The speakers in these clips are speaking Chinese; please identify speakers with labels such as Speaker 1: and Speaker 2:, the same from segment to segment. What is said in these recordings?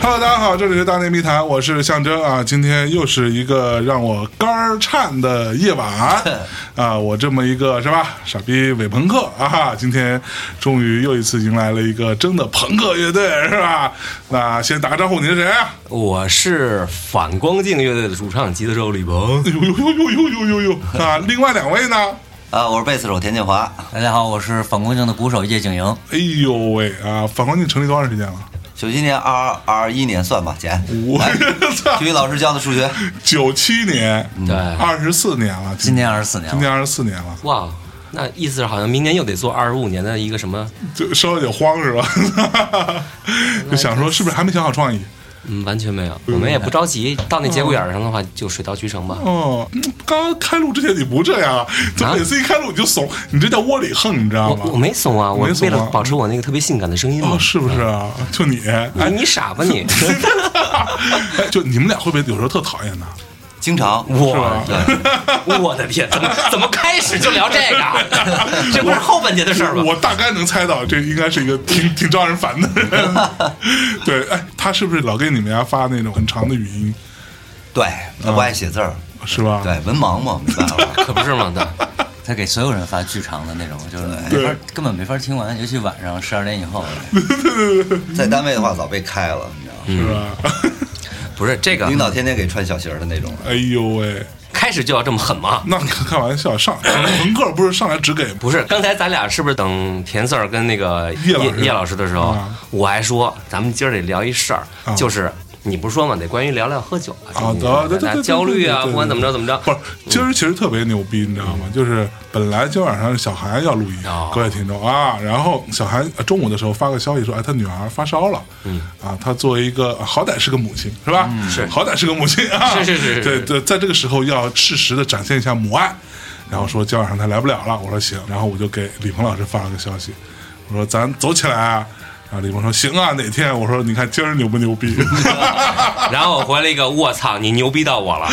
Speaker 1: Hello，大家好，这里是大内密谈，我是象征啊。今天又是一个让我肝儿颤的夜晚啊！我这么一个是吧，傻逼伪朋克啊，哈，今天终于又一次迎来了一个真的朋克乐队是吧？那先打个招呼，你是谁啊？
Speaker 2: 我是反光镜乐队的主唱吉他手李鹏。
Speaker 1: 哎呦呦呦呦呦呦呦呦啊！另外两位呢？
Speaker 3: 啊，我是贝斯手田建华，
Speaker 4: 大家好，我是反光镜的鼓手叶景莹。
Speaker 1: 哎呦喂啊！反光镜成立多长时间了？
Speaker 3: 九七年二二一年算吧，姐，
Speaker 1: 我操
Speaker 3: 体，育老师教的数学，
Speaker 1: 九七年，
Speaker 2: 对，
Speaker 1: 二十四年了，
Speaker 4: 今年二十四年
Speaker 1: 今
Speaker 4: 了，
Speaker 1: 年二十四年了，
Speaker 2: 哇，那意思是好像明年又得做二十五年的一个什么，
Speaker 1: 就稍微有点慌是吧？就想说是不是还没想好创意？
Speaker 2: 嗯，完全没有，我们也不着急，到那节骨眼儿上的话就水到渠成吧。
Speaker 1: 哦，嗯刚刚开录之前你不这样啊？怎么
Speaker 2: 啊
Speaker 1: 每次一开录你就怂？你这叫窝里横，你知道
Speaker 2: 我我
Speaker 1: 吗？
Speaker 2: 没怂啊，我
Speaker 1: 没怂
Speaker 2: 为
Speaker 1: 啊
Speaker 2: 了保持我那个特别性感的声音嘛
Speaker 1: 哦，。是不是啊？就你，哎，
Speaker 2: 你你傻吧你？
Speaker 1: 哎就你们俩会不会有时候特讨厌呢？
Speaker 3: 经常
Speaker 2: 我的我的天，怎么怎么开始就聊这 个？这不是后半截的事儿吗？
Speaker 1: 我大概能猜到，这应该是一个挺挺招人烦的 人。对，哎，他是不是老给你们家发那种很长的语音，
Speaker 3: 对，他不爱写字儿，
Speaker 4: 嗯
Speaker 1: 是吧？
Speaker 3: 对，文盲嘛，没办法，
Speaker 2: 可不是嘛，对，
Speaker 4: 他给所有人发巨长的那种，就是没法根本没法听完，尤其晚上十二点以后。
Speaker 3: 在单位的话早被开了，你知道
Speaker 1: 是吧？
Speaker 2: 不是
Speaker 4: 啊
Speaker 2: 这
Speaker 3: 吗？
Speaker 2: 个
Speaker 3: 领导天天给穿小鞋儿的那种，
Speaker 1: 哎呦喂，
Speaker 2: 开始就要这么狠吗？
Speaker 1: 那开开玩笑，上 朋克不是上来只给
Speaker 2: 不是，刚才咱俩是不是等田四儿跟那个
Speaker 1: 叶老师
Speaker 2: 叶老师的时候，
Speaker 1: 啊
Speaker 2: 我还说咱们今儿得聊一事儿，
Speaker 1: 啊
Speaker 2: 就是你不是说嘛，得关于聊聊喝酒啊，
Speaker 1: 啊，
Speaker 2: 这
Speaker 1: 得
Speaker 2: 个
Speaker 1: 对对
Speaker 2: 大
Speaker 1: 对，
Speaker 2: 家焦虑啊，
Speaker 1: 对对对对
Speaker 2: 不管怎么着怎么着，嗯
Speaker 1: 不是，今儿其实特别牛逼，你知道吗？就是本来今晚上小韩要录音
Speaker 2: 哦，
Speaker 1: 各位听众啊，然后小韩呃中午的时候发个消息说，哎，他女儿发烧了，嗯，啊，他作为一个好歹是个母亲是吧？是，好歹是个母亲啊，
Speaker 2: 嗯是是是 是
Speaker 1: 对
Speaker 2: 是
Speaker 1: 对，在这个时候要适时的展现一下母爱，然后说今晚上他来不了了，我说行，然后我就给李鹏老师发了个消息，我说咱走起来啊。然后李鹏说：“行啊，哪天？”我说：“你看今儿牛不牛逼？”
Speaker 2: 然后我回来一个，我操，你牛逼到我 了，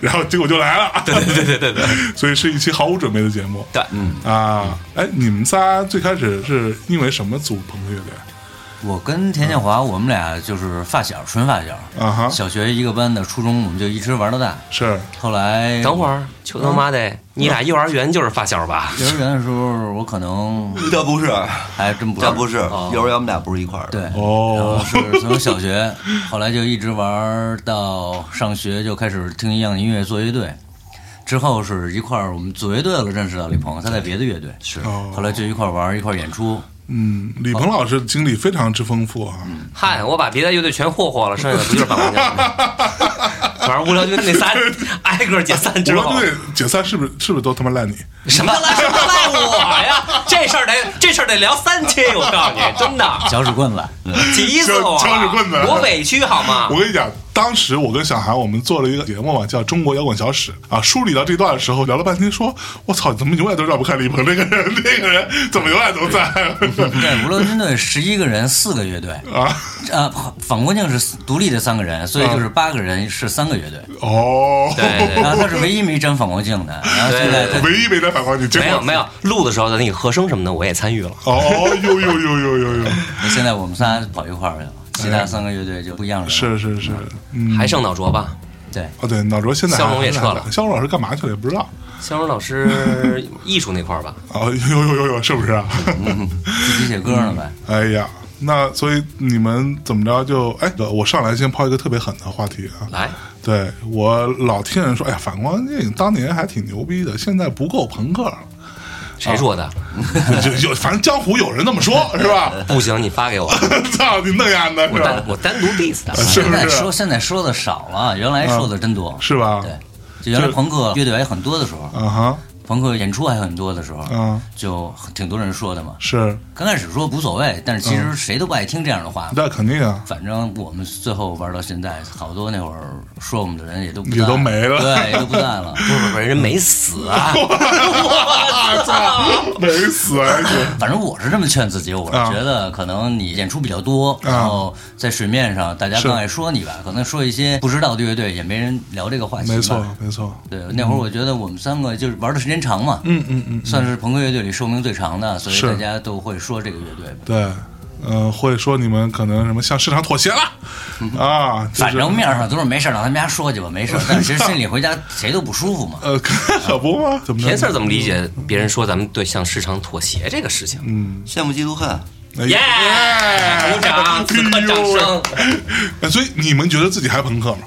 Speaker 1: 然后结果就来了。
Speaker 2: 对对对对对对，
Speaker 1: 所以是一期毫无准备的节目。
Speaker 2: 对，嗯，
Speaker 1: 啊，哎，你们仨最开始是因为什么组朋克乐队？
Speaker 4: 我跟田建华，我们俩就是发小，纯发
Speaker 1: 啊哈
Speaker 4: 小，小学一个班的，初中我们就一直玩到大。
Speaker 1: 是
Speaker 4: 后来
Speaker 2: 等会儿，求他妈的，你俩幼儿园就是发小吧？
Speaker 4: 幼儿园的时候，我可能
Speaker 3: 这不是，
Speaker 4: 还真不
Speaker 3: 这不是，幼儿园我们俩不是一块儿的，
Speaker 4: 哦对，然后
Speaker 1: 哦，
Speaker 4: 是从小学，后来就一直玩到上学，就开始听一样的音乐，做乐队。之后是一块儿我们组乐队了，认识到李鹏，他在别的乐队是
Speaker 1: 哦
Speaker 4: 后来就一块儿玩，一块儿演出。
Speaker 1: 嗯，李鹏老师的经历非常之丰富啊。
Speaker 2: 嗨，我把别的乐队全霍霍了，剩下的不就是板管 家吗？反正无聊就那仨挨个解 散
Speaker 1: 我
Speaker 2: 之后
Speaker 1: 说，对，解散是不是是不是都他妈赖你？
Speaker 2: 什么赖什么赖我呀？ 这事儿得这事儿得聊三期，我告诉你，真的
Speaker 4: 搅屎棍子，嗯
Speaker 2: 急死我了！
Speaker 1: 敲敲着棍子
Speaker 2: 我委屈好吗
Speaker 1: 我？跟你讲，当时我跟小韩我们做了一个节目嘛，叫《中国摇滚小史》啊。梳理到这段的时候，聊了半天说，我操，怎么永远都绕不开李鹏这个人？这个人怎么永远都在
Speaker 2: 嗯
Speaker 4: 对，无聊军队十一个人，四个乐队，
Speaker 1: 啊？
Speaker 4: 啊，反光镜是独立的三个人，所以就是八个人是三个乐队。
Speaker 1: 嗯哦，
Speaker 2: 对对对
Speaker 4: 然后他是唯一没沾反光镜的，然后
Speaker 2: 对
Speaker 4: 现在他
Speaker 1: 唯一没在反光镜，结果
Speaker 2: 没有没有，录的时候的那个和声什么的，我也参与了。
Speaker 1: 哦，呦呦呦呦呦呦，
Speaker 4: 现在我们仨跑一块儿去了，其他三个乐队就不一样了。
Speaker 1: 是是是，嗯，
Speaker 2: 还剩脑浊吧？
Speaker 4: 对，
Speaker 1: 哦，对，老卓现在
Speaker 2: 肖龙也撤了
Speaker 1: 肖龙老师干嘛去了也不知道。
Speaker 2: 肖荣老师艺术那 块儿吧，
Speaker 1: 哦，有有有有，是不是啊？
Speaker 4: 自己写歌呢呗。
Speaker 1: 哎呀，那所以你们怎么着就哎，我上来先抛一个特别狠的话题啊。
Speaker 2: 来，
Speaker 1: 对我老听人说，哎呀，反光镜当年还挺牛逼的，现在不够朋克了。
Speaker 2: 谁说的？
Speaker 1: 哦有有，反正江湖有人那么说，是吧？
Speaker 2: 不行，你发给我，
Speaker 1: 操你弄样的
Speaker 2: 我
Speaker 1: 是吧哎
Speaker 2: 单？我单独 diss 他。
Speaker 1: 嗯是
Speaker 4: 现
Speaker 1: 不
Speaker 4: 在
Speaker 1: 是啊嗯
Speaker 4: 说现在说的少了，原来说的真多。
Speaker 1: 是吧？
Speaker 4: 对，就原来朋克乐队还很多的时候，
Speaker 1: 啊哈，
Speaker 4: 朋克演出还很多的时候，
Speaker 1: 嗯，
Speaker 4: 就挺多人说的嘛。
Speaker 1: 是，
Speaker 4: 刚开始说无所谓，但
Speaker 1: 嗯
Speaker 4: 是其实谁都不爱听这样的话嘛。
Speaker 1: 那肯定啊，
Speaker 4: 反正我们最后玩到现在，好多那会儿说我们的人也都不在
Speaker 1: 也都没了
Speaker 4: 对，也都不在 了。
Speaker 2: 不是不是，人没死啊！
Speaker 1: 我操，没死还行，
Speaker 4: 反正我是这么劝自己，我是
Speaker 1: 啊
Speaker 4: 觉得可能你演出比较多，然后在水面上大家
Speaker 1: 是
Speaker 4: 更爱说你吧，可能说一些不知道的乐队也没人聊这个话题。
Speaker 1: 没错，没错，
Speaker 4: 对，那会儿我觉得我们三个就是玩的时间长嘛，
Speaker 1: 嗯嗯嗯，
Speaker 4: 算是朋克乐队里寿命最长的，所以
Speaker 1: 是
Speaker 4: 大家都会说这个乐队吧。
Speaker 1: 对，嗯、会说你们可能什么向市场妥协了
Speaker 2: 嗯
Speaker 1: 啊，就是
Speaker 4: 反正面上都是没事儿，让他们家说去吧，没 事儿。但是其实心里回家谁都不舒服嘛。
Speaker 1: 呃， 可可不吗？怎么着
Speaker 2: 田 Sir 怎么理解别人说咱们对向市场妥协这个事情？
Speaker 1: 嗯
Speaker 3: 羡慕嫉妒恨，
Speaker 1: 哎
Speaker 2: 耶
Speaker 1: 呀哎！
Speaker 2: 鼓掌，此刻
Speaker 1: 哎呦
Speaker 2: 掌声。
Speaker 1: 哎所以你们觉得自己还朋克吗？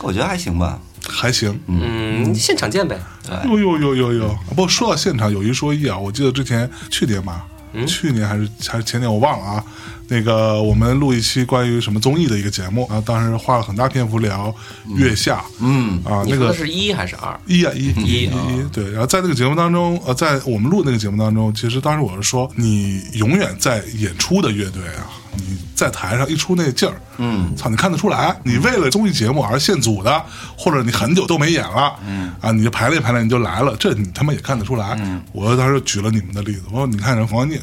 Speaker 3: 我觉得还行吧。
Speaker 1: 还行，哎
Speaker 2: 嗯，现场见呗。
Speaker 1: 呦呦呦呦呦！不过说到现场有一说一啊，我记得之前去年吧，
Speaker 2: 嗯
Speaker 1: 去年还是还是前年我忘了啊。那个我们录一期关于什么综艺的一个节目啊，当时花了很大篇幅聊月下，嗯啊
Speaker 2: 你
Speaker 1: 那
Speaker 2: 说
Speaker 1: 个
Speaker 2: 的是一还是二？
Speaker 1: 一啊一
Speaker 2: 一
Speaker 1: 一
Speaker 2: 啊
Speaker 1: 一对，然后在那个节目当中，呃，在我们录那个节目当中，其实当时我是说，你永远在演出的乐队啊，你在台上一出那劲儿，嗯，操，你看得出来，你为了综艺节目而现组的，或者你很久都没演了，嗯，啊，你就排练排练你就来了，这你他妈也看得出来。我当时举了你们的例子，我说你看人黄金，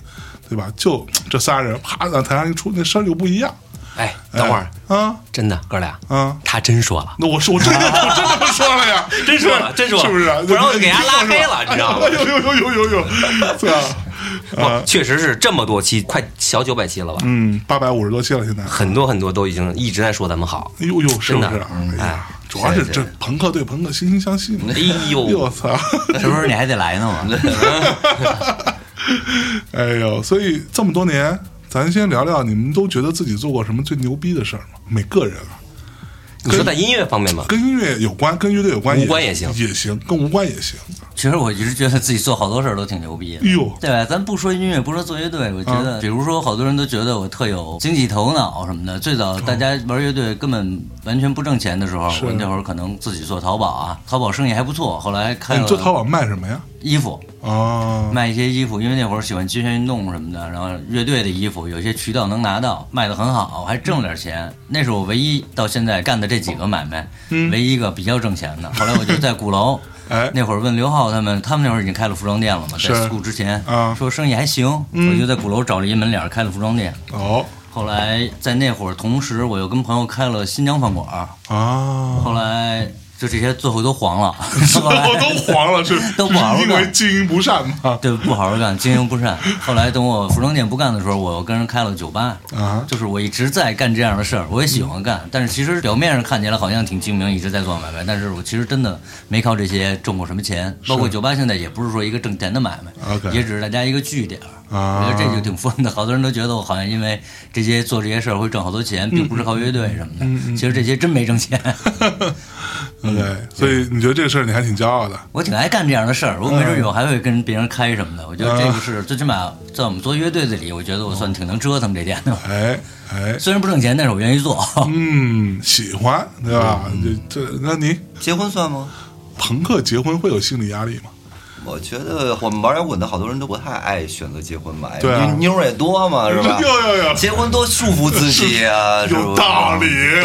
Speaker 1: 对吧？就这仨人啪在台上一出，那声儿就不一样。
Speaker 2: 哎，等会儿，
Speaker 1: 哎啊，
Speaker 2: 真的哥俩，
Speaker 1: 嗯
Speaker 2: 他真说了。
Speaker 1: 那我是我真的我真这么说了呀，
Speaker 2: 真说了真说了
Speaker 1: 是不啊是？
Speaker 2: 不然我 就给他拉黑了
Speaker 1: 你
Speaker 2: 你知道 吗
Speaker 1: 哎呦呦呦呦呦呦，对啊，
Speaker 2: 哇
Speaker 1: 啊，
Speaker 2: 确实是这么多期，快小九百期了吧？
Speaker 1: 嗯，八百五十多期了，现在，哎
Speaker 2: 很多很多都已经一直在说咱们好。
Speaker 1: 呦呦，是不是
Speaker 2: 真的
Speaker 1: 啊？哎呀，主要是
Speaker 3: 是
Speaker 1: 这
Speaker 3: 是
Speaker 1: 朋克对朋克惺惺相惜嘛。
Speaker 2: 哎
Speaker 1: 我
Speaker 2: 呦，
Speaker 1: 操！
Speaker 4: 是不是你还得来呢嘛？
Speaker 1: 哎呦，所以这么多年，咱先聊聊你们都觉得自己做过什么最牛逼的事儿吗？每个人啊，
Speaker 2: 你说在音乐方面吗？
Speaker 1: 跟音乐有关，跟乐队有关，
Speaker 2: 无关也行
Speaker 1: 也行，跟无关也行。
Speaker 4: 其实我一直觉得自己做好多事儿都挺牛逼的
Speaker 1: 哎。呦，
Speaker 4: 对吧？咱不说音乐，不说做乐队，我
Speaker 1: 嗯
Speaker 4: 觉得，比如说，好多人都觉得我特有经济头脑什么的。最早大家玩乐队根本完全不挣钱的时候，我那会儿可能自己做淘宝啊，淘宝生意还不错。后来开
Speaker 1: 哎你做淘
Speaker 4: 了
Speaker 1: 宝卖什么呀？
Speaker 4: 衣服，
Speaker 1: 啊，。
Speaker 4: 卖一些衣服，因为那会儿喜欢极限运动什么的，然后乐队的衣服有些渠道能拿到，卖的很好，还挣了点钱。那是我唯一到现在干的这几个买卖，唯一一个比较挣钱的。后来我就在鼓楼
Speaker 1: 嗯 哎
Speaker 4: 那会儿问刘浩他们，他们那会儿已经开了服装店了嘛，
Speaker 1: 是
Speaker 4: 在 school 之前，
Speaker 1: 啊嗯
Speaker 4: 说生意还行，我就在鼓楼找了一门脸儿开了服装店。
Speaker 1: 哦
Speaker 4: 后来在那会儿，同时我又跟朋友开了新疆饭馆儿，
Speaker 1: 啊，
Speaker 4: 后来就这些最后都 黄了， 后来
Speaker 3: 哦
Speaker 1: 我都黄了，是
Speaker 4: 都不好好
Speaker 1: 是因为
Speaker 4: 干
Speaker 1: 经营不善吗？
Speaker 4: 对，不好好干，经营不善。后来等我服装店不干的时候，我跟人开了酒吧，
Speaker 1: 啊嗯
Speaker 4: 就是我一直在干这样的事儿，我也喜欢干。但是其实表面上看起来好像挺精明，一直在做买卖，但是我其实真的没靠这些挣过什么钱。包括酒吧现在也不是说一个挣钱的买卖
Speaker 1: OK
Speaker 4: 也只是大家一个据点儿。
Speaker 1: 啊
Speaker 4: 我觉得这就挺疯的，好多人都觉得我好像因为这些做这些事儿会挣好多钱，并
Speaker 1: 嗯
Speaker 4: 不是靠乐队什么的。其实这些真没挣钱。
Speaker 3: 嗯
Speaker 1: 对，所以你觉得这个事儿你还挺骄傲的？
Speaker 4: 我挺爱干这样的事儿，我没
Speaker 1: 嗯
Speaker 4: 准有还会跟别人开什么的。我觉得这个是最起码在我们做乐队的里，我觉得我算挺能折腾这点的。
Speaker 1: 哎哎，
Speaker 4: 虽然不挣钱，但是我愿意做。
Speaker 1: 嗯，喜欢对吧？
Speaker 3: 嗯
Speaker 1: 这这，那你
Speaker 3: 结婚算吗？
Speaker 1: 朋克结婚会有心理压力吗？
Speaker 3: 我觉得我们玩摇滚的好多人都不太爱选择结婚吧，
Speaker 1: 对啊
Speaker 3: 妞妞儿也多嘛，是吧？
Speaker 1: 有有有
Speaker 3: 结婚多束缚自己啊，是不是
Speaker 1: 有道理，
Speaker 3: 对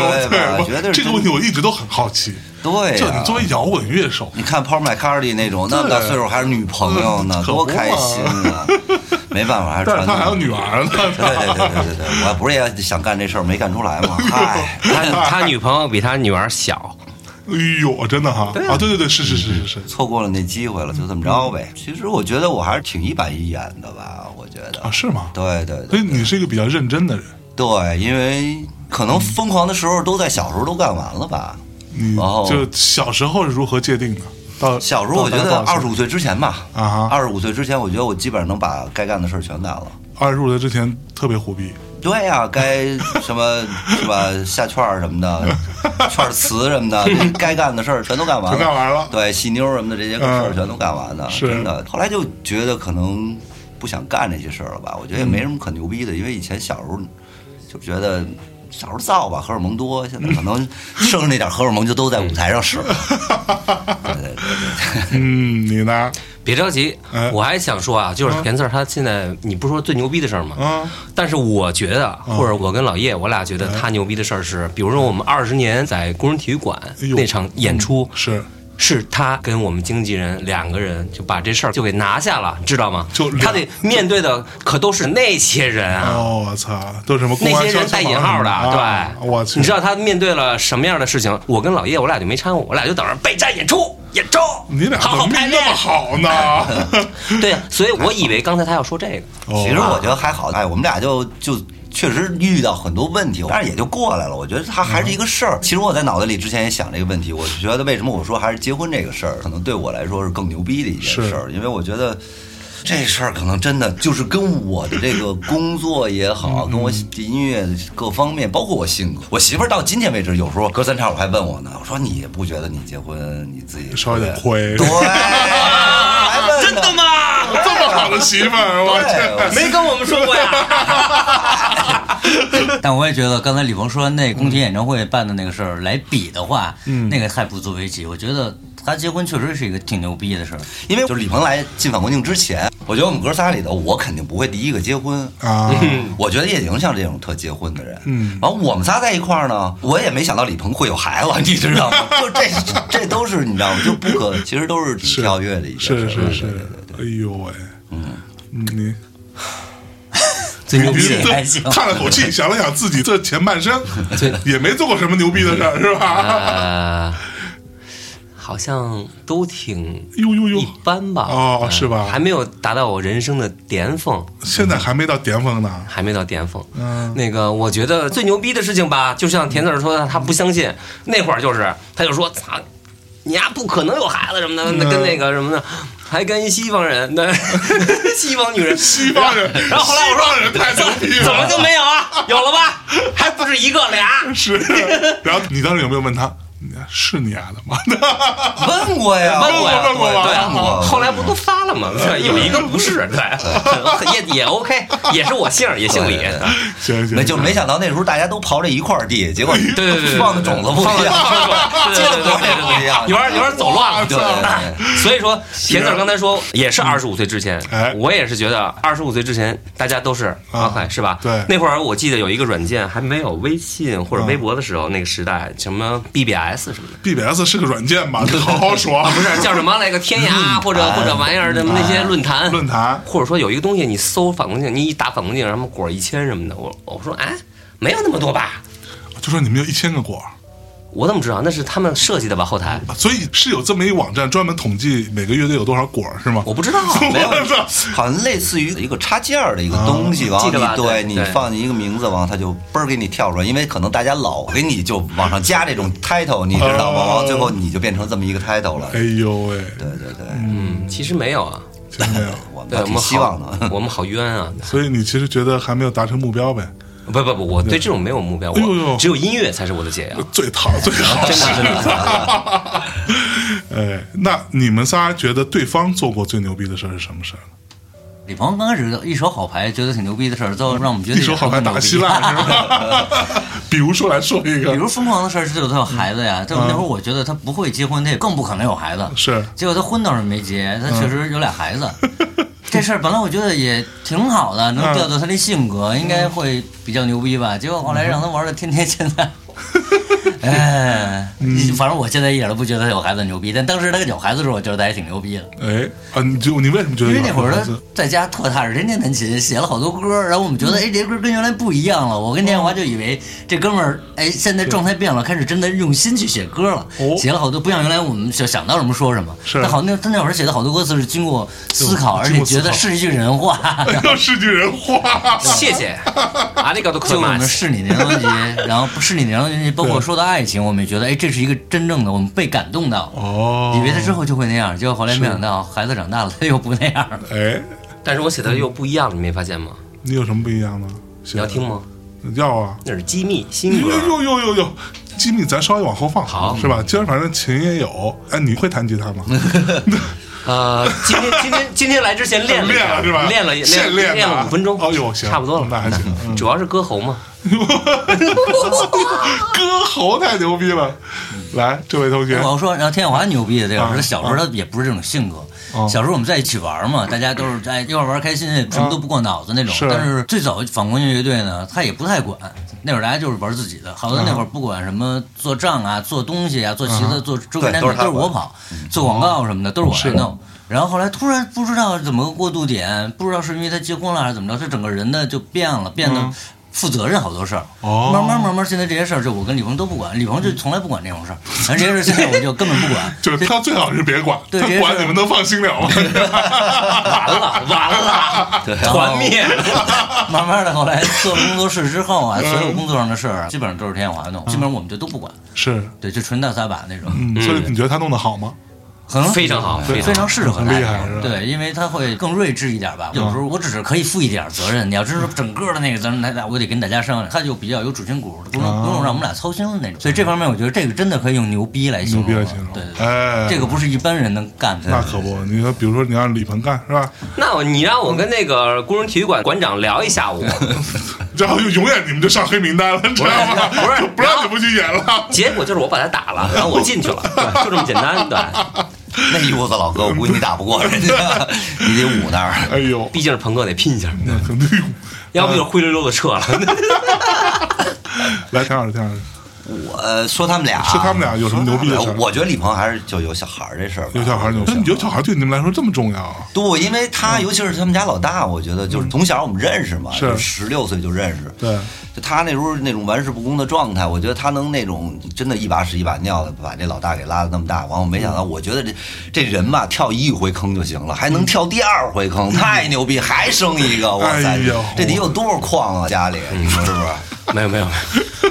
Speaker 1: 我
Speaker 3: 吧？我觉得
Speaker 1: 这个问题我一直都很好奇。
Speaker 3: 对啊
Speaker 1: 就
Speaker 3: 呀
Speaker 1: 你作为摇滚乐手，
Speaker 3: 你看 Paul McCartney 那种那么大岁数还是女朋友呢
Speaker 1: 嗯，可不
Speaker 3: 多
Speaker 1: 嘛
Speaker 3: 开心啊！没办法，还是
Speaker 1: 但是
Speaker 3: 传
Speaker 1: 他
Speaker 3: 统
Speaker 1: 还有女儿
Speaker 3: 对对对
Speaker 1: 呢。
Speaker 3: 对对对，我不是也想干这事儿，没干出来嘛。嗨，
Speaker 2: 他他女朋友比他女儿小，
Speaker 1: 哎呦，真的哈啊！对对对，是是是是是。
Speaker 3: 错过了那机会了，就这么着呗。其实我觉得我还是挺一板一眼的吧，我觉得
Speaker 1: 啊，。是吗？
Speaker 3: 对对
Speaker 1: 所
Speaker 3: 对
Speaker 1: 以你是一个比较认真的人，
Speaker 3: 对，因为可能疯狂的时候都在小时候都干完了吧。
Speaker 1: 你
Speaker 3: 然后
Speaker 1: 就小时候是如何界定的？到
Speaker 3: 哦小时候我觉得二十五岁之前吧，
Speaker 1: 啊哈
Speaker 3: 二十五岁之前，我觉得我基本上能把该干的事儿全干了。
Speaker 1: 二十五岁之前特别虎逼，
Speaker 3: 对呀、该 什么是吧？下券儿什么的，券词什么的，该干的事儿全都干完了。
Speaker 1: 全干完了
Speaker 3: 对，戏妞什么的这些事儿
Speaker 1: 嗯
Speaker 3: 全都干完了，
Speaker 1: 是
Speaker 3: 真的。后来就觉得可能
Speaker 1: 嗯
Speaker 3: 不想干这些事儿了吧？我觉得也没什么可牛逼的，因为以前小时候就觉得小时候造吧，荷尔蒙多，现在可能剩下那点荷尔蒙就都在舞台上使了。对对对对
Speaker 1: 嗯，你呢？
Speaker 2: 别着急
Speaker 1: 哎，
Speaker 2: 我还想说啊，
Speaker 1: 嗯
Speaker 2: 就是田字儿他现在你不是说最牛逼的事儿吗？
Speaker 1: 啊，
Speaker 2: 但是我觉得，
Speaker 1: 嗯
Speaker 2: 或者我跟老叶，我俩觉得他牛逼的事儿是，比如说我们二十年在工人体育馆
Speaker 1: 哎呦嗯
Speaker 2: 那场演出，
Speaker 1: 是
Speaker 2: 是他跟我们经纪人两个人就把这事儿就给拿下了，知道吗？
Speaker 1: 就两
Speaker 2: 他得面对的可都是那些人啊，
Speaker 1: 哦，我操，都什么公
Speaker 2: 那
Speaker 1: 安
Speaker 2: 些人带引号的，
Speaker 1: 啊
Speaker 2: 对，
Speaker 1: 我去，
Speaker 2: 你知道他面对了什么样的事情？我跟老叶，我俩就没掺和，我俩就等着备战演出，演出，
Speaker 1: 你俩怎
Speaker 2: 好
Speaker 1: 么
Speaker 2: 好
Speaker 1: 命
Speaker 2: 排
Speaker 1: 那
Speaker 2: 练
Speaker 1: 么。好呢？
Speaker 2: 对，所以我以为刚才他要说这个，
Speaker 1: 哦
Speaker 3: 其实我 觉得还好，哎，我们俩就就。确实遇到很多问题，但是也就过来了。我觉得它还是一个事儿。
Speaker 1: 嗯
Speaker 3: 其实我在脑袋里之前也想这个问题，我觉得为什么我说还是结婚这个事儿，可能对我来说是更牛逼的一件事儿，因为我觉得这事儿可能真的就是跟我的这个工作也好，
Speaker 1: 嗯
Speaker 3: 跟我音乐各方面，包括我性格。我媳妇儿到今天为止，有时候隔三差五还问我呢，我说你不觉得你结婚你自己
Speaker 1: 稍微有点亏
Speaker 3: 对，还问呢
Speaker 2: 真的吗？
Speaker 1: 这么好的媳妇儿，我去，
Speaker 3: 对，
Speaker 2: 没跟我们说过呀。
Speaker 4: 但我也觉得刚才李鹏说那宫廷演唱会办的那个事儿来比的话，
Speaker 1: 嗯
Speaker 4: 那个太不足为奇。我觉得他结婚确实是一个挺牛逼的 事儿。
Speaker 3: 因为就是李鹏来进反光镜之前，我觉得我们哥仨里头，我肯定不会第一个结婚
Speaker 1: 啊
Speaker 3: 嗯
Speaker 2: 嗯
Speaker 3: 我觉得叶莹像这种特结婚的人，
Speaker 1: 嗯
Speaker 3: 然后我们仨在一块儿呢，我也没想到李鹏会有孩子，你知道吗？ 就这这都是你知道吗？就不可，其实都是挺跳跃的一件事
Speaker 1: 是
Speaker 3: 儿，
Speaker 1: 是
Speaker 3: 对
Speaker 1: 是，哎呦喂，嗯，你。
Speaker 4: 最牛逼
Speaker 1: 你
Speaker 4: 的 还行
Speaker 1: 这，叹了口气，想了想自己这前半生也没做过什么牛逼的事儿，是吧？
Speaker 2: 呃，好像都挺
Speaker 1: 哎呦呦呦
Speaker 2: 一，般吧？
Speaker 1: 哦
Speaker 2: 嗯
Speaker 1: 是吧
Speaker 2: 还没有达到我人生的巅峰，
Speaker 1: 现在还没到巅峰呢。
Speaker 2: 还没到巅峰。
Speaker 1: 嗯
Speaker 2: 那个，我觉得最牛逼的事情吧，就像田字儿说的，他不相信。那会儿就是，他就说：“操，你丫不可能有孩子什么的，那
Speaker 1: 嗯
Speaker 2: 跟那个什么的，还跟一西方人， 那西方女人，
Speaker 1: 西方人，
Speaker 2: 然后后来我说
Speaker 1: 西方人太牛逼了，
Speaker 2: 怎么就没有啊？有了吧？还不是一个俩。”
Speaker 1: 嗯是？然后你当时有没有问他，你是你丫的吗？
Speaker 3: 问过呀，
Speaker 2: 问过呀，
Speaker 1: 问过吗
Speaker 2: 对
Speaker 3: 问过
Speaker 2: 对，后来不都发 了吗？对，有一个不是，对，也也 OK，也是我姓儿，也姓李，
Speaker 3: 对对
Speaker 1: 行行，
Speaker 3: 没就没想到那时候大家都刨这一块儿地，结果
Speaker 2: 对对对对，
Speaker 3: 放的种子不一样，
Speaker 2: 对
Speaker 3: 结
Speaker 2: 对对
Speaker 3: 果也不一样，
Speaker 2: 有点有点走乱了。
Speaker 3: 对对对
Speaker 2: 所以说，田字儿刚才说也是二十五岁之前
Speaker 1: 哎，
Speaker 2: 我也是觉得二十五岁之前大家都是
Speaker 1: 啊
Speaker 2: OK 是吧？
Speaker 1: 对
Speaker 2: 那会儿我记得有一个软件还没有微信或者微博的时候，那个时代什么 BBS 什么的。
Speaker 1: BBS 是个软件 吧？好好说，啊
Speaker 4: 啊
Speaker 2: 不是叫什么那个天涯或者或者玩意儿的那些论坛
Speaker 1: 论坛
Speaker 2: 或者说有一个东西你搜反光镜，你一打反光镜什么果一千什么的，我我说哎没有那么多吧，
Speaker 1: 就说你们有一千个果，啊
Speaker 2: 我怎么知道那是他们设计的吧后台？
Speaker 1: 所以是有这么一网站专门统计每个乐队有多少果是吗？
Speaker 2: 我不知道，
Speaker 3: 没有
Speaker 1: 我操，
Speaker 3: 好像类似于一个插件儿的一个东西，然后
Speaker 2: 啊记
Speaker 3: 你
Speaker 2: 得吧
Speaker 3: 对
Speaker 2: 对
Speaker 3: 你
Speaker 2: 对
Speaker 3: 放进一个名字，然后它就嘣儿给你跳出来，因为可能大家老给你就往上加这种 title，你知道吗？
Speaker 1: 哦
Speaker 3: 然后最后你就变成这么一个 title 了。
Speaker 1: 哎呦喂，
Speaker 3: 对对对，
Speaker 2: 嗯，其实没有啊，
Speaker 1: 真 没有。
Speaker 3: 我们
Speaker 2: 对
Speaker 3: 还
Speaker 2: 我
Speaker 3: 挺
Speaker 2: 们
Speaker 3: 希望
Speaker 2: 好
Speaker 3: 的。
Speaker 2: 我们好冤啊！
Speaker 1: 所以你其实觉得还没有达成目标呗？
Speaker 4: 啊
Speaker 2: 不不不，我对这种没有目标，
Speaker 1: 哎呦呦
Speaker 2: 我只有音乐才是我的解药。
Speaker 1: 最讨最
Speaker 4: 啊
Speaker 1: 好
Speaker 2: 真的真的真
Speaker 1: 哎，那你们仨觉得对方做过最牛逼的事儿是什么事儿呢？
Speaker 4: 李鹏刚开始一手好牌，觉得挺牛逼的事儿，最后让我们觉得
Speaker 1: 一手好牌打稀
Speaker 4: 也
Speaker 1: 烂
Speaker 4: 很牛
Speaker 1: 是
Speaker 4: 逼。
Speaker 1: 吧？ 比如说来说一
Speaker 4: 比
Speaker 1: 个，
Speaker 4: 如疯狂的事儿是有他有孩子呀，但我那会儿我觉得他不会结婚，他也更不可能有孩子。
Speaker 1: 是
Speaker 4: 结果他婚倒是没结，他确实有俩孩子。这事儿本来我觉得也挺好的，能调调他那性格，应该会比较牛逼吧。结果后来让他玩的天天现在，哎，反正我现在一点都不觉得他有孩子牛逼，但当时他有孩子的时候，我觉得他还挺牛逼的。
Speaker 1: 哎啊，你就你为什么觉得
Speaker 4: 因
Speaker 1: 有
Speaker 4: 为那会儿
Speaker 1: 孩
Speaker 4: 他
Speaker 1: 子
Speaker 4: 在家特踏实，天天弹琴，写了好多歌，然后我们觉
Speaker 1: 嗯
Speaker 4: 得，哎，这歌跟原来不一样了。我跟田华就以为这哥们儿，哎，现在状态变了，开始真的用心去写歌了
Speaker 1: 哦，
Speaker 4: 写了好多，不像原来我们想想到什么说什么。
Speaker 1: 是
Speaker 4: 但好那他那会儿写的好多歌词是经过思考，而
Speaker 1: 经
Speaker 4: 且
Speaker 1: 过思考
Speaker 4: 觉得是一句人话。
Speaker 1: 又是句人话，
Speaker 2: 的谢 谢，阿里嘎多克
Speaker 4: 就我
Speaker 2: 马
Speaker 4: 们是你那张专辑， 然后不是你那张专辑，包括说到爱情，我们也觉得，哎，这是一个真正的，我们被感动到。
Speaker 1: 哦
Speaker 4: 以为他之后就会那样，结果后来没想到，孩子长大了他又不那样了。
Speaker 1: 哎，
Speaker 2: 但是我写的又不一样了，你没发现吗？
Speaker 1: 你有什么不一样呢？
Speaker 2: 你要听吗？
Speaker 1: 要啊！
Speaker 2: 那是机密新歌。
Speaker 1: 哎呦呦呦呦呦，机密咱稍微往后放，
Speaker 2: 好
Speaker 1: 是吧？今儿反正琴也有，哎，你会弹吉他吗？
Speaker 2: 呃，今 天今天今天来之前练了一下
Speaker 1: 练了是吧
Speaker 2: 练了一
Speaker 1: 现
Speaker 2: 练
Speaker 1: 练的啊
Speaker 2: 了五分钟，
Speaker 1: 哦呦行
Speaker 2: 差不多了，
Speaker 1: 那还行嗯
Speaker 2: 主要是歌喉嘛，
Speaker 1: 歌喉太牛逼了！来，这位同学
Speaker 4: 我，要说，然后天耀华牛逼的这个，
Speaker 1: 啊
Speaker 4: 我说小时候他也不是这种性格。小时候我们在一起玩嘛，大家都是在一块玩开心，什么都不过脑子那种
Speaker 1: 是。
Speaker 4: 但是最早反光镜乐队呢，他也不太管。那会儿大家就是玩自己的，好多那
Speaker 1: 啊
Speaker 4: 会儿不管什么做账啊、做东西啊、做旗子、做周边
Speaker 3: 对
Speaker 4: 产品
Speaker 3: 都是他
Speaker 4: 都是我
Speaker 3: 管嗯
Speaker 4: 跑，做广告什么的都是我
Speaker 1: 是
Speaker 4: 来弄。然后后来突然不知道怎么个过渡点，不知道是因为他结婚了还是怎么着，他整个人呢就变了，变
Speaker 1: 嗯
Speaker 4: 得负责任好多事儿。
Speaker 1: 哦。
Speaker 4: 慢慢慢慢，现在这些事儿就我跟李鹏都不管，李鹏就从来不管这种事儿，反正这些事儿现在我就根本不管
Speaker 1: 就是他最好是别管，
Speaker 4: 对
Speaker 1: 他
Speaker 4: 这是
Speaker 1: 管你们能放心了吗？
Speaker 2: 完 了完了，
Speaker 4: 对
Speaker 2: 团灭了。
Speaker 4: 慢慢的，后来做了工作室之后
Speaker 1: 嗯
Speaker 4: 啊，所有工作上的事儿啊基本上都是天华弄，基本上我们就都不管，
Speaker 1: 是，
Speaker 4: 对，就纯大撒把那种，
Speaker 1: 嗯，所以你觉得他弄得好吗？
Speaker 4: 很
Speaker 2: 非常好
Speaker 4: 对
Speaker 1: 非常好
Speaker 4: 非常适合他
Speaker 1: 很厉害是吧嗯
Speaker 4: 对，因为他会更睿智一点吧。有时候我只是可以负一点责任，你要真是整个的那个责任，那我得跟大家商量。他就比较有主心骨，不
Speaker 1: 啊
Speaker 4: 用不用让我们俩操心的那种。所以这方面，我觉得这个真的可以用牛逼来
Speaker 1: 牛
Speaker 4: 形
Speaker 1: 逼
Speaker 4: 容
Speaker 1: 了，
Speaker 4: 了
Speaker 1: 形容，。
Speaker 4: 对对对，
Speaker 1: 哎，
Speaker 4: 这个不是一般人能干的。
Speaker 1: 那可不，你说，比如说你让李鹏干是吧？
Speaker 2: 那我你让我跟那个工人体育馆馆长聊一下午，
Speaker 1: 然后就永远你们就上黑名单了，你知道吗？
Speaker 2: 不是
Speaker 1: 就不让你们去演了。
Speaker 2: 结果就是我把他打了，然后我进去了， 对就这么简单。对，
Speaker 3: 那一屋子老哥，我估计你打不过人家，你得捂那儿。
Speaker 1: 哎呦，
Speaker 2: 毕竟是朋克得拼一下，
Speaker 1: 那肯定。
Speaker 2: 要不就灰溜溜 的撤了。
Speaker 1: 来，田老师，田老师，
Speaker 3: 我呃说他们俩，
Speaker 1: 说他们俩有什么牛逼的事儿
Speaker 3: 我觉得李鹏还是就有小孩儿这事儿吧，
Speaker 1: 有小孩儿牛
Speaker 3: 嗯
Speaker 1: 逼，那你觉得小孩儿对你们来说这么重要啊？
Speaker 3: 对，因为他尤其是他们家老大，我觉得就是从小我们认识嘛，
Speaker 1: 嗯是
Speaker 3: 就十六岁就认识。
Speaker 1: 对，
Speaker 3: 就他那时候那种玩世不恭的状态，我觉得他能那种真的一把屎一把尿的把这老大给拉的那么大。完，我没想到，我觉得这这人吧，跳一回坑就行了，还能跳第二回坑，太牛逼，还生一个，哇
Speaker 1: 哎
Speaker 3: 塞
Speaker 1: 呦，
Speaker 3: 这得有多少矿啊？家里你说是不是？
Speaker 2: 没有没有啊没有，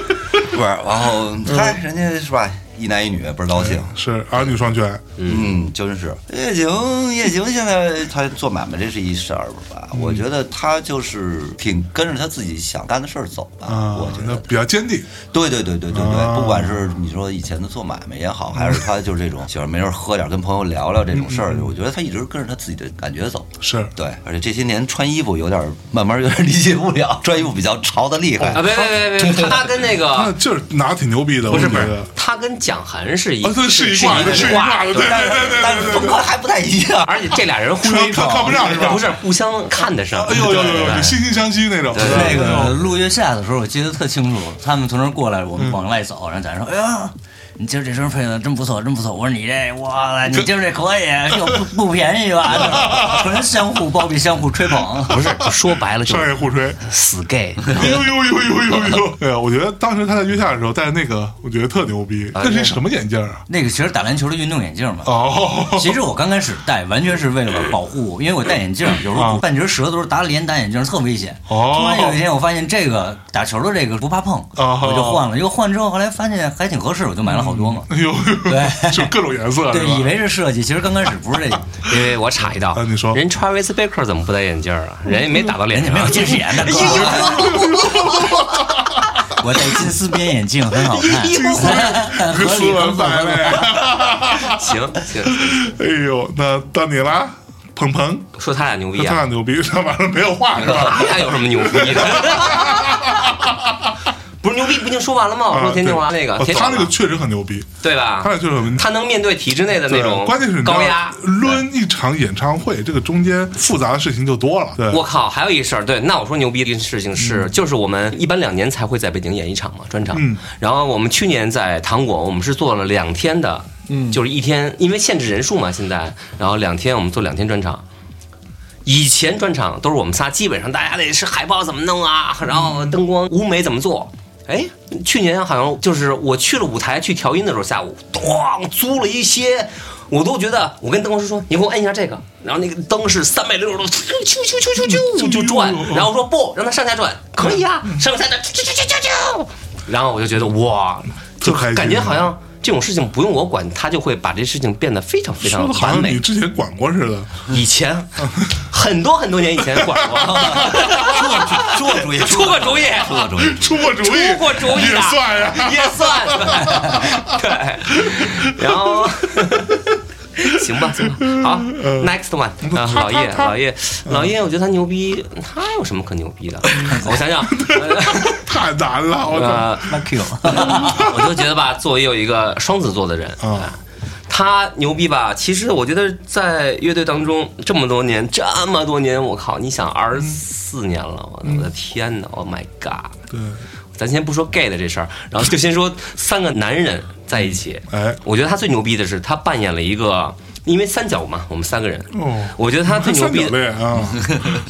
Speaker 3: 是嗯不是？然后嗨，人家是吧，一男一女倍儿高兴。
Speaker 1: 是儿女双全，
Speaker 3: 嗯，真是夜景，夜景现在他做买卖这是一事儿吧？我觉得他就是挺跟着他自己想干的事儿走吧。
Speaker 1: 啊
Speaker 3: 我觉，
Speaker 1: 那
Speaker 3: 得，
Speaker 1: 比较坚定，
Speaker 3: 对对对对对对，
Speaker 1: 啊
Speaker 3: 不管是你说以前的做买卖也好，还是他就是这种喜欢没事儿喝点儿跟朋友聊聊这种
Speaker 1: 嗯
Speaker 3: 事儿，我觉得他一直跟着他自己的感觉走。
Speaker 1: 是
Speaker 3: 对，而且这些年穿衣服有点儿慢慢有点儿理解不了，穿衣服比较潮的厉害
Speaker 1: 哎
Speaker 2: 啊，。别别 别别，他跟那
Speaker 1: 那
Speaker 2: 个
Speaker 1: 就是拿挺牛逼的，
Speaker 2: 不是
Speaker 1: 我
Speaker 2: 不
Speaker 1: 觉
Speaker 2: 是
Speaker 1: 得，
Speaker 2: 他跟蒋涵是一
Speaker 1: 啊，对，是一
Speaker 2: 是
Speaker 1: 挂的，是一挂的，对
Speaker 2: 对
Speaker 1: 对对对
Speaker 3: 但是
Speaker 1: 对
Speaker 3: 风
Speaker 1: 对
Speaker 3: 格。还不太一样，
Speaker 2: 而且这俩人互
Speaker 1: 看
Speaker 2: 相
Speaker 1: 看看不上是吧
Speaker 2: 不是互相看得上。
Speaker 1: 哎呦呦
Speaker 2: 对
Speaker 1: 呦
Speaker 2: 对
Speaker 1: 呦，
Speaker 2: 对
Speaker 1: 就惺惺相惜那种。
Speaker 4: 那个录月下的时候，我记得特清楚，他们从那儿过来，我
Speaker 1: 嗯
Speaker 4: 们往外走，然后咱说：“哎呀，你今儿这声配的真不错，真不错。”我说：“你这，哇，你今儿这可以，就不不便宜 吧？”纯相互包庇，相互吹捧。
Speaker 2: 不是，说白了就
Speaker 1: 商业
Speaker 2: 是
Speaker 1: 互吹，
Speaker 2: 死 gay。
Speaker 1: 哎呦呦呦呦呦呦！哎呀，我觉得当时他在约下的时候戴的那个，我觉得特牛逼。那是一什么眼镜啊？
Speaker 4: 那个其实打篮球的运动眼镜嘛。
Speaker 1: 哦，
Speaker 4: 其实我刚开始戴，完全是为了保护我，因为我戴眼镜，有时候半截舌头打脸打眼镜特危险。
Speaker 1: 啊哦
Speaker 4: 突然有一天我发现这个打球的这个不怕碰，
Speaker 1: 哦
Speaker 4: 我就换了。又换之后，后来发现还挺合适，我就买了好多嘛。
Speaker 1: 哎呦，就各种颜色，
Speaker 4: 对
Speaker 1: 是，吧
Speaker 4: 以为是设计，其实刚开始不是这 个，
Speaker 2: 因为我插一道
Speaker 1: 啊，你说
Speaker 2: 人 Travis Baker 怎么不戴眼镜啊？人家没打到脸
Speaker 4: 人家
Speaker 2: 上，
Speaker 4: 没有近视 眼的哥。哎 我戴金丝边眼镜很好看，很合
Speaker 1: 斯
Speaker 4: 理，
Speaker 1: 文
Speaker 4: 很
Speaker 1: 败
Speaker 4: 合理。
Speaker 1: 类。
Speaker 2: 行行，
Speaker 1: 哎呦，那到你啦，鹏鹏，
Speaker 2: 说他俩牛逼
Speaker 1: 他俩
Speaker 2: 啊，
Speaker 1: 牛逼，他晚上没有话是 吧？
Speaker 2: 他俩有什么牛逼的？ 不是牛逼，不已经说完了吗？我说田静华那个
Speaker 1: 哦，
Speaker 2: 田
Speaker 1: 他
Speaker 2: 静
Speaker 1: 那
Speaker 2: 华
Speaker 1: 个确实很牛逼，
Speaker 2: 对吧
Speaker 1: 他？那确实很牛逼。
Speaker 2: 啊他能面对体制内的那
Speaker 1: 对
Speaker 2: 种
Speaker 1: 关键是你知道
Speaker 2: 高压。
Speaker 1: 抡一场演唱会，这个中间复杂的事情就多了。对，
Speaker 2: 我靠，还有一事儿，对，那我说牛逼的事情是，就是我们一般两年才会在北京演一场嘛，专场。
Speaker 1: 嗯
Speaker 2: 然后我们去年在糖果，我们是做了两天的，嗯，就是一天，因为限制人数嘛，现在，然后两天我们做两天专场。以前专场都是我们仨，基本上大家得是海报怎么弄啊，然后灯光、舞美怎么做。哎，去年好像就是我去了舞台去调音的时候，下午咣租了一些，我都觉得我跟灯光师说你给我摁一下这个，然后那个灯是三百六十度，啾啾啾啾啾啾就转，然后说不让它上下转，可以啊，上下转啾啾啾啾啾，然后我就觉得哇，就
Speaker 1: 特开心
Speaker 2: 感觉好像这种事情不用我管，他就会把这事情变得非常非
Speaker 1: 说
Speaker 2: 常
Speaker 1: 的好
Speaker 2: 完
Speaker 1: 像
Speaker 2: 美
Speaker 1: 你。之前管过似 的。
Speaker 2: 以前很多很多年以前管过，
Speaker 3: 出过主意，
Speaker 2: 出过主意，
Speaker 3: 出过主意，
Speaker 1: 出过主意，
Speaker 2: 出过主意的
Speaker 1: 也算呀。
Speaker 2: 也 算，对，然后。行吧，行吧，好，next one，啊，
Speaker 1: 他
Speaker 2: 老叶，
Speaker 1: 他
Speaker 2: 老叶，老叶，我觉得他牛逼，他有什么可牛逼的？我想想，
Speaker 1: 太太难了，我操！
Speaker 2: 呃，
Speaker 4: ，lucky
Speaker 2: 我就觉得吧，作为有一个双子座的人，
Speaker 1: 啊，
Speaker 2: 他牛逼吧？其实我觉得在乐队当中这么多年，这么多年，我靠，你想二十四年了，我的我的天哪，Oh my god！
Speaker 1: 对，
Speaker 2: 咱先不说 gay 的这事儿，然后就先说三个男人在一起。
Speaker 1: 哎，
Speaker 2: 我觉得他最牛逼的是，他扮演了一个，因为三角嘛，我们三个人。
Speaker 1: 哦，
Speaker 2: 我觉得他最牛
Speaker 1: 三
Speaker 2: 逼
Speaker 1: 角
Speaker 2: 的，
Speaker 1: 恋啊，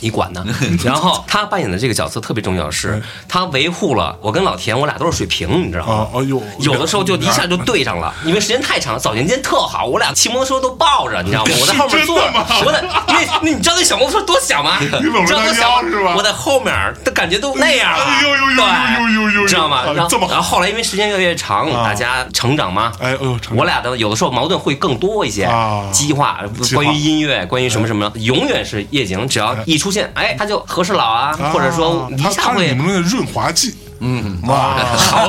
Speaker 2: 你管 呢？然后他扮演的这个角色特别重要，
Speaker 1: 嗯
Speaker 2: 是他维护了我跟老田，我俩都是水平，你知道吗？
Speaker 1: 啊，哎呦，
Speaker 2: 有的时候就一下就对上 了，因为时间太长了。早年间特好，我俩骑摩托车都抱着，你知 道吗？我在后面坐
Speaker 1: 真的吗
Speaker 2: 着，我在那那你知道那小摩托车多小吗？你
Speaker 1: 搂着
Speaker 2: 知道多
Speaker 1: 她
Speaker 2: 小
Speaker 1: 腰是吧
Speaker 2: 我在后面，都感觉都那样了。
Speaker 1: 哎呦呦呦呦呦呦呦
Speaker 2: 对，知道吗？
Speaker 1: 啊
Speaker 2: 然后
Speaker 1: 这么好
Speaker 2: 然后后来因为时间越来越长，
Speaker 1: 啊
Speaker 2: 大家成长嘛，
Speaker 1: 哎哎呦成长
Speaker 2: 我俩的有的时候矛盾会更多一些
Speaker 1: 啊，
Speaker 2: 激化
Speaker 1: 激化哎
Speaker 2: 关于音乐，关于什么什么，永远是夜景，只要一出现，哎，他就和事佬啊，
Speaker 1: 啊
Speaker 2: 或者说一
Speaker 1: 他
Speaker 2: 下
Speaker 1: 他是你
Speaker 2: 会
Speaker 1: 们的润滑剂，
Speaker 3: 嗯，
Speaker 1: 哇，
Speaker 2: 好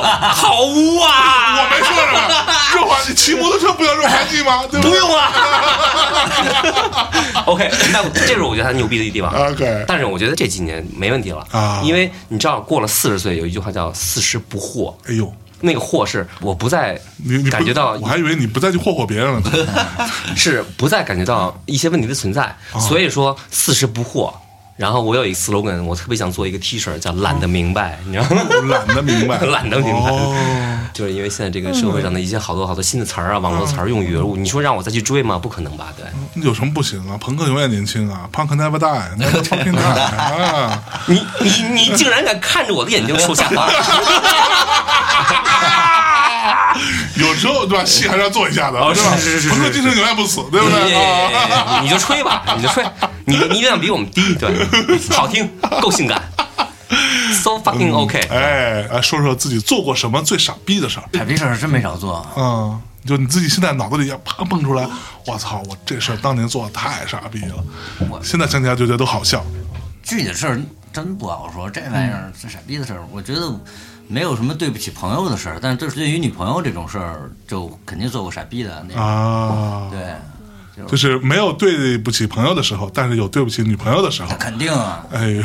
Speaker 2: 好污啊！
Speaker 1: 我没说什 么，润滑，你骑摩托车不要润滑剂吗？对不
Speaker 2: 不
Speaker 1: 对
Speaker 2: 用啊。OK，那这是我觉得他牛逼的地方。
Speaker 1: ？OK，
Speaker 2: 但是我觉得这几年没问题了
Speaker 1: 啊
Speaker 2: 因为你知道，过了四十岁，有一句话叫“四十不惑
Speaker 1: 哎呦，”，
Speaker 2: 那个惑是我不再
Speaker 1: 你你不
Speaker 2: 感觉到
Speaker 1: 我还以为你不再去霍霍别人了呢。
Speaker 2: 是不再感觉到一些问题的存在，
Speaker 1: 哦
Speaker 2: 所以说四十不惑。然后我有一个 slogan，我特别想做一个 T 恤，叫“懒得明白”，你知道吗？
Speaker 1: 我懒得明白，
Speaker 2: 懒得明白
Speaker 1: 哦，嗯
Speaker 2: 就是因为现在这个社会上的一些好多好多新的词儿啊，网络词儿、用语，你说让我再去追吗？不可能吧？对，
Speaker 1: 有什么不行啊？朋克永远年轻啊，Punk never die，never fucking die 啊！
Speaker 2: 你你你竟然敢看着我的眼睛说瞎话！
Speaker 1: 有时候对吧，戏还是要做一下的，
Speaker 2: 哦
Speaker 1: 对吧？
Speaker 2: 是是是是
Speaker 1: 朋克精神永远不死， 对不对？啊
Speaker 2: 你你就吹吧，你就吹，你你音量比我们低，对，好听，够性感，so fucking 嗯 OK。
Speaker 1: 啊哎，哎，说说自己做过什么最傻逼的事儿？
Speaker 4: 傻逼事儿真没少做。啊
Speaker 1: 嗯，就你自己现在脑子里啪蹦出来，我操，我这事儿当年做的太傻逼了，现在想起来就觉得都好笑。
Speaker 4: 具体的事儿真不好说，这玩意儿是傻逼的事儿。我觉得没有什么对不起朋友的事儿，但是对对于女朋友这种事儿，就肯定做过傻逼的那种。
Speaker 1: 啊，
Speaker 4: 对，
Speaker 1: 就是没有对不起朋友的时候，但是有对不起女朋友的时候
Speaker 4: 那。肯定啊。
Speaker 1: 哎呦，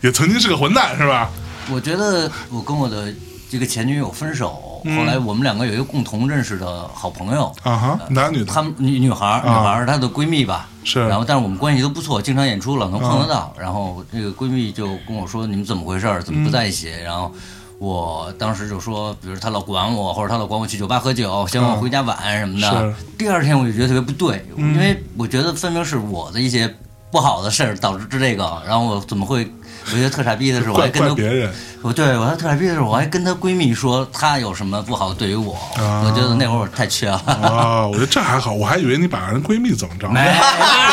Speaker 1: 也曾经是个混蛋是吧？
Speaker 4: 我觉得我跟我的这个前女友分手，后来我们两个有一个共同认识的好朋友，
Speaker 1: 啊哈，
Speaker 2: 嗯
Speaker 1: 男女
Speaker 4: 她
Speaker 1: 的，啊
Speaker 4: 们女女孩儿，女孩儿是她的闺蜜吧，
Speaker 1: 是嗯
Speaker 4: 然后，但是我们关系都不错，经常演出，老能碰得到。然后这个闺蜜就跟我说：“你们怎么回事儿？怎么不在一起？”
Speaker 1: 嗯
Speaker 4: 然后我当时就说：“比如她老管我，或者她老管我去酒吧喝酒，嫌我回家晚什么的。
Speaker 1: 是嗯
Speaker 4: 第二天我就觉得特别不对，因为我觉得分明是我的一些不好的事儿导致这个，然后我怎么会？我觉得特傻逼的是，我
Speaker 1: 怪
Speaker 4: 还跟
Speaker 1: 怪
Speaker 4: 她
Speaker 1: 别人
Speaker 4: 我对我还特傻逼的是，我还跟她闺蜜说她有什么不好对于我。
Speaker 1: 啊
Speaker 4: 我觉得那会儿我太缺了。
Speaker 1: 啊！我觉得这还好，我还以为你把人闺蜜怎么着，
Speaker 4: 没，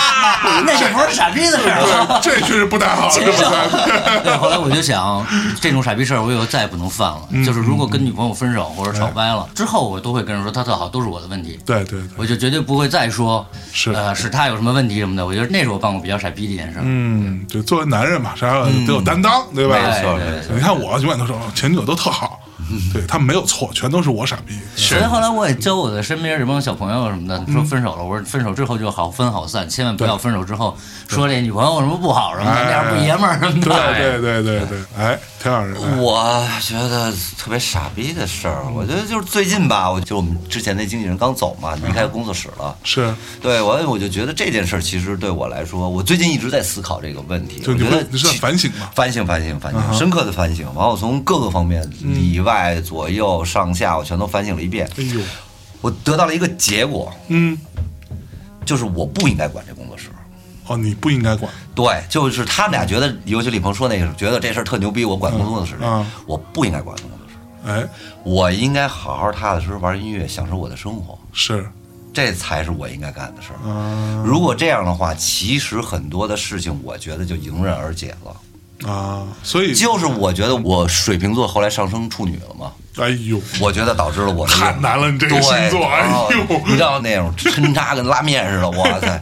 Speaker 4: 那就不是傻逼的事儿啊了。
Speaker 1: 对，这确实不太好，这不太好。
Speaker 4: 对，后来我就想，这种傻逼事儿我以后再也不能犯了。
Speaker 1: 嗯
Speaker 4: 就是如果跟女朋友分手或者吵掰了之后，我都会跟人说她特好，都是我的问题。
Speaker 1: 哎对对对，
Speaker 4: 我就绝对不会再说，
Speaker 1: 是
Speaker 4: 呃，是她有什么问题什么的。我觉得那是我办过比较傻逼的一件事儿。
Speaker 1: 嗯，就作为男人嘛，啥都有担当，对吧？
Speaker 4: 没错没
Speaker 1: 你看我永远都说哦前女友都特好，对他们没有错，全都是我傻逼。
Speaker 4: 所以后来我也教我的身边这帮小朋友什么的，
Speaker 1: 嗯
Speaker 4: 说分手了，我说分手之后就好分好散，千万不要分手之后说这女朋友有什么不好什么的，那样不爷们儿什么的。
Speaker 1: 哎对对对对对，哎，田老师，哎
Speaker 3: 我觉得特别傻逼的事儿，我觉得就是最近吧，我就我们之前那经纪人刚走嘛，离开工作室了。
Speaker 1: 是哎
Speaker 3: 对，我我就觉得这件事儿，其实对我来说，我最近一直在思考这个问题。
Speaker 1: 就
Speaker 3: 我
Speaker 1: 你
Speaker 3: 觉得
Speaker 1: 会你是在
Speaker 3: 其
Speaker 1: 反省吗？啊
Speaker 3: 反省反省反省，深刻的反省。完，我从各个方面，里外左右上下，我全都反省了一遍。
Speaker 1: 嗯哎呦，
Speaker 3: 我得到了一个结果，
Speaker 1: 嗯，
Speaker 3: 就是我不应该管这工作室。
Speaker 1: 哦，你不应该管，
Speaker 3: 对，就是他们俩觉得，尤其李鹏说那个，觉得这事儿特牛逼，我管工作室
Speaker 1: 嗯嗯，
Speaker 3: 我不应该管工作室，
Speaker 1: 哎，
Speaker 3: 我应该好好踏踏实实玩音乐，享受我的生活，
Speaker 1: 是
Speaker 3: 这才是我应该干的事儿。
Speaker 1: 啊
Speaker 3: 如果这样的话，其实很多的事情，我觉得就迎刃而解了。
Speaker 1: 啊，所以
Speaker 3: 就是我觉得我水瓶座后来上升处女了嘛，
Speaker 1: 哎呦，
Speaker 3: 我觉得导致了我的
Speaker 1: 太难了你这个
Speaker 3: 对
Speaker 1: 星座哎呦
Speaker 3: 然后你知道那种抻扎跟拉面似的，哇 塞！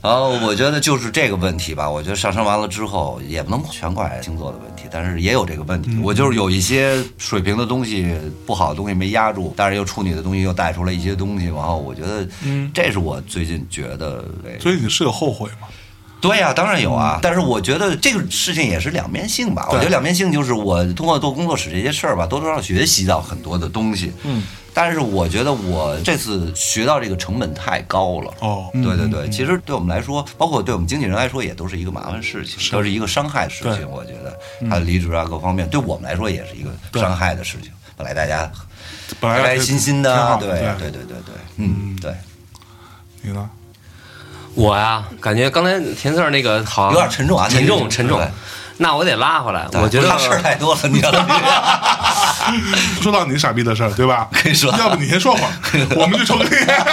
Speaker 3: 然后我觉得就是这个问题吧，我觉得上升完了之后也不能全怪星座的问题，但是也有这个问
Speaker 1: 嗯
Speaker 3: 题。我就是有一些水平的东西、不好的东西没压住，但是又处女的东西又带出来
Speaker 1: 嗯
Speaker 3: 一些东西，然后我觉得这是我最近觉得。
Speaker 1: 所以你是有后悔吗？
Speaker 3: 对呀、当然有啊，但是我觉得这个事情也是两面性吧。我
Speaker 1: 对
Speaker 3: 觉得两面性就是我通过做工作室这些事儿吧，多多少少学习到很多的东西。嗯，但是我觉得我这次学到这个成本太高了。
Speaker 1: 哦，
Speaker 3: 对对
Speaker 1: 嗯，
Speaker 3: 对，其实对我们来说，包括对我们经纪人来说，也都是一个麻烦事情，都是一个伤害事
Speaker 1: 对
Speaker 3: 情。我觉得他的离职啊，各方面对我们来说也是一个伤害的事情。本来大家
Speaker 1: 本来
Speaker 3: 开开心心的
Speaker 1: 挺
Speaker 3: 啊，
Speaker 1: 好
Speaker 3: 对对对对对，嗯，对，
Speaker 1: 你呢？
Speaker 2: 我呀，感觉刚才田四儿那个好像
Speaker 3: 有点沉重啊
Speaker 2: 沉
Speaker 3: 那
Speaker 2: 重
Speaker 3: 个
Speaker 2: 沉重
Speaker 3: 对。
Speaker 2: 那我得拉回来，
Speaker 3: 对
Speaker 2: 我觉得
Speaker 3: 他事儿太多了，你知道吗？
Speaker 1: 说到你傻逼的事儿，对吧？
Speaker 3: 可以说
Speaker 1: 要不你先说谎， 我们就抽根烟。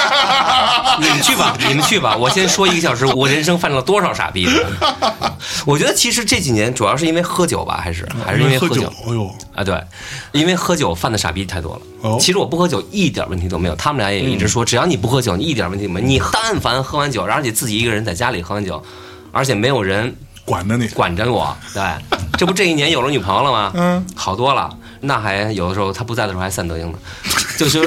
Speaker 2: 你们去吧，你们去吧。我先说一个小时，我人生犯了多少傻逼呢？ 我觉得其实这几年主要是因为喝酒吧，还是还是啊因为
Speaker 1: 喝
Speaker 2: 喝
Speaker 1: 酒
Speaker 2: 酒，
Speaker 1: 哎呦，
Speaker 2: 啊？对，因为喝酒犯的傻逼太多了。
Speaker 1: 哦
Speaker 2: 其实我不喝酒一点问题都没有，他们俩也一直说，只要你不喝酒，你一点问题都没有。你但凡喝完酒，而且自己一个人在家里喝完酒，而且没有人
Speaker 1: 管着你，
Speaker 2: 管着我，对，这不这一年有了女朋友了吗？
Speaker 1: 嗯，
Speaker 2: 好多了。那还有的时候他不在的时候还散德 英呢，就是。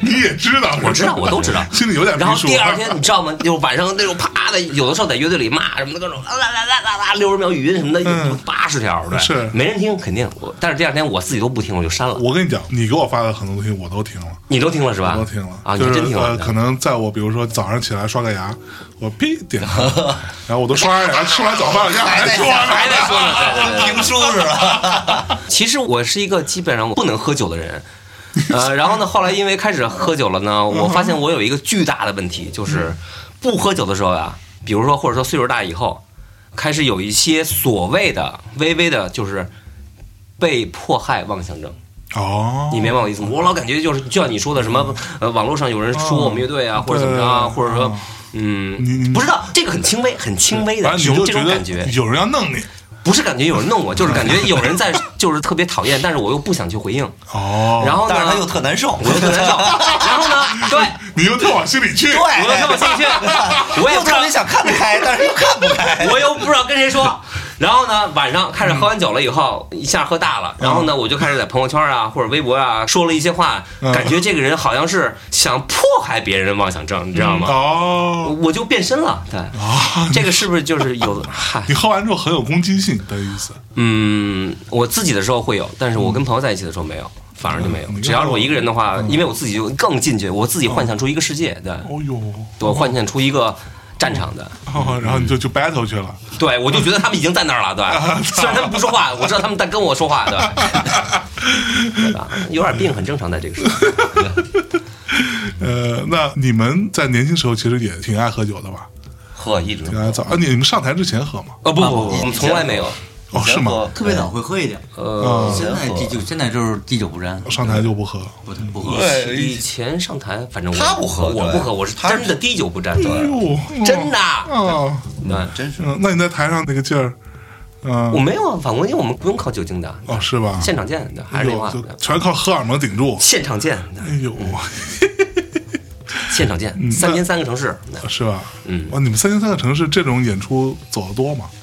Speaker 1: 你也知道，，
Speaker 2: 我知道，我都知道
Speaker 1: 心里有点
Speaker 2: 然
Speaker 1: 逼
Speaker 2: 后
Speaker 1: 数。
Speaker 2: 第二天，你知道吗？就是晚上那种啪的，有的时候在乐队里骂什么的，各种啦啦啦啦啦啦，六十秒语音什么的
Speaker 1: 嗯，
Speaker 2: 八十条对，
Speaker 1: 是
Speaker 2: 没人听，肯定。我但是第二天我自己都不听，我就删了。
Speaker 1: 我跟你讲，你给我发的很多东西我都听了，
Speaker 2: 你都听了是吧？
Speaker 1: 我都听了
Speaker 2: 啊，你
Speaker 1: 就
Speaker 2: 还
Speaker 1: 是
Speaker 2: 真听
Speaker 1: 呃，
Speaker 2: 了。
Speaker 1: 可能在我比如说早上起来刷个牙，我屁点 开，然后我都刷完牙，吃完早饭，人家还
Speaker 2: 哎
Speaker 1: 说呢，
Speaker 2: 还在说呢对对对
Speaker 3: 评书是吧？
Speaker 2: 其实我是一个基本上我不能喝酒的人，呃， 然后呢，后来因为开始喝酒了呢，
Speaker 1: 嗯
Speaker 2: 我发现我有一个巨大的问题，就是不喝酒的时候呀、比如说或者说岁数大以后，开始有一些所谓的微微的，就是被迫害妄想症。
Speaker 1: 哦，嗯哦
Speaker 2: 你明白我意思吗？我老感觉就是，就像你说的什么，呃，网络上有人说我们乐队啊，或者怎么着啊，
Speaker 1: 对
Speaker 2: 或者说
Speaker 1: 嗯，你你
Speaker 2: 嗯，不知道这个很轻微、很轻微的
Speaker 1: 反
Speaker 2: 这
Speaker 1: 正你
Speaker 2: 种
Speaker 1: 就
Speaker 2: 这
Speaker 1: 觉
Speaker 2: 种
Speaker 1: 得
Speaker 2: 感觉，
Speaker 1: 有人要弄你，
Speaker 2: 不是感觉有人弄我，就是感觉有人在， 就是特别讨厌，但是我又不想去回应。
Speaker 1: 哦，
Speaker 2: 然后呢，
Speaker 3: 但是他又特难受，
Speaker 2: 我又特难受。然后呢，对，
Speaker 1: 你又特往心里去，
Speaker 3: 对，
Speaker 2: 我又特别兴 奋我也
Speaker 3: 又
Speaker 2: 不知道
Speaker 3: 特别想看得开，但是又看不开。
Speaker 2: 我又不知道跟谁说。然后呢，晚上开始喝完酒了以后，一下喝大了。然后呢，我就开始在朋友圈啊或者微博啊说了一些话，
Speaker 1: 嗯
Speaker 2: 感觉这个人好像是想迫害别人的妄想症，你知道吗？
Speaker 1: 哦
Speaker 2: 我就变身了。对，
Speaker 1: 啊，
Speaker 2: 这个是不是就是有？嗨，
Speaker 1: 你喝完之后很有攻击性的意思，
Speaker 2: 嗯，我自己的时候会有，但是我跟朋友在一起的时候没有，反而就没有
Speaker 1: 嗯。
Speaker 2: 只要是我一个人的话，因为我自己就更进去，我自己幻想出一个世界，对，
Speaker 1: 哦呦，
Speaker 2: 我幻想出一个战场的。
Speaker 1: 哦，然后你就去 battle 去了，
Speaker 2: 对，我就觉得他们已经在那儿了，对，虽然他们不说话，我知道他们在跟我说话，对，对吧？有点病很正常，在这个时候，
Speaker 1: 呃，那你们在年轻时候其实也挺爱喝酒的吧？
Speaker 3: 喝一直
Speaker 1: 挺爱早啊，你你们上台之前喝吗？
Speaker 2: 呃，不不不，我们从来没有，
Speaker 1: 哦，是吗？？嗯
Speaker 4: 特别早会喝一点，
Speaker 2: 呃，
Speaker 4: 现在滴酒现在就是滴酒不沾，
Speaker 1: 上台就不喝，
Speaker 4: 不不喝。
Speaker 3: 对，
Speaker 2: 以前上台，反正我
Speaker 3: 他不喝
Speaker 2: 我
Speaker 3: 对
Speaker 2: 不喝，我是
Speaker 3: 他是
Speaker 2: 真的滴酒不沾，对，
Speaker 1: 哟，
Speaker 2: 真的，
Speaker 1: 啊，
Speaker 2: 对，
Speaker 3: 真是。
Speaker 1: 嗯，那你在台上那个劲儿，嗯
Speaker 2: 我，没有啊，反光镜我们不用靠酒精的，
Speaker 1: 哦，是吧？
Speaker 2: 现场见，对还是那
Speaker 1: 哎
Speaker 2: 话
Speaker 1: 呦，，就全靠荷尔蒙顶住，
Speaker 2: 现场见，对
Speaker 1: 哎呦，
Speaker 2: 现场
Speaker 1: 嗯
Speaker 2: 见，三天三个城市，对
Speaker 1: 是吧？哦
Speaker 2: 嗯
Speaker 1: 哇，你们三天三个城市这种演出走的多吗？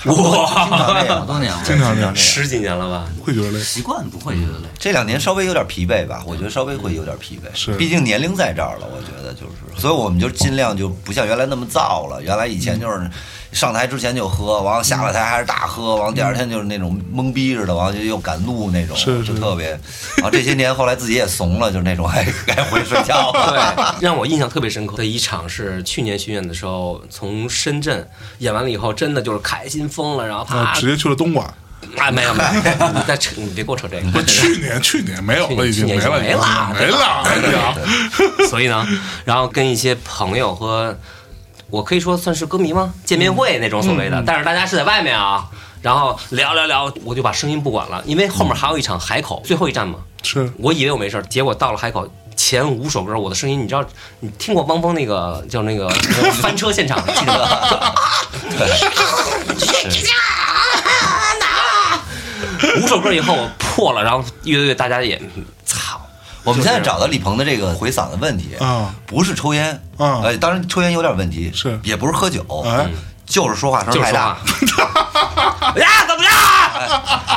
Speaker 4: 好
Speaker 2: 哇，
Speaker 4: 多年了，
Speaker 1: 经常这样，
Speaker 2: 十几年了吧？
Speaker 1: 会觉得累。
Speaker 4: 习惯不会觉得累。
Speaker 3: 这两年稍微有点疲惫吧，我觉得稍微会有点疲惫，
Speaker 1: 是
Speaker 3: 毕竟年龄在这儿了，我觉得就是，所以我们就尽量就不像原来那么燥了。原来以前
Speaker 1: 嗯
Speaker 3: 就是上台之前就喝，完了下了台还是大喝，完了第二天就是那种懵逼似的，完了就又赶路那种，
Speaker 1: 是是
Speaker 3: 就特别。然后这些年后来自己也怂了，就是那种还该回睡觉了。
Speaker 2: 对，让我印象特别深刻的一场是去年巡演的时候，从深圳演完了以后，真的就是开心疯了，然后
Speaker 1: 啊，
Speaker 2: 啪，
Speaker 1: 直接去了东莞。
Speaker 2: 啊，没有没有，你再扯，你别给我扯这
Speaker 1: 不
Speaker 2: 个，
Speaker 1: 是去年，去年没有了，已经没了，
Speaker 2: 没了，
Speaker 1: 没了。哎呀，
Speaker 2: 所以呢，然后跟一些朋友和我可以说算是歌迷吗？见面会那种所谓的，但是大家是在外面啊，然后聊聊聊，我就把声音不管了，因为后面还有一场海口，最后一站嘛，
Speaker 1: 是
Speaker 2: 我以为我没事儿，结果到了海口前五首歌，我的声音你知道，你听过汪峰那个叫那个翻车现场，记得吧？ 五首歌以后我破了，然后乐队大家也操，
Speaker 3: 我们现在找到李鹏的这个回嗓的问题
Speaker 1: 啊，
Speaker 3: 不是抽烟
Speaker 1: 啊
Speaker 3: 呃当然抽烟有点问题，
Speaker 1: 是
Speaker 3: 也不是喝酒，嗯
Speaker 1: 哎，
Speaker 3: 就是说话声
Speaker 2: 就是
Speaker 3: 太
Speaker 2: 说
Speaker 3: 大
Speaker 2: 话。，哎呀，怎么样？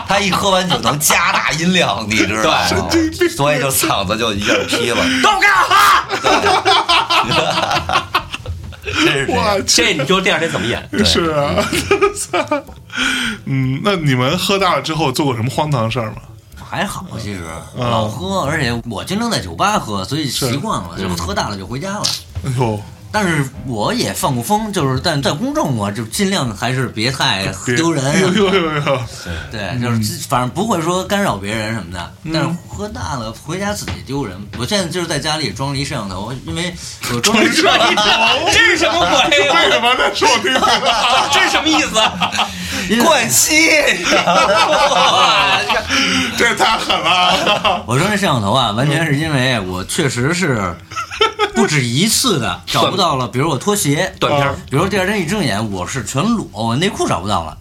Speaker 3: 他一喝完酒能加大音量，你知道吗？所以就 嗓子就一下劈了。
Speaker 2: 都干哈？
Speaker 3: 真是这样
Speaker 1: 我去，
Speaker 2: 这你说第二天怎么演？
Speaker 1: 是啊，嗯，那你们喝大了之后做过什么荒唐事儿吗？
Speaker 4: 还好，其实老喝，而且我经常在酒吧喝，所以习惯了，就喝大了就回家了。
Speaker 1: 哎呦，
Speaker 4: 但是我也放过风，就是但在公众我就尽量还是别太
Speaker 1: 别
Speaker 4: 丢 人
Speaker 1: 呦
Speaker 4: 什么
Speaker 1: 呦
Speaker 4: 的，
Speaker 1: 呦呦，
Speaker 4: 对，就是反正不会说干扰别人什么的。但是喝大了回家自己丢人，我现在就是在家里装了一摄像头，因为我装了一摄像头，
Speaker 2: 这是什么鬼
Speaker 1: 为什么呢？是我听错了。
Speaker 2: 啊？这是什么意思？
Speaker 3: 冠希，
Speaker 1: 这太狠了！
Speaker 4: 我说那摄像头啊，完全是因为我确实是不止一 次的找不到了，比如我拖鞋啊
Speaker 2: 短片儿
Speaker 4: 比如第二天一睁眼我是全裸，我内裤找不到了，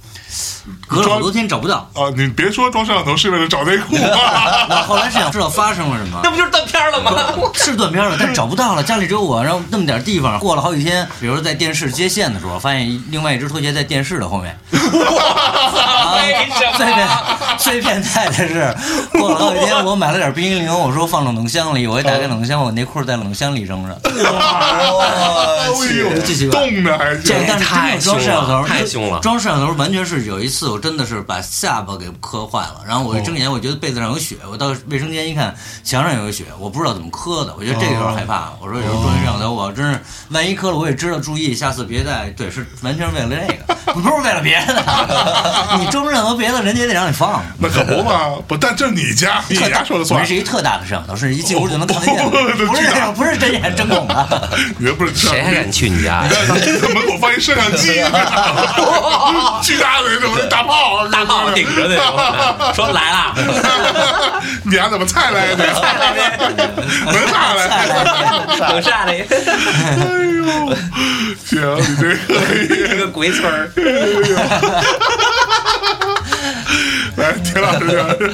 Speaker 4: 隔了好多天找 不到。
Speaker 1: 啊，你别说装摄像头是为了找内裤吧？
Speaker 4: 我后来是想知道发生了什么
Speaker 2: 那。不就是断片了 吗？
Speaker 4: 是断片了，但是找不到了。家里只有我，然后那么点地方，过了好几天，比如说在电视接线的时候，发现另外一只拖鞋在电视的 后面。啊
Speaker 2: 为什
Speaker 4: 最变
Speaker 2: 么？
Speaker 4: 最变态的是，过了好几天，我买了点冰激凌，我说放冷冻箱里，我一打开冷冻箱，我内裤在冷冻箱里扔着。
Speaker 3: 我
Speaker 1: 哎呦
Speaker 3: 去，
Speaker 4: 继续吧
Speaker 1: 冻的还
Speaker 4: 这
Speaker 1: 是
Speaker 2: 对
Speaker 4: 但是真的装摄像头，
Speaker 2: 太凶了太凶了
Speaker 4: 装摄像头完全是有一次，我真的是把下巴给磕坏了。然后我一睁
Speaker 2: 哦
Speaker 4: 眼，我觉得被子上有血，我到卫生间一看，墙上有个血，我不知道怎么磕的。我觉得这个时候害
Speaker 2: 哦
Speaker 4: 怕，我说有时候装摄像头，我真是万一磕了，我也知道注意，下次别再对，是完全是为了这个，不是为了别 的。你装摄像头别的，人家也得让你放。
Speaker 1: 那可不嘛？不，但这是你家，你家说了
Speaker 4: 我
Speaker 1: 算
Speaker 4: 这，是一特大的摄像头，是一进屋就能看得见的，
Speaker 1: 哦
Speaker 4: 不是
Speaker 1: 巨
Speaker 4: 那
Speaker 1: 大
Speaker 4: 种，不是睁眼睁 孔的。
Speaker 1: 你这不是
Speaker 2: 谁还敢去你家呀？
Speaker 1: 你在门口放一摄像机，巨大的什么大炮，
Speaker 2: 大炮顶着那种，说来了，
Speaker 1: 你俩怎么菜来的？门下来，
Speaker 2: 等下来
Speaker 1: 哎呦，行，你这可以
Speaker 2: 一。个鬼村儿，
Speaker 1: 来，田老师，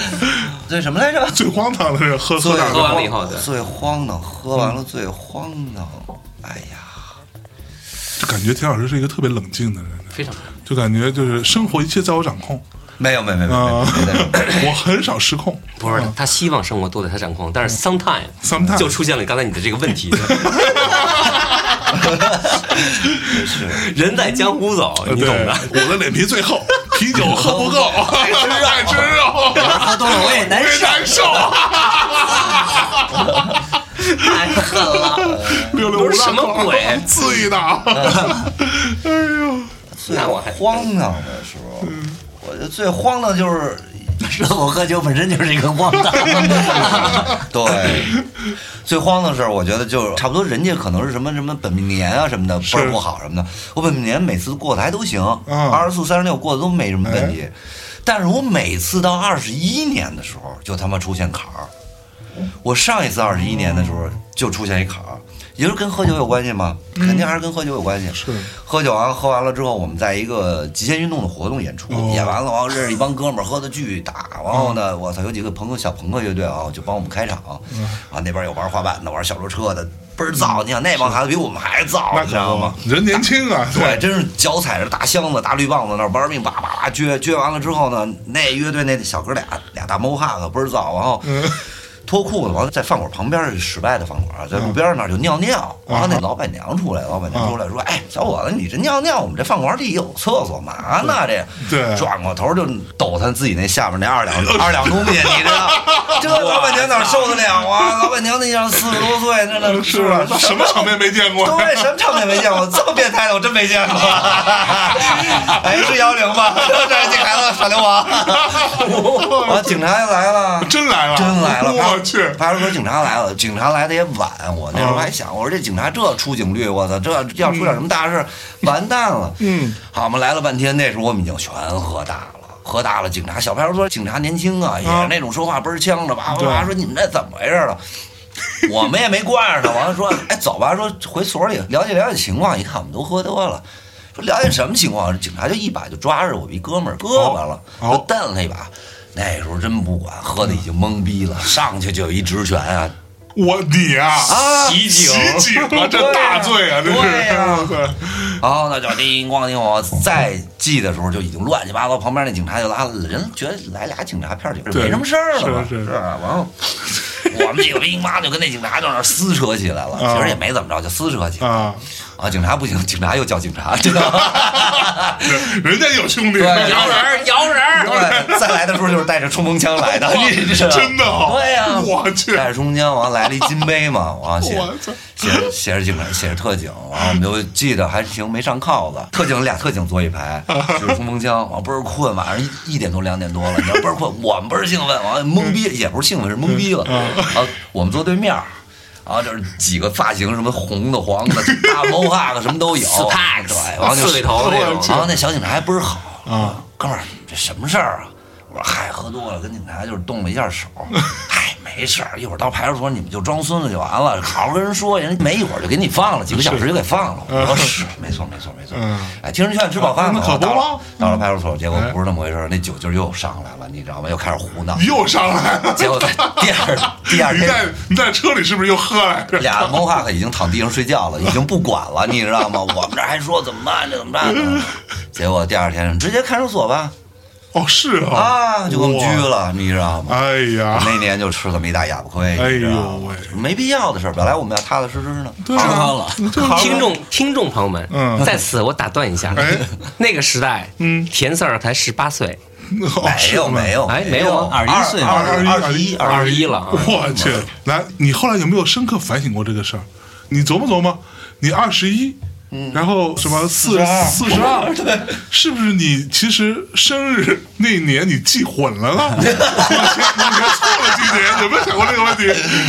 Speaker 3: 这什么来着？
Speaker 1: 最荒唐的是喝喝大
Speaker 2: 喝
Speaker 1: 的，
Speaker 2: 完了以后的，
Speaker 3: 最荒唐，喝完了
Speaker 1: 嗯
Speaker 3: 最荒唐。哎呀，
Speaker 1: 就感觉田老师是一个特别冷静的人，
Speaker 2: 非常
Speaker 1: 就感觉就是生活一切在我掌控
Speaker 3: 没有没有没有没
Speaker 1: 啊
Speaker 3: 有，没有，
Speaker 1: 我很少失控。
Speaker 2: 不是他希望生活都在他掌控，但是 sometime
Speaker 1: 嗯 Sometime
Speaker 2: 就出现了刚才你的这个 问题。人在江湖走，你懂的。
Speaker 1: 对我的脸皮最厚，啤酒喝不够，爱吃肉，爱吃肉，
Speaker 4: 喝多了我也难
Speaker 1: 我也
Speaker 4: 受，
Speaker 1: 难受。
Speaker 4: 太狠了。
Speaker 1: 六六无
Speaker 2: 都是什么
Speaker 1: 浪口
Speaker 2: 鬼
Speaker 1: 刺一刀。哎呦，
Speaker 3: 最
Speaker 2: 那我还
Speaker 3: 荒唐的时候，
Speaker 1: 嗯
Speaker 3: 我觉得最荒 唐就是
Speaker 4: 说我喝 酒本身就是一个荒唐，
Speaker 3: 对， 最荒唐的事儿，我觉得就差不多，人家可能是什么什么本命年啊什么的，倍儿不好什么的。我本命年每次过得还都行，
Speaker 1: 嗯
Speaker 3: 二十四、三十六过得都没什么问题。但是我每次到二十一年的时候，就他妈出现坎儿。我上一次二十一年的时候就出现一坎儿，也就是跟喝酒有关系嘛，肯定还是跟喝酒有关系。
Speaker 1: 嗯是
Speaker 3: 喝酒完喝完了之后，我们在一个极限运动的活动演出，
Speaker 1: 哦嗯
Speaker 3: 演完了，然后认识一帮哥们儿，喝的巨大。然后呢，我操，有几个朋克小朋克乐队啊，就帮我们开场。啊，那边有玩滑板的，玩小溜车的，倍儿燥。你想那帮孩子比我们还燥，
Speaker 1: 嗯那
Speaker 3: 你
Speaker 1: 可
Speaker 3: 知道
Speaker 1: 不
Speaker 3: 吗
Speaker 1: 嘛？，人年轻啊，
Speaker 3: 对，，真是脚踩着大箱子、大绿棒子那儿玩命叭叭叭撅撅完了之后呢，那乐队那小哥俩俩大猫哈子倍儿燥，然后
Speaker 1: 嗯
Speaker 3: 脱裤子，完了在饭馆旁边是室外的饭馆，
Speaker 1: 嗯
Speaker 3: 在路边那儿就尿尿，完了那老板娘出来，老板娘出来说：“哎，小伙子，你这尿尿，我们这饭馆里有厕所嘛呢？这
Speaker 1: 对
Speaker 3: 转过头就抖他自己那下面那二两二两东西，你知 道这老板娘哪受得了啊？老板娘那样四十多岁，那那
Speaker 1: 是
Speaker 3: 吧
Speaker 1: 吧？？什么场面没见过？
Speaker 3: 对，什么唱片没见过？这么变态的我真没见过。哎，是幺零吧？ 这这孩子耍流氓。啊，警察就来了。
Speaker 1: 真来了，
Speaker 3: 真来了！
Speaker 1: 我去，
Speaker 3: 派出所警察来了，警察来的也晚。我那时候还想，我说这警察这出警率，我操，这要出点什么大事，完蛋了。
Speaker 1: 嗯，
Speaker 3: 好我们来了半天，那时候我们已经全喝大了。喝大了，警察小派出所警察年轻啊，也是那种说话倍儿呛的，哇哇哇
Speaker 1: 对
Speaker 3: 说你们这怎么回事 了？我们也没惯着他，完了说，哎，走吧，说回所里了解了解情况。一看我们都喝多了，说了解什么情况？警察就一把就抓着我一哥们儿胳膊了，
Speaker 1: 哦
Speaker 3: 就蹬了他一把。那时候真不管，喝的已经懵逼了，上去就有一直拳啊，
Speaker 1: 我你啊，
Speaker 3: 啊
Speaker 2: 袭警
Speaker 1: 袭警啊，这大罪啊，这
Speaker 3: 对呀
Speaker 1: 是，对，
Speaker 3: 然后哦呢就叮咣叮咣，再记的时候就已经乱七八糟，旁边那警察就拉了，人觉得来俩警察片儿警
Speaker 1: 对
Speaker 3: 没什么事儿了嘛，
Speaker 1: 是是
Speaker 3: 是吧？完后我们几个兵妈就跟那警察就那儿撕扯起来了，
Speaker 1: 啊
Speaker 3: 其实也没怎么着，就撕扯起 来。
Speaker 1: 啊，
Speaker 3: 啊，警察不行，警察又叫警察，这个
Speaker 1: 人家有兄弟，
Speaker 3: 对啊
Speaker 2: 摇人儿摇人儿，
Speaker 3: 对， 再来的时候就是带着冲锋枪来的，
Speaker 1: 哇
Speaker 3: 这是
Speaker 1: 真的啊
Speaker 3: 对呀，
Speaker 1: 我去
Speaker 3: 带着冲锋枪，完了来了一金杯嘛，完了写
Speaker 1: 我操
Speaker 3: 写着写着警察，写着特警，完了我们就记得还行，没上铐子，特警俩特警坐一 排，就是冲锋枪，完了倍儿困，晚上一一点多两点多了，你知道倍儿困，我们倍儿兴奋，完了懵逼，
Speaker 1: 嗯
Speaker 3: 也不是兴奋是懵逼了，啊，我们坐对面儿。然后就是几个发型，什么红的、黄的、大毛发的，什 么都有。
Speaker 2: Spanx，
Speaker 3: 对，完了就
Speaker 2: 刺猬头那种
Speaker 3: 然后那小警察还倍儿好
Speaker 1: 啊，
Speaker 3: 哥们儿，这什么事儿啊？我说嗨，喝多了，跟警察就是动了一 下手。嗨，没事儿，一会儿到派出所你们就装孙子就完了，好好跟人说，人家没一会儿就给你放了，几个小时就给放了。我说是，没错，没错，没错
Speaker 1: 嗯。
Speaker 3: 哎，听人劝，吃饱饭吧。
Speaker 1: 那可不嗯
Speaker 3: 到
Speaker 1: 吗
Speaker 3: 了到了派出所，结
Speaker 1: 哎
Speaker 3: 果不是那么回事儿，那酒劲儿又上来了，你知道吗？又开始胡闹。
Speaker 1: 又上来了。
Speaker 3: 结果在 第二第二
Speaker 1: 你
Speaker 3: 天
Speaker 1: 在你在车里是不是又喝来着？
Speaker 3: 俩猫哈克已经躺地上睡觉了，已经不管了，你知道吗？我们这还说怎么办，这怎么 办呢？结果第二天直接看守所吧，
Speaker 1: 哦，是啊，
Speaker 3: 啊，就给我们拘
Speaker 1: 哇。
Speaker 3: 了，你知道吗？
Speaker 1: 哎呀，
Speaker 3: 那年就吃这么一大哑巴亏，
Speaker 1: 哎
Speaker 3: 你知道
Speaker 1: 呦
Speaker 3: 吗
Speaker 1: 喂，
Speaker 3: 没必要的事儿。本来我们要踏踏实实呢，
Speaker 1: 对
Speaker 4: 吃
Speaker 1: 啊
Speaker 4: 胖了，
Speaker 2: 听众听众朋友们，
Speaker 1: 嗯
Speaker 2: 在此我打断一下
Speaker 1: 哎，
Speaker 2: 那个时代，
Speaker 1: 嗯
Speaker 2: 田四儿才十八岁，
Speaker 1: 哦
Speaker 3: 没有没有，
Speaker 2: 哎没有
Speaker 3: 有
Speaker 2: 吗，
Speaker 4: 21 岁
Speaker 3: 二
Speaker 1: 二
Speaker 3: 二
Speaker 1: 一
Speaker 3: 一
Speaker 2: 二十一了啊
Speaker 1: 我去，来，你后来有没有深刻反省过这个事儿？你琢磨琢磨，你二十一。然后什么四四十二，是不是你其实生日那年你记混了了？我去，我去错了几年，有没有想过这个问题？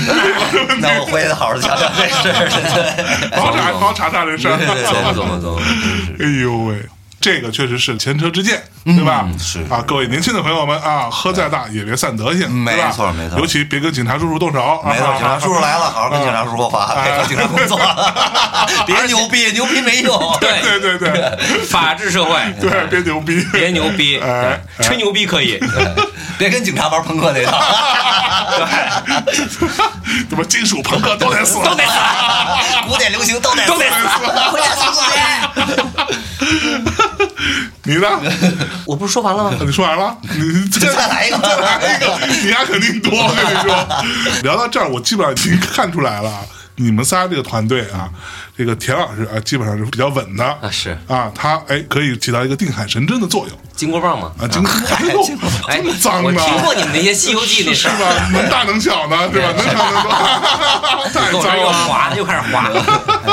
Speaker 1: 有没有这个问题
Speaker 3: 那我回去好好讲讲这事 儿。
Speaker 1: 好好查，好好查查这事 儿。
Speaker 3: 走走走走，真是。嗯
Speaker 1: 哎呦喂，这个确实是前车之鉴，对吧？
Speaker 3: 是
Speaker 1: 啊，各位年轻的朋友们啊，喝再大也别散德性，
Speaker 3: 没
Speaker 1: 对吧
Speaker 3: 错没错
Speaker 1: 尤其别跟警察叔叔动手，啊
Speaker 3: 没错，警察叔叔来了，好好跟警察叔叔说话，
Speaker 1: 哎
Speaker 3: 配合警察工 作，别牛逼，牛逼没用。
Speaker 1: 对对对对
Speaker 2: 法治社会，
Speaker 1: 对，别牛逼，
Speaker 2: 别牛逼，
Speaker 1: 哎
Speaker 2: 对吹牛逼可以，
Speaker 3: 别跟警察玩朋克那 套，
Speaker 1: 怎么金属朋克都得死，
Speaker 2: 都得死，
Speaker 3: 古典流行都得
Speaker 2: 都得死。
Speaker 3: 回家送作业。
Speaker 1: 你 呢？
Speaker 2: 我不是说完了 吗？
Speaker 1: 你说完了？ 你再
Speaker 3: 再来一个
Speaker 1: 再来一个， 你丫肯定多。我跟你 说，聊到这儿，我基本上已经看出来了。你们仨这个团队啊，这个田老师啊，基本上是比较稳的啊
Speaker 2: 是
Speaker 1: 啊，他哎可以起到一个定海神针的作用。
Speaker 2: 金箍棒吗？
Speaker 1: 啊，金箍棒，
Speaker 2: 哎，
Speaker 1: 这么脏啊
Speaker 2: 我
Speaker 1: 的，
Speaker 2: 听过你们那些《西游记》那
Speaker 1: 是
Speaker 2: 事儿，
Speaker 1: 吧？能大能小呢， 对吧？能长能短， 太
Speaker 2: 跟我这
Speaker 1: 脏
Speaker 2: 又
Speaker 1: 了。
Speaker 2: 滑又开始滑，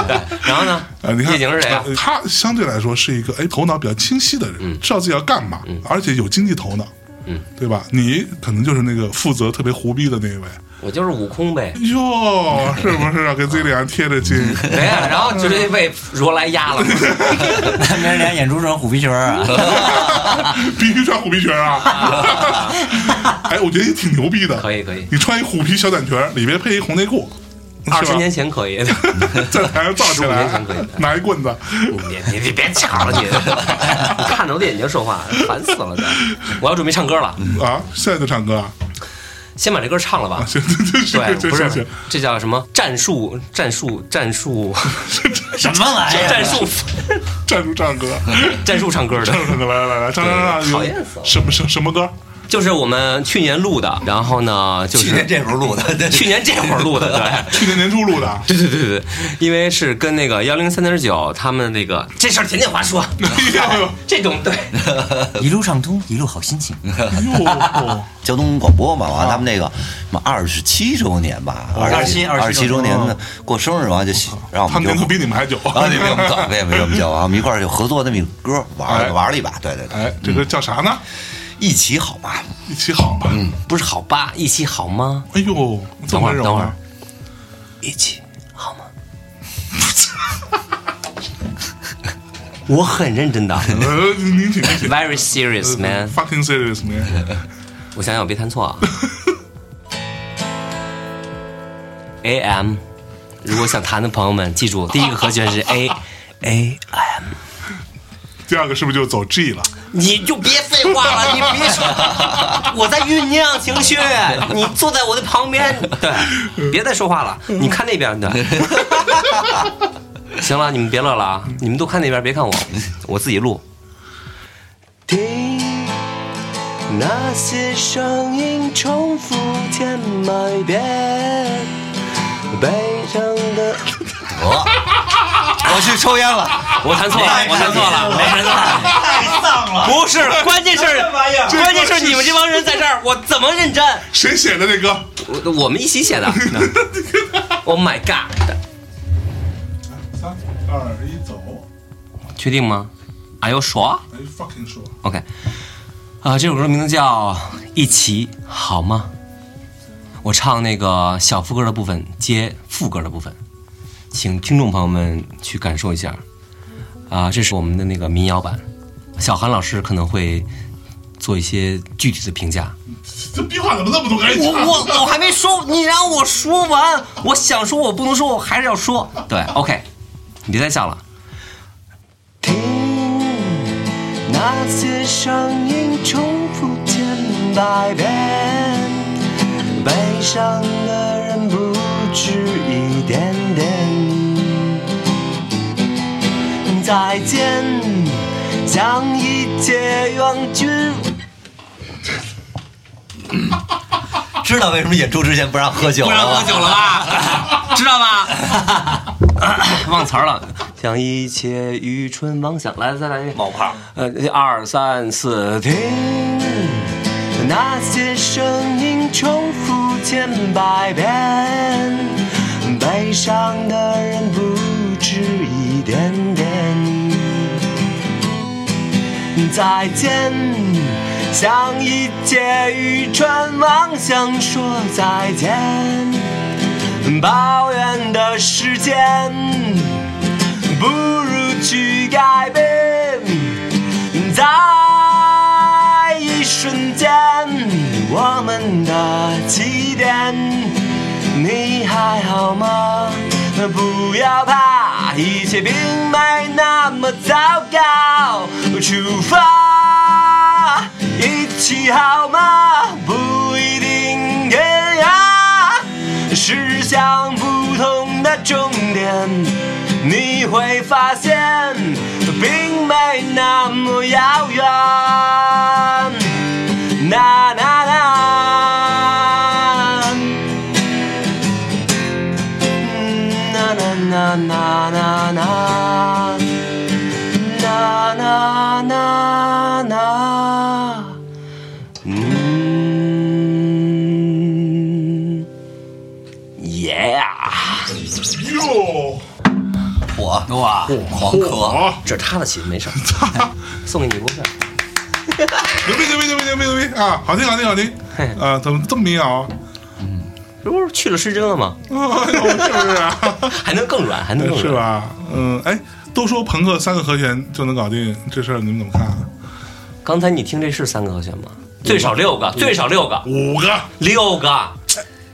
Speaker 2: 对然后呢
Speaker 1: 啊啊，你？看
Speaker 2: 夜景是谁啊？
Speaker 1: 呃他相对来说是一个哎头脑比较清晰的人，知道自己要干嘛，而且有经济头脑，
Speaker 2: 嗯，
Speaker 1: 对吧？你可能就是那个负责特别胡逼的那一位，
Speaker 2: 我就是悟空呗。
Speaker 1: 哟，是不是啊？给自己脸上贴着金，
Speaker 2: 对呀，然后就这被如来压了嘛，
Speaker 4: 明儿俩演出成虎皮裙儿啊！
Speaker 1: 必须穿虎皮裙 啊！哎，我觉得也挺牛逼的，
Speaker 2: 可以可以
Speaker 1: 你穿一虎皮小短裙，里边配一红内裤，是吧
Speaker 2: 二十年前可以。
Speaker 1: 在台上造起
Speaker 2: 15年
Speaker 1: 来
Speaker 2: 前可以的，
Speaker 1: 拿一棍子。
Speaker 2: 你你你别抢了你，看着我的眼睛说话，烦死了！这我要准备唱歌了，
Speaker 1: 啊，现在就唱歌啊？
Speaker 2: 先把这歌唱了吧。
Speaker 1: 行行行行
Speaker 2: 对，
Speaker 1: 行
Speaker 2: 不
Speaker 1: 行
Speaker 2: 是
Speaker 1: 行，
Speaker 2: 这叫什么战术？战术？战术？
Speaker 4: 什么玩意
Speaker 2: 啊战
Speaker 4: 儿？
Speaker 2: 术？
Speaker 1: 站住唱 歌，
Speaker 2: 战术唱歌的
Speaker 1: 站，住唱歌，来来来，唱唱唱，
Speaker 2: 对
Speaker 1: 有
Speaker 2: 讨厌死了
Speaker 1: 什么什么什么歌？
Speaker 2: 就是我们去年录的，然后呢，就
Speaker 3: 去年
Speaker 2: 是
Speaker 3: 这时候录的，
Speaker 2: 去年这会儿录的，对。
Speaker 1: 去年年初录的啊。
Speaker 2: 对对对对，对因为是跟那个幺零三点九他们那个这事儿田建华说，
Speaker 1: 哎呦
Speaker 2: 这种对，
Speaker 4: 一路畅通，一路好心情。
Speaker 1: 哎呦，
Speaker 3: 交通广播嘛，
Speaker 1: 啊
Speaker 3: 完了他们那个什么二十七周年吧，
Speaker 1: 哦
Speaker 4: 27
Speaker 3: 二十七周年的过生日，完了就让
Speaker 1: 嗯
Speaker 3: 我
Speaker 1: 他们
Speaker 3: 们就
Speaker 1: 年头比你们还久
Speaker 3: 啊，你别我们早，别别 我们叫啊，我们一块儿就合作那么一歌玩
Speaker 1: 哎
Speaker 3: 了玩了一把，对对对，
Speaker 1: 哎，这个叫啥呢？
Speaker 3: 一起好吧，
Speaker 1: 一起好吧。
Speaker 2: 不是好吧？一起好吗？
Speaker 1: 哎呦，这
Speaker 2: 等
Speaker 1: 么温
Speaker 2: 会儿
Speaker 1: 柔
Speaker 2: 等会
Speaker 1: 啊
Speaker 2: 儿！，一起好吗？我很认真的
Speaker 1: 呃，您请您请。
Speaker 2: ，very serious man。
Speaker 1: Fucking serious man，
Speaker 2: 我想想，我别弹错啊。AM，如果想弹的朋友们，记住第一个和弦是 A A M。
Speaker 1: 第二个是不是就走 G 了？
Speaker 2: 你就别废话了， 你别说，我在酝酿情 绪，你坐在我的旁边，嗯对，别再说话了，你看那 边，对。行了，你们别乐了啊！你们都看那边，别看我，我自己录。听那些声音重复千百遍，悲伤的
Speaker 3: 得，
Speaker 2: 我去抽烟了，我弹错了，我弹错了，我弹错了。
Speaker 3: 太丧 了。
Speaker 2: 不是，关键是
Speaker 3: 什么玩意儿
Speaker 2: 关键是你们这帮人在这儿，我怎么认真？
Speaker 1: 谁写的这歌？
Speaker 2: 我我们一起 写的。Oh my god！
Speaker 1: 三二一，走！
Speaker 2: 确定吗？Are you sure？
Speaker 1: 哎，fucking 说，
Speaker 2: OK，啊、这首歌名字叫《一起好吗》，我唱那个小副歌的部分接副歌的部分，请听众朋友们去感受一下。啊、这是我们的那个民谣版，小韩老师可能会做一些具体的评价。
Speaker 1: 这逼话怎么那么多？赶紧
Speaker 2: 我
Speaker 1: 唱
Speaker 2: 我我还没说，你让我说完，我想说，我不能说，我还是要说。对，OK，你别再笑了。听那些声音重复千百遍，悲伤的人不止一点点。再见，将一切忘却。
Speaker 3: 知道为什么演出之前不让喝酒
Speaker 2: 不
Speaker 3: 了
Speaker 2: 让
Speaker 3: 吧
Speaker 2: 喝酒了吧？知道吗？ 忘词儿了，将一切愚蠢妄想，来再来一遍。
Speaker 3: 冒泡。
Speaker 2: 呃，二三四，听那些声音重复千百遍，悲伤的人不止一点点。再见，向一切愚蠢妄想说再见，抱怨的时间，不如去改变。在一瞬间，我们的起点。你还好吗？不要怕，一切并没那么糟糕。出发，一起好吗？不一定天涯，驶向不同的终点。你会发现，并没那么遥远。啦啦啦，嗯啦啦啦啦啦。na na na na。嗯，Yeah，
Speaker 1: 哟，
Speaker 3: 我
Speaker 2: 哇，
Speaker 3: 狂咳，
Speaker 1: 好，
Speaker 2: 这是他的琴，没事儿，送给你不是？
Speaker 1: 牛逼牛逼牛逼牛逼牛逼啊！好听好听好听
Speaker 2: 嘿
Speaker 1: 啊！怎么这么民谣啊？
Speaker 2: 这不是去了失真了吗？
Speaker 1: 哎呦是不是啊？
Speaker 2: 还能更软，还能 更
Speaker 1: 是
Speaker 2: 软。
Speaker 1: 吧？嗯，哎，都说朋克三个和弦就能搞定，这事儿你们怎么看啊？
Speaker 2: 刚才你听这是三个和弦吗？最少六个，最少六个，
Speaker 1: 五 个，
Speaker 2: 六个，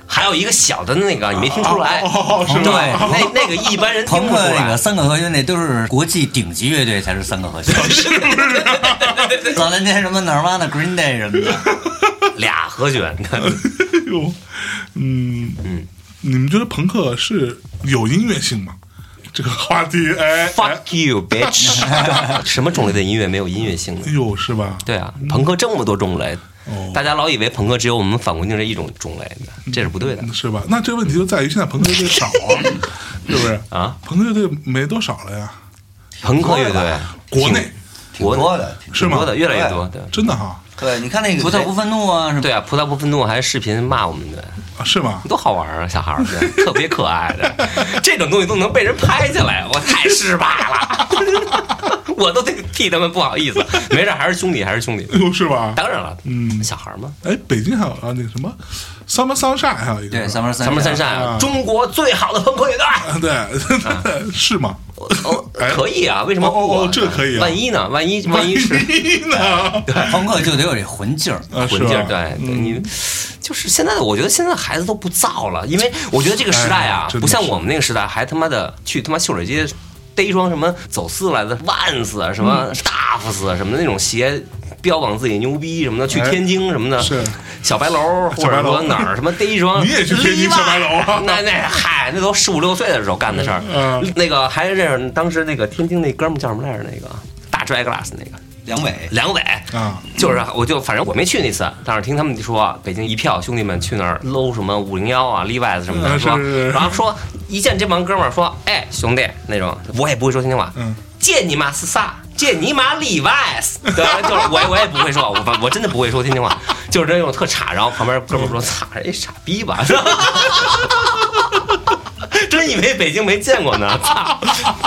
Speaker 2: 还有一个小的那个你没听出来
Speaker 1: 哦哦哦，是吗
Speaker 2: 对，那那个一般 人听
Speaker 4: 朋
Speaker 2: 不出
Speaker 4: 克那
Speaker 2: 来
Speaker 4: 个。三个和弦那都是国际顶级乐队才是三 个和弦，是不是？早年间什么 Nirvana、Green Day 什么的，
Speaker 2: 俩和弦，
Speaker 1: 哎呦，嗯嗯，你们觉得朋克是有音乐性吗？这个话题，哎，哎
Speaker 2: Fuck you, bitch！什 么种类的音乐没有音乐性呢
Speaker 1: 哎？呦，是吧？
Speaker 2: 对啊，朋克这么多种类，
Speaker 1: 哦
Speaker 2: 大家老以为朋克只有我们反光镜这一种种类的，这是不对的。
Speaker 1: 是吧？那这问题就在于现在朋克乐队少啊，是不 是？
Speaker 2: 啊，
Speaker 1: 朋克乐队没多少了呀，
Speaker 2: 朋克乐队，
Speaker 1: 国内
Speaker 3: 挺多的。
Speaker 1: 是
Speaker 2: 挺
Speaker 1: 吗
Speaker 2: 多？的，越来越多。对
Speaker 1: 真的哈
Speaker 3: 对，哎你看那个
Speaker 4: 葡萄不愤怒啊什么的。
Speaker 2: 对啊，葡萄不愤怒还是视频骂我们的，
Speaker 1: 啊是吗？
Speaker 2: 多好玩啊！小孩儿 对特别可爱的，这种东西都能被人拍下来，我太失败了， 我都得替他们不好意思。没事，还是兄弟，还是兄弟。
Speaker 1: 哎呦，是吧？
Speaker 2: 当然了，
Speaker 1: 嗯
Speaker 2: 小孩儿嘛，
Speaker 1: 哎，北京还有啊，那个什么 Summer Sunshine 还有一个
Speaker 4: 对，
Speaker 1: 是
Speaker 4: 三
Speaker 1: 吧
Speaker 4: 门三
Speaker 2: 咱们三善啊，中国最好的朋 克乐 队。
Speaker 1: 啊对 是吗？
Speaker 2: 哦
Speaker 1: 哎，
Speaker 2: 可以啊，为什么
Speaker 1: 哦哦
Speaker 2: 不啊
Speaker 1: 哦这可以啊
Speaker 2: 万一呢？万一万一是
Speaker 1: 呢？
Speaker 4: 朋克就得有这魂劲儿。
Speaker 1: 啊，
Speaker 2: 混
Speaker 1: 是吧嗯
Speaker 2: 劲儿，对，对你就是现在的，我觉得现在孩子都不造了，因为我觉得这个时代啊
Speaker 1: 哎，真的
Speaker 2: 不像
Speaker 1: 是
Speaker 2: 我们那个时代，还他妈的去他妈秀水街逮一双什么走私来的万斯啊，什
Speaker 1: 嗯
Speaker 2: 么大夫斯啊什么那种鞋。标榜自己牛逼什么的，去
Speaker 1: 哎
Speaker 2: 天津什么的，
Speaker 1: 是
Speaker 2: 小白楼或
Speaker 1: 小白
Speaker 2: 者
Speaker 1: 楼
Speaker 2: 说哪儿什么逮一 双，
Speaker 1: 你也去天津小白楼啊
Speaker 2: 那那嗨，那都十五六岁的时候干的事儿
Speaker 1: 嗯嗯。
Speaker 2: 那个还认识当时那个天津那哥们儿叫什么来着？那个大 dry glass 那个
Speaker 3: 梁伟，
Speaker 2: 梁伟
Speaker 1: 啊，
Speaker 2: 就是我就反正我没去那次，但是听他们说北京一票兄弟们去那儿搂什么五零幺啊、Levi's 什么
Speaker 1: 啊
Speaker 2: 的，
Speaker 1: 是
Speaker 2: 说
Speaker 1: 是是
Speaker 2: 然后说一见这帮哥们儿说，哎，兄弟那种，我也不会说天津话，
Speaker 1: 嗯，
Speaker 2: 见你妈是啥？见你妈例外，对，就是我也我也不会说，我反我真的不会说天津话，就是那种特差。然后旁边哥们儿
Speaker 1: 嗯
Speaker 2: 说：“操，这傻逼吧？” 真以为北京没见过呢，操！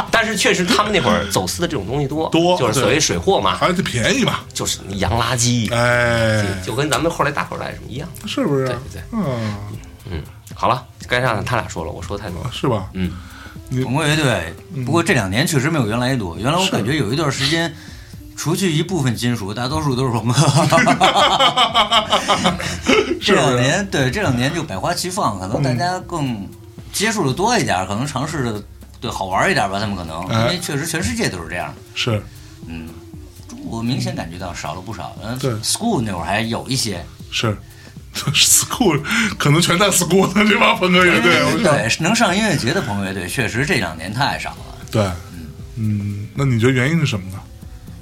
Speaker 2: 但是确实他们那会儿走私的这种东西多，
Speaker 1: 多
Speaker 2: 就是所谓水货嘛，
Speaker 1: 而且便宜嘛，
Speaker 2: 就是洋垃圾，
Speaker 1: 哎，
Speaker 2: 就跟咱们后来大口袋什么一样。
Speaker 1: 是不是？
Speaker 2: 对对
Speaker 1: 嗯，
Speaker 2: 嗯，好了，该让他俩说了，我说太多了。
Speaker 1: 是吧？
Speaker 2: 嗯，
Speaker 4: 红卫队，不过这两年确实没有原来多。原来我感觉有一段时间，除去一部分金属，大多数都是朋克。这两年，对这两年就百花齐放，可能大家更接触的多一点，可能尝试的对好玩一点吧。他们可能
Speaker 1: 哎
Speaker 4: 因为确实全世界都是这样。
Speaker 1: 是，
Speaker 4: 嗯，我明显感觉到少了不少。嗯
Speaker 1: 对
Speaker 4: ，school 那会儿还有一些，
Speaker 1: 是 school 可能全在 school 呢，这帮朋克乐队，我想，
Speaker 4: 对，能上音乐节的朋友乐队，确实这两年太少了。
Speaker 1: 对，嗯，那你觉得原因是什么呢？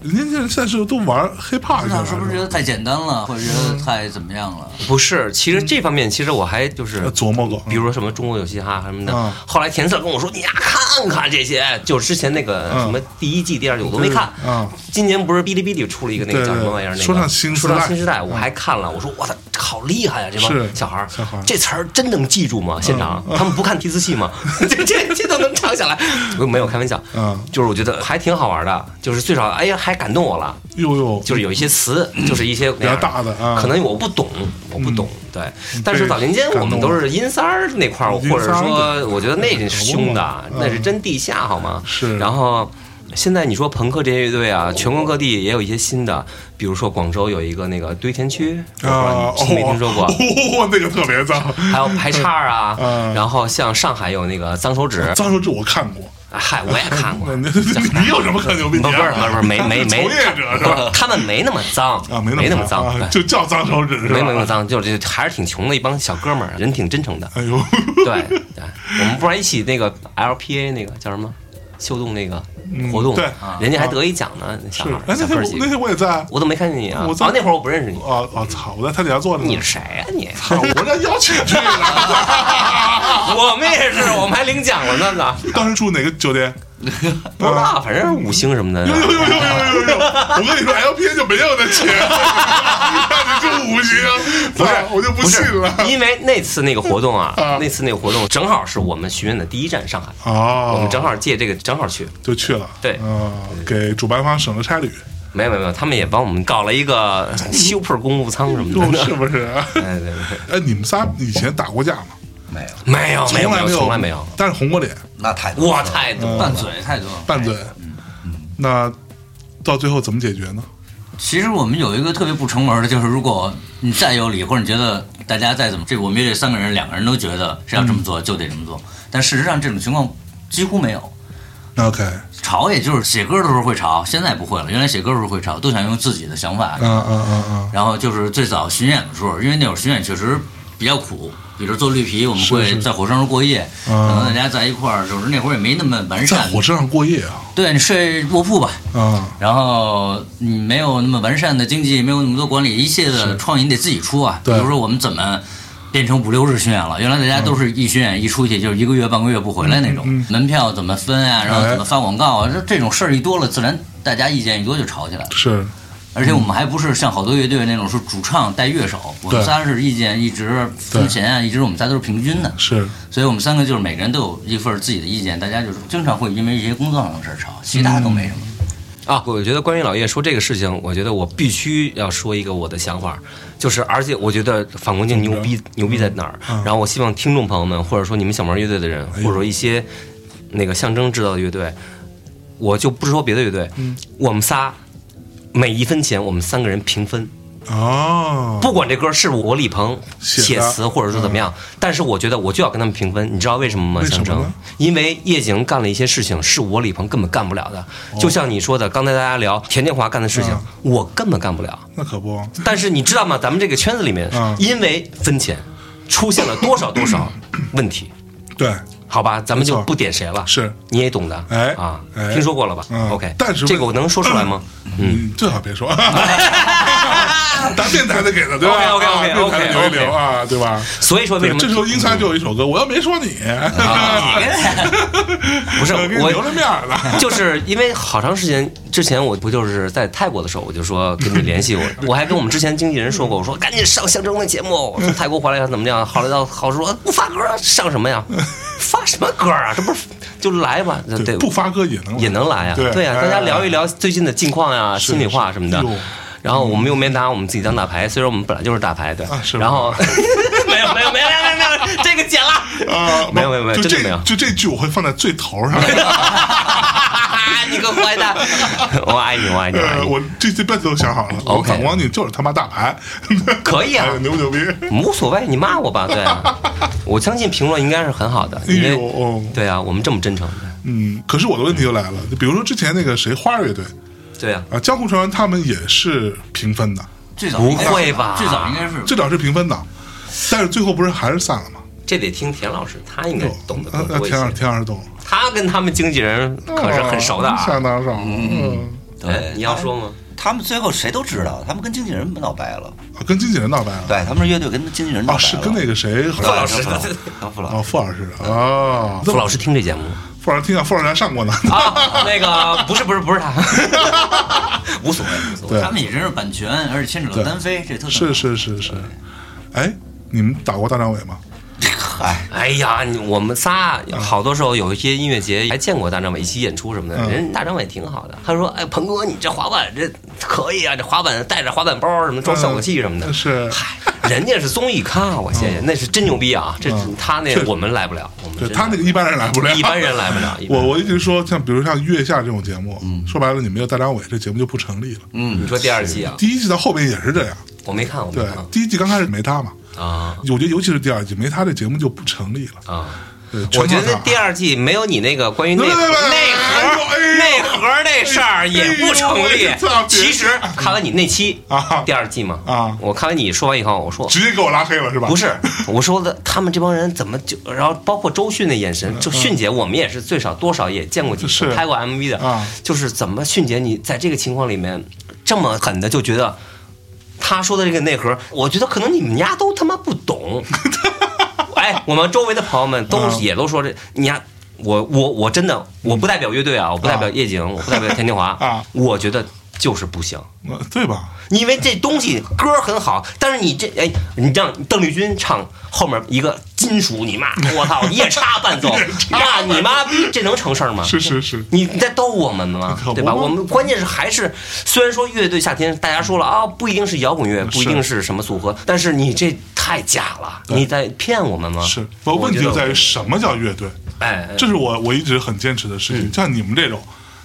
Speaker 1: 人家现在现在是都玩 hiphop
Speaker 4: 不
Speaker 1: 去
Speaker 4: 知道
Speaker 1: 了，
Speaker 4: 是不是觉得太简单了，或者觉得太怎么样了？
Speaker 2: 不是，其实这方面其实我还就是
Speaker 1: 呃琢磨过，
Speaker 2: 比如说什么中国有嘻哈啊什么的。
Speaker 1: 嗯
Speaker 2: 后来田四跟我说：“你呀，看看这些，就是之前那个
Speaker 1: 嗯
Speaker 2: 什么第一季、第二季我都没看。
Speaker 1: 嗯
Speaker 2: 今年不是哔哩哔哩出了一个那个
Speaker 1: 对
Speaker 2: 叫什么
Speaker 1: 对
Speaker 2: 玩意儿？那个
Speaker 1: 说唱新时代
Speaker 2: 说唱新时代，我
Speaker 1: 嗯
Speaker 2: 还看了。我说我操，好厉害呀、啊这
Speaker 1: 是
Speaker 2: 帮小孩儿
Speaker 1: 小孩儿嗯
Speaker 2: 这词儿真能记住吗？现场、他们不看提词器吗？ 这这这都能唱下来？我没有开玩笑，
Speaker 1: 嗯
Speaker 2: 就是我觉得还挺好玩的，就是最少哎呀还感动我了。”
Speaker 1: 呦呦，
Speaker 2: 就是有一些词，就是一些
Speaker 1: 嗯
Speaker 2: 比
Speaker 1: 比较大的啊嗯
Speaker 2: 可能我不懂，我不懂。对，但是早年间我们都是阴三儿那块儿，
Speaker 1: 阴
Speaker 2: 或
Speaker 1: 三儿
Speaker 2: 者说，我觉得那是凶的
Speaker 1: 嗯，
Speaker 2: 那是真地下，好吗？
Speaker 1: 是
Speaker 2: 然后。现在你说朋克这些乐队啊，全国各地也有一些新的，比如说广州有一个那个堆填区，我
Speaker 1: 啊，
Speaker 2: 不知道你没听说过
Speaker 1: 哦，哦那个特别脏，
Speaker 2: 还有排叉儿啊
Speaker 1: 嗯，
Speaker 2: 然后像上海有那个脏手指，
Speaker 1: 脏手指我看过，
Speaker 2: 嗨，我也 看过，
Speaker 1: 那你你有什么可牛逼
Speaker 2: 不
Speaker 1: 的
Speaker 2: 是不是
Speaker 1: 啊？
Speaker 2: 不是没没没，
Speaker 1: 从业者 是吧？
Speaker 2: 他们没那么脏
Speaker 1: 啊，
Speaker 2: 没
Speaker 1: 没那
Speaker 2: 么脏，
Speaker 1: 啊
Speaker 2: 对
Speaker 1: 就叫脏手指是吧？。
Speaker 2: 没那么脏，就是这还是挺穷的一帮小哥们儿，人挺真诚的
Speaker 1: 哎呦，
Speaker 2: 对对，我们不然一起那个 LPA 那个叫什么秀动那个活
Speaker 1: 嗯
Speaker 2: 动，
Speaker 1: 对
Speaker 2: 啊人家还得一奖呢，那小
Speaker 1: 是哎
Speaker 2: 孩儿，
Speaker 1: 那
Speaker 2: 小
Speaker 1: 天
Speaker 2: 哥儿
Speaker 1: 我
Speaker 2: 几
Speaker 1: 那
Speaker 2: 个，
Speaker 1: 天我也在，
Speaker 2: 我都没看见你啊！
Speaker 1: 我在
Speaker 2: 啊那会儿我不认识你，
Speaker 1: 哦哦操，我在他底下坐着呢
Speaker 2: 你，是谁呀 你？
Speaker 1: 操我这邀请 去了，
Speaker 2: 我们也是，我们还领奖 了呢呢，
Speaker 1: 当时住哪个酒店？哎
Speaker 2: 不知道，反正是五星什么的
Speaker 1: 呦。呦呦呦呦呦呦！我跟你说，LP 就没有那钱， 那你就五星，
Speaker 2: 不是
Speaker 1: 操，我就不信了。
Speaker 2: 因为那次那个活动啊
Speaker 1: 啊，
Speaker 2: 那次那个活动正好是我们学院的第一站上海，
Speaker 1: 哦，
Speaker 2: 我们正好借这个正好去，
Speaker 1: 就去了，
Speaker 2: 对
Speaker 1: 啊，给主办方省了差旅，
Speaker 2: 没有没有没有，他们也帮我们搞了一个修破公务舱什么
Speaker 1: 哟，
Speaker 2: 的。
Speaker 1: 是不是？
Speaker 2: 哎，对对，
Speaker 1: 哎，你们仨以前打过架吗？
Speaker 4: 没有，
Speaker 2: 没有没有
Speaker 1: 从来
Speaker 2: 有
Speaker 1: 有，
Speaker 2: 从来没有，，嗯
Speaker 1: 但是红过脸，
Speaker 3: 那太多了
Speaker 2: 哇，太
Speaker 1: 嗯
Speaker 2: 多了
Speaker 4: 拌。嘴太多了。
Speaker 1: 拌嘴。
Speaker 2: 哎
Speaker 1: 那到最后怎么解决呢？
Speaker 4: 其实我们有一个特别不成文的，就是如果你再有理，或者你觉得大家再怎么，这我们乐队三个人，两个人都觉得是要这么做就得这么做，但事实上这种情况几乎没有。
Speaker 1: 那 OK，
Speaker 4: 吵也就是写歌的时候会吵，现在不会了。原来写歌的时候会吵，都想用自己的想法。
Speaker 1: 嗯嗯嗯嗯，
Speaker 4: 然后就是最早巡演的时候，因为那会儿巡演确实比较苦，比如做绿皮，我们会在火车上过夜，
Speaker 1: 啊
Speaker 4: 可能大家在一块儿，就是那会儿也没那么完
Speaker 1: 在
Speaker 4: 善。
Speaker 1: 火车上过夜啊，
Speaker 4: 对你睡卧铺吧，
Speaker 1: 啊，
Speaker 4: 然后你没有那么完善的经济，没有那么多管理，一切的创意你得自己出啊。比
Speaker 1: 对
Speaker 4: 如说我们怎么变成五六日巡演了？原来大家都是一巡演一出去就是一个月半个月不回
Speaker 1: 嗯
Speaker 4: 来那种，门票怎么分
Speaker 1: 哎
Speaker 4: 啊？然后怎么发广告啊？这这种事儿一多了，自然大家意见一多就吵起来了。
Speaker 1: 是，
Speaker 4: 而且我们还不是像好多乐队那种是主唱带乐手，我们
Speaker 1: 对
Speaker 4: 仨是意见一直分钱啊，一直我们仨都是平均的。
Speaker 1: 是，
Speaker 4: 所以我们三个就是每个人都有一份自己的意见，大家就是经常会因为一些工作上的事儿吵，其他都没什么。
Speaker 2: 啊，我觉得关于老叶说这个事情，我觉得我必须要说一个我的想法，就是而且我觉得反光镜牛逼牛逼在哪儿？然后我希望听众朋友们，或者说你们想玩乐队的人，或者说一些那个象征制造的乐队，我就不说别的乐队，我们仨每一分钱我们三个人平分，
Speaker 1: 哦，
Speaker 2: 不管这歌是我李鹏
Speaker 1: 写
Speaker 2: 写
Speaker 1: 的嗯
Speaker 2: 词或者说怎么样，但是我觉得我就要跟他们平分，你知道为什么吗？
Speaker 1: 为什么
Speaker 2: 象
Speaker 1: 呢
Speaker 2: 征，因为叶景干了一些事情是我李鹏根本干不了的，就像你说的，刚才大家聊田建华干的事情
Speaker 1: 哦嗯，
Speaker 2: 我根本干不了。
Speaker 1: 那可不，
Speaker 2: 但是你知道吗？咱们这个圈子里面
Speaker 1: 嗯，
Speaker 2: 因为分钱出现了多少多少问题。
Speaker 1: 对，
Speaker 2: 好吧，咱们
Speaker 1: 嗯
Speaker 2: 就
Speaker 1: 没错
Speaker 2: 不点谁了，
Speaker 1: 是
Speaker 2: 你也懂的，
Speaker 1: 哎
Speaker 2: 啊
Speaker 1: 哎，
Speaker 2: 听说过了吧
Speaker 1: 嗯
Speaker 2: ？OK，
Speaker 1: 但是嗯
Speaker 2: 嗯 这个我能说出来吗？
Speaker 1: 嗯，最好别说，咱电台的给的，对吧啊电
Speaker 2: OK，OK，OK，OK，OK
Speaker 1: 台的留一留啊，对吧？
Speaker 2: 所以说
Speaker 1: 对
Speaker 2: 为什么啊
Speaker 1: 这时候英才就有一首歌，我又没说你，
Speaker 2: 不 是
Speaker 1: 我给你
Speaker 2: 我
Speaker 1: 留着面儿的。
Speaker 2: 就是因为好长时间之前，我不就是在泰国的时候，我就说跟你联系 我，我还跟我们之前经纪人说过，我说赶紧上象征的节目，我说泰国回来要怎么样？后来到好说不发歌啊上什么呀？发什么歌啊？这不是就来吧？对，
Speaker 1: 不发歌也能
Speaker 2: 也能来呀，
Speaker 1: 对
Speaker 2: 呀，
Speaker 1: 哎
Speaker 2: 大家聊一聊最近的近况呀、
Speaker 1: 是
Speaker 2: 心里话什么的
Speaker 1: 是哎呦。
Speaker 2: 然后我们又没拿我们自己当大牌，虽然我们本来就是大牌，对。
Speaker 1: 啊是吗
Speaker 2: 然后 没有没有没有没有没有，这个剪了。
Speaker 1: 啊，
Speaker 2: 没有没有没有
Speaker 1: 就
Speaker 2: 真的
Speaker 1: 这
Speaker 2: 没有
Speaker 1: 就这句我会放在最头上。
Speaker 2: 你个坏蛋！我爱你，我爱你，我爱
Speaker 1: 呃，
Speaker 2: 你。
Speaker 1: 我这这辈子都想好了，我
Speaker 2: OK
Speaker 1: 反光镜就是他妈大牌，
Speaker 2: 可以啊
Speaker 1: 哎牛不牛逼？
Speaker 2: 无所谓，你骂我吧，对、啊，我相信评论应该是很好的，
Speaker 1: 哎
Speaker 2: 因
Speaker 1: 呦
Speaker 2: 为
Speaker 1: 哦，
Speaker 2: 对啊，我们这么真诚，
Speaker 1: 嗯，可是我的问题就来了，比如说之前那个谁花儿乐队
Speaker 2: 对啊，
Speaker 1: 啊，江湖传闻他们也是平分的，
Speaker 4: 最早
Speaker 2: 不
Speaker 4: 应该是
Speaker 2: 会吧
Speaker 4: 最早应该
Speaker 2: 嗯
Speaker 4: 是
Speaker 1: 最早是平分的，但是最后不是还是散了吗？
Speaker 2: 这得听田老师，他应该哎懂得
Speaker 1: 啊
Speaker 2: 更
Speaker 1: 啊
Speaker 2: 多一
Speaker 1: 田老
Speaker 2: 些，
Speaker 1: 田老师懂了，
Speaker 2: 他跟他们经纪人可是很熟的
Speaker 1: 啊
Speaker 2: 啊。
Speaker 1: 相当熟。嗯，
Speaker 2: 哎
Speaker 3: 对，
Speaker 2: 你要说吗？
Speaker 3: 他们最后谁都知道，他们跟经纪人闹掰了，
Speaker 1: 啊跟经纪人闹掰了，
Speaker 3: 对他们是乐队跟经纪人闹
Speaker 1: 啊，
Speaker 3: 掰了，
Speaker 1: 是跟那个谁，好
Speaker 3: 对
Speaker 1: 像
Speaker 2: 嗯老师
Speaker 3: 跟傅跟傅老师
Speaker 1: 啊，傅老师啊，
Speaker 2: 傅老师听 这节目
Speaker 1: 傅老师听讲，傅老师还上 过呢。
Speaker 2: 啊？那个不是不是不是他， 无所谓无所谓。
Speaker 1: 对
Speaker 4: 他们也真是版权，而且牵扯到单飞，这特
Speaker 1: 是是是是，哎，你们打过大张伟吗？
Speaker 3: 嗨，
Speaker 2: 哎呀，你我们仨好多时候有一些音乐节还见过大张伟一起演出什么的，
Speaker 1: 嗯
Speaker 2: 人大张伟挺好的。他说：“哎，鹏哥，你这滑板这可以啊，这滑板带着滑板包什么装效果器什么的。
Speaker 1: 呃是，
Speaker 2: 嗨，人家是综艺咖，我谢谢，那是真牛逼啊！这是
Speaker 1: 嗯
Speaker 2: 他那
Speaker 1: 确实
Speaker 2: 我们来不了，我们
Speaker 1: 嗯对
Speaker 2: 真
Speaker 1: 他那个一般人来不了，
Speaker 2: 一般人来不了。一般
Speaker 1: 我
Speaker 2: 人
Speaker 1: 我一直说，像比如像月下这种节目，
Speaker 2: 嗯
Speaker 1: 说白了，你没有大张伟，这节目就不成立了。
Speaker 2: 你说第二季啊，
Speaker 1: 第一季到后面也是这样，
Speaker 2: 我没看，我没
Speaker 1: 对
Speaker 2: 看，
Speaker 1: 第一季刚开始没他嘛，
Speaker 2: 啊
Speaker 1: 我觉得尤其是第二季没他，这节目就不成立了。
Speaker 2: 啊。
Speaker 1: 对，
Speaker 2: 我
Speaker 1: 全
Speaker 2: 觉
Speaker 1: 靠
Speaker 2: 得
Speaker 1: 他
Speaker 2: 第二季没有你那个关于内
Speaker 1: 对
Speaker 2: 核
Speaker 1: 对对对
Speaker 2: 内核
Speaker 1: 哎呦哎呦哎
Speaker 2: 内核那事儿也不成立
Speaker 1: 哎呦我操。别
Speaker 2: 其实看完你那期
Speaker 1: 啊
Speaker 2: 第二季嘛
Speaker 1: 啊
Speaker 2: 我看完你说完以后，我说
Speaker 1: 直接给我拉黑了是吧？
Speaker 2: 不是，我说的他们这帮人怎么就，然后包括周迅的眼神，就迅姐，我们也是最少多少也见过几次
Speaker 1: 嗯是
Speaker 2: 拍过 MV 的，
Speaker 1: 啊
Speaker 2: 就是怎么迅姐你在这个情况里面这么狠的就觉得。他说的这个内核，我觉得可能你们家都他妈不懂。 哎，我们周围的朋友们都、
Speaker 1: 嗯
Speaker 2: 也都说这，你呀，我我我真的我不代表乐队啊，我不代表
Speaker 1: 啊
Speaker 2: 夜景，我不代表田清华
Speaker 1: 啊
Speaker 2: 我觉得就是不行。
Speaker 1: 呃，对吧？
Speaker 2: 因为这东西歌很好，但是你这哎，你让邓丽君唱后面一个金属，你妈，我操，夜叉 伴奏，那你妈逼这能成事儿吗？
Speaker 1: 是是是，
Speaker 2: 你你在逗我们吗
Speaker 1: 可？不
Speaker 2: 对吧？
Speaker 1: 嘛
Speaker 2: 我们关键是还是，虽然说乐队夏天大家说了啊，不一定是摇滚乐，不一定是什么组合，但是你这太假了，你在骗我们吗？
Speaker 1: 是，我问题
Speaker 2: 嗯觉
Speaker 1: 就
Speaker 2: 得
Speaker 1: 在于什么叫乐队，
Speaker 2: 哎，哎
Speaker 1: 这是我我一直很坚持的事
Speaker 2: 嗯
Speaker 1: 情。像你们这种，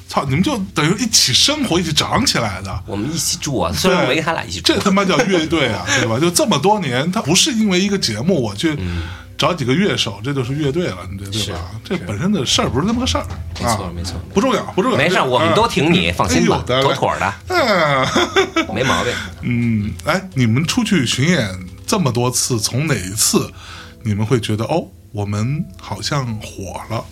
Speaker 1: 操，你们就等于一起生活、一起长起来的。
Speaker 2: 我们一起住啊，虽然我没跟他俩一起住
Speaker 1: 这，他妈叫乐队 啊，对吧？就这么多年，他不是因为一个节目我去
Speaker 2: 嗯
Speaker 1: 找几个乐手，这就是乐队了，你这对吧？这本身的事儿不是那么个事儿，没
Speaker 2: 没错没错，
Speaker 1: 不重要不重要，嗯
Speaker 2: 没事，
Speaker 1: 这
Speaker 2: 我们都挺你，放心吧，
Speaker 1: 哎呦
Speaker 2: 妥妥的，
Speaker 1: 嗯，
Speaker 2: 没毛病。
Speaker 1: 嗯，哎，你们出去巡演这么多次，从哪一次你们会觉得哦，我们好像火了？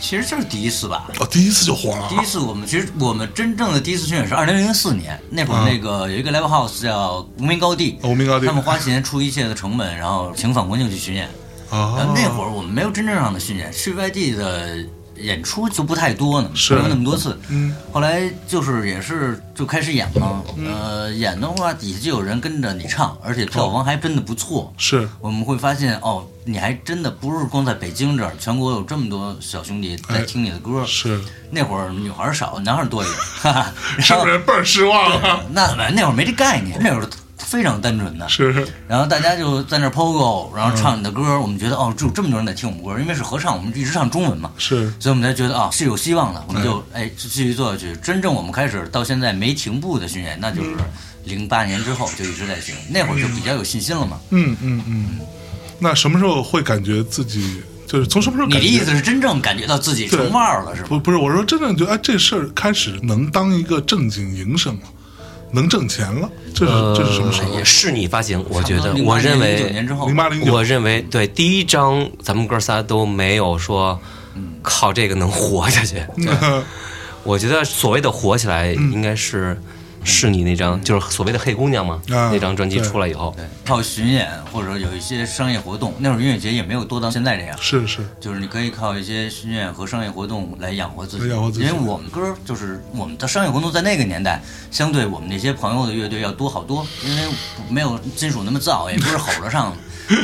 Speaker 4: 其实就是第一次吧。
Speaker 1: 哦，第一次就火了
Speaker 4: 第一
Speaker 1: 啊，
Speaker 4: 次我们其实我们真正的第一次巡演是二零零四年，那会儿那个有一个 live house 叫无名高地，
Speaker 1: 哦啊无名高地
Speaker 4: 他们花钱出一切的成本，然后请反光镜去巡演。
Speaker 2: 嗯
Speaker 4: 然后
Speaker 1: 哦
Speaker 4: 那会儿我们没有真正上的巡演，去外地的演出就不太多呢，
Speaker 1: 是
Speaker 4: 没有那么多次。
Speaker 1: 嗯，
Speaker 4: 后来就是也是就开始演了，呃，演的话底下就有人跟着你唱，而且票房还真的不错。
Speaker 1: 是
Speaker 4: 我们会发现哦，你还真的不是光在北京这儿，全国有这么多小兄弟在听你的歌。
Speaker 1: 哎是，
Speaker 4: 那会儿女孩儿少，男孩儿多一点，哈哈。
Speaker 1: 是
Speaker 4: 然后
Speaker 1: 不是倍儿失望
Speaker 2: 嗯
Speaker 1: 啊？
Speaker 4: 那怎么那会儿没这概念，那会儿非常单纯的。
Speaker 1: 是
Speaker 4: 然后大家就在那儿 POGO，然后唱你的
Speaker 1: 嗯
Speaker 4: 歌，我们觉得哦，只有这么多人在听我们歌，因为是合唱，我们一直唱中文嘛，
Speaker 1: 是，
Speaker 4: 所以我们才觉得啊、是有希望的，我们就哎继续做下去。真正我们开始到现在没停步的巡演，那
Speaker 1: 嗯
Speaker 4: 就是零八年之后就一直在巡，那会儿就比较有信心了嘛。
Speaker 1: 嗯嗯嗯。那什么时候会感觉自己就是从什么时候
Speaker 4: 你
Speaker 1: 感
Speaker 4: 的
Speaker 1: 觉？
Speaker 4: 意思是真正感觉到自己成腕儿了是吧？
Speaker 1: 不不是，我说真的，觉得哎，这事儿开始能当一个正经营生了，能挣钱了，这是、这是什么时啊候
Speaker 2: 呃？是你发行，我觉得
Speaker 4: 差不，多
Speaker 2: 我认
Speaker 4: 08年09年
Speaker 2: 为
Speaker 4: 之后
Speaker 1: 零，八零九
Speaker 2: 我认为对第一张咱们哥仨都没有说
Speaker 1: 嗯
Speaker 2: 嗯
Speaker 1: 嗯
Speaker 2: 靠这个能活下去。我觉得所谓的火起来，应该是是你那张，就是所谓的黑姑娘嘛，
Speaker 1: 啊
Speaker 2: 那张专辑
Speaker 1: 对
Speaker 2: 出来以后，
Speaker 4: 对，靠巡演或者有一些商业活动，那会儿音乐节也没有多到现在这样，
Speaker 1: 是是，
Speaker 4: 就是你可以靠一些巡演和商业活动来养活自己，
Speaker 1: 来养活自己
Speaker 4: 因为我们歌儿就是我们的商业活动在那个年代，相对我们那些朋友的乐队要多好多，因为没有金属那么燥，也不是吼着唱，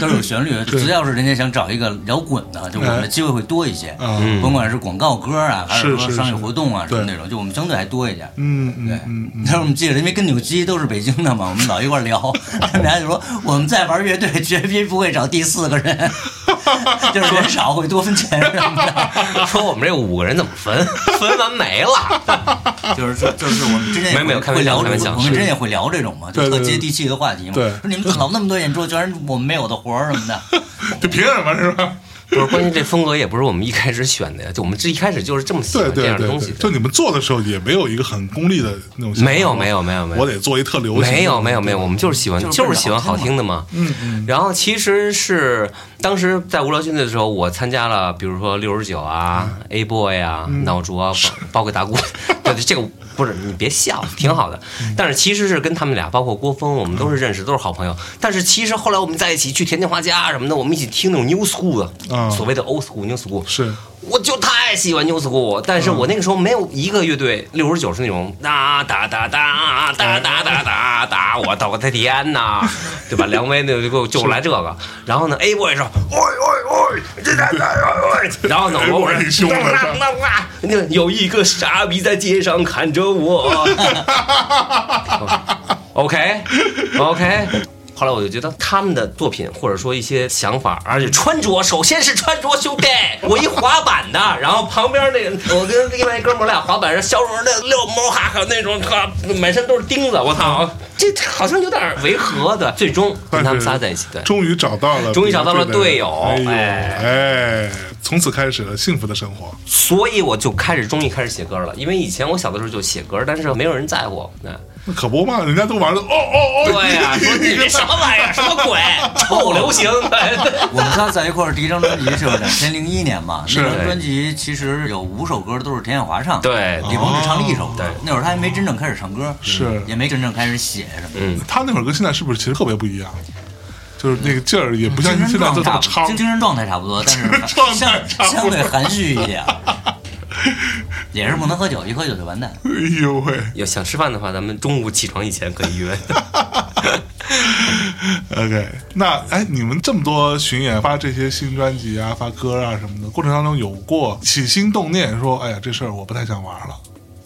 Speaker 4: 都是有旋律的。
Speaker 1: 对
Speaker 4: 只要是人家想找一个摇滚的，就我们的机会会多一些，
Speaker 1: 啊
Speaker 4: 甭管是广告歌啊，还
Speaker 1: 是
Speaker 4: 说
Speaker 1: 是
Speaker 4: 商业
Speaker 1: 是
Speaker 4: 活动啊什么
Speaker 1: 对
Speaker 4: 那种，就我们相对还多一点。
Speaker 1: 嗯嗯
Speaker 4: 对
Speaker 1: 嗯，
Speaker 4: 但是我们记着，因为跟扭机都是北京的 嘛，我们老一块儿聊，大家就说我们在玩乐队，绝逼不会找第四个人， 就是人少会多分钱什么的。
Speaker 2: 说我们这五个人怎么 分，分完没了，
Speaker 4: 就是说就是我们之间也
Speaker 2: 没有没有
Speaker 4: 会
Speaker 2: 开玩笑
Speaker 4: 会聊
Speaker 2: 开玩
Speaker 4: 这
Speaker 2: 笑
Speaker 4: 种，我们之间也会聊这种嘛，就
Speaker 1: 对对
Speaker 4: 特
Speaker 1: 对
Speaker 4: 接地气的话题嘛。
Speaker 1: 对
Speaker 4: 说你们搞那么多演出，全是我们没有的活儿什么 的。
Speaker 1: 就凭什么是吧？
Speaker 2: 不是关键这风格也不是我们一开始选的呀，就我们这一开始就是这么喜
Speaker 1: 对
Speaker 2: 欢这
Speaker 1: 对
Speaker 2: 样的
Speaker 1: 对
Speaker 2: 东
Speaker 1: 对
Speaker 2: 西，
Speaker 1: 就
Speaker 2: 的，
Speaker 1: 你们做的时候也没有一个很功利的那种想法，
Speaker 2: 没有没有没有没有
Speaker 1: 我得做一特流行的，
Speaker 2: 没有没有没有，我们就是喜欢
Speaker 4: 就是
Speaker 2: 就是喜欢好听的嘛。
Speaker 1: 嗯嗯
Speaker 2: 然后其实是当时在无聊军队的时候，我参加了，比如说六十九啊、A boy 啊、脑竹啊，包包括打鼓， 对对，这个不是你别笑，挺好的。但是其实是跟他们俩，包括郭峰，我们都是认识，都是好朋友。但是其实后来我们在一起去田间花家啊什么的，我们一起听那种 new school
Speaker 1: 啊
Speaker 2: 的，所谓的 old school、new school，
Speaker 1: 是
Speaker 2: 我就太喜欢 New School，但是我那个时候没有一个乐队六十九是那种哒哒哒哒哒哒哒哒哒，我的我的天呐，对吧？梁威那就给我就来这个，然后呢，A boy 说，喂喂喂，这这这这，然后呢，我我说，那哇，那有一个傻逼在街上看着我，OK OK。后来我就觉得他们的作品或者说一些想法，而且穿着，首先是穿着，兄弟，我一滑板的，然后旁边那个我跟另外一哥们儿俩滑板上，小手那遛猫哈哈那种，哈，满身都是钉子，我操，这好像有点违和的。最终跟他们仨在一起，对，
Speaker 1: 终于找到了，
Speaker 2: 终于找到了队友
Speaker 1: 哎呦
Speaker 2: 哎
Speaker 1: 哎，从此开始了幸福的生活。
Speaker 2: 所以我就开始终于开始写歌了，因为以前我小的时候就写歌，但是没有人在乎。哎
Speaker 1: 那可不嘛，人家都玩的哦哦哦，
Speaker 2: 对呀、说你这什么玩意儿，什么鬼，臭流行。哎对
Speaker 4: 我们仨在一块儿第一张专辑是两千零一年嘛，那张专辑其实有五首歌都是田小华唱，
Speaker 2: 对
Speaker 4: 李鹏只唱了一首歌
Speaker 2: 对，
Speaker 4: 那会儿他还没真正开始唱歌，
Speaker 1: 是
Speaker 4: 也没真正开始写什么。
Speaker 1: 他那会儿跟现在是不是其实特别不一样？就是那个劲儿也不像
Speaker 2: 嗯
Speaker 4: 精神
Speaker 1: 现在
Speaker 4: 状
Speaker 1: 都
Speaker 4: 态
Speaker 1: 这
Speaker 4: 差
Speaker 1: 么猖
Speaker 4: 不多，精精神状态差不多，但
Speaker 1: 精神
Speaker 4: 是
Speaker 1: 状态差
Speaker 4: 相
Speaker 1: 不多
Speaker 4: 相对含蓄一 点，也是不能喝酒，一喝酒就完蛋。
Speaker 1: 哎呦喂！
Speaker 2: 要想吃饭的话，咱们中午起床以前可以 约。
Speaker 1: OK，那哎，你们这么多巡演、发这些新专辑啊、发歌啊什么的，过程当中有过起心动念说，哎呀，这事儿我不太想玩了，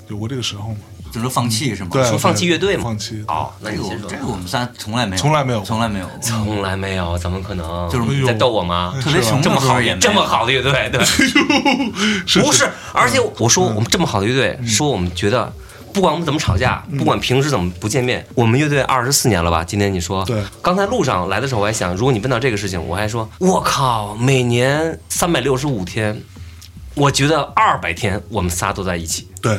Speaker 1: 有过这个时候吗？
Speaker 4: 就是放弃是吗？
Speaker 1: 对，
Speaker 2: 说放弃乐队吗
Speaker 1: 放弃，
Speaker 2: 哦，那
Speaker 4: 这
Speaker 2: 你
Speaker 4: 个我
Speaker 2: 先说
Speaker 4: 哎这。个我们仨从来没有，
Speaker 1: 从来没有过嗯
Speaker 4: 从来没有，
Speaker 2: 从来没有，怎么可能？
Speaker 4: 就是哎
Speaker 2: 你在逗我吗？
Speaker 4: 特别穷
Speaker 2: 这
Speaker 4: 的
Speaker 2: 么
Speaker 4: 歌
Speaker 2: 好
Speaker 4: 也没有
Speaker 2: 这么。好的乐队， 对，
Speaker 1: 是
Speaker 2: 不是？而且
Speaker 4: 嗯
Speaker 2: 我说我们这么好的乐队，说我们觉得。不管我们怎么吵架，
Speaker 4: 嗯
Speaker 2: 不管平时怎么不见面，我们乐队二十四年了吧？今天你说，
Speaker 1: 对
Speaker 2: 刚才路上来的时候，我还想，如果你问到这个事情，我还说，我靠，每年三百六十五天，我觉得二百天我们仨都在一起，
Speaker 1: 对，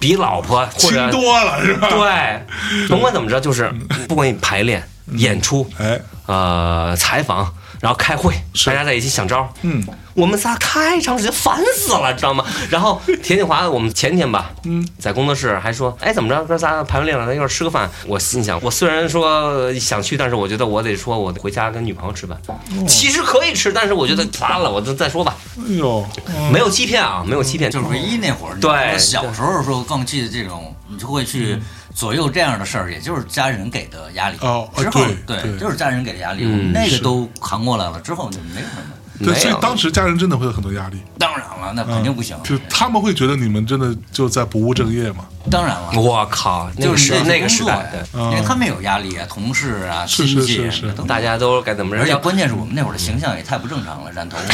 Speaker 2: 比老婆或
Speaker 1: 亲
Speaker 2: 者
Speaker 1: 多了 是吧？，
Speaker 2: 对，甭管怎么着，就是
Speaker 4: 嗯
Speaker 2: 不管你排练、演出、
Speaker 1: 哎，
Speaker 2: 呃采访，然后开会，
Speaker 1: 是
Speaker 2: 大家在一起想招。
Speaker 1: 嗯，
Speaker 2: 我们仨太长时间烦死了，知道吗？然后田锦华，我们前天吧，嗯，在工作室还说，哎，怎么着，哥仨排完练了，咱一块儿吃个饭。我心想，我虽然说想去，但是我觉得我得说，我回家跟女朋友吃饭。
Speaker 4: 哦
Speaker 2: 其实可以吃，但是我觉得算了，我就再说吧。
Speaker 1: 哎呦，
Speaker 2: 没有欺骗啊，没有欺骗，
Speaker 4: 哦嗯就是唯一那会儿，
Speaker 2: 对嗯
Speaker 4: 你说小时候说放弃的这种，你就会去左右这样的事儿，也就是家人给的压力。
Speaker 1: 哦啊
Speaker 4: 之后
Speaker 1: 对对
Speaker 4: 就是家人给的压力，
Speaker 2: 嗯
Speaker 4: 那个都扛过来了，之后就没什么。
Speaker 1: 对，
Speaker 2: 没
Speaker 1: 所以
Speaker 2: 有
Speaker 1: 当时家人真的会有很多压力，
Speaker 4: 当然了，那肯定不行。
Speaker 1: 嗯就他们会觉得你们真的就在不务正业嘛？
Speaker 4: 当然了，
Speaker 2: 我靠，那
Speaker 4: 就
Speaker 2: 个
Speaker 4: 是
Speaker 2: 时
Speaker 4: 你
Speaker 2: 那个时
Speaker 4: 工
Speaker 2: 代
Speaker 4: 作，
Speaker 2: 对
Speaker 4: 呀因为他们有压力啊，同事啊、
Speaker 1: 是
Speaker 4: 亲
Speaker 1: 是
Speaker 4: 戚
Speaker 1: 是
Speaker 4: 啊
Speaker 1: 是
Speaker 4: 等等
Speaker 2: 大家都该怎么着？
Speaker 4: 而且
Speaker 2: 要
Speaker 4: 关键是我们那会儿的形象也太不正常了，染头发，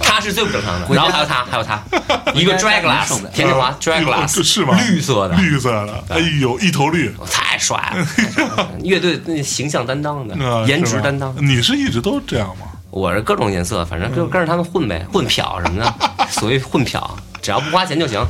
Speaker 2: 他是最不正常的。
Speaker 4: 回家
Speaker 2: 然后还有他，还有他， 一个
Speaker 4: 回家
Speaker 2: drag
Speaker 4: 受不了
Speaker 2: glass，田振华
Speaker 1: 啊
Speaker 2: drag
Speaker 1: 哎呦
Speaker 2: glass
Speaker 1: 是吗？
Speaker 2: 绿色的，
Speaker 1: 绿色的，哎呦，一头绿。
Speaker 2: 太帅了，太帅 了乐队那形象担当
Speaker 1: 啊
Speaker 2: 的，嗯颜
Speaker 1: 是嗯
Speaker 2: 值
Speaker 1: 吧
Speaker 2: 担当。
Speaker 1: 你是一直都这样吗？
Speaker 2: 我是各种颜色，反正
Speaker 1: 嗯
Speaker 2: 就跟着他们混呗，混漂什 么的，所谓混漂，只要不花钱就行。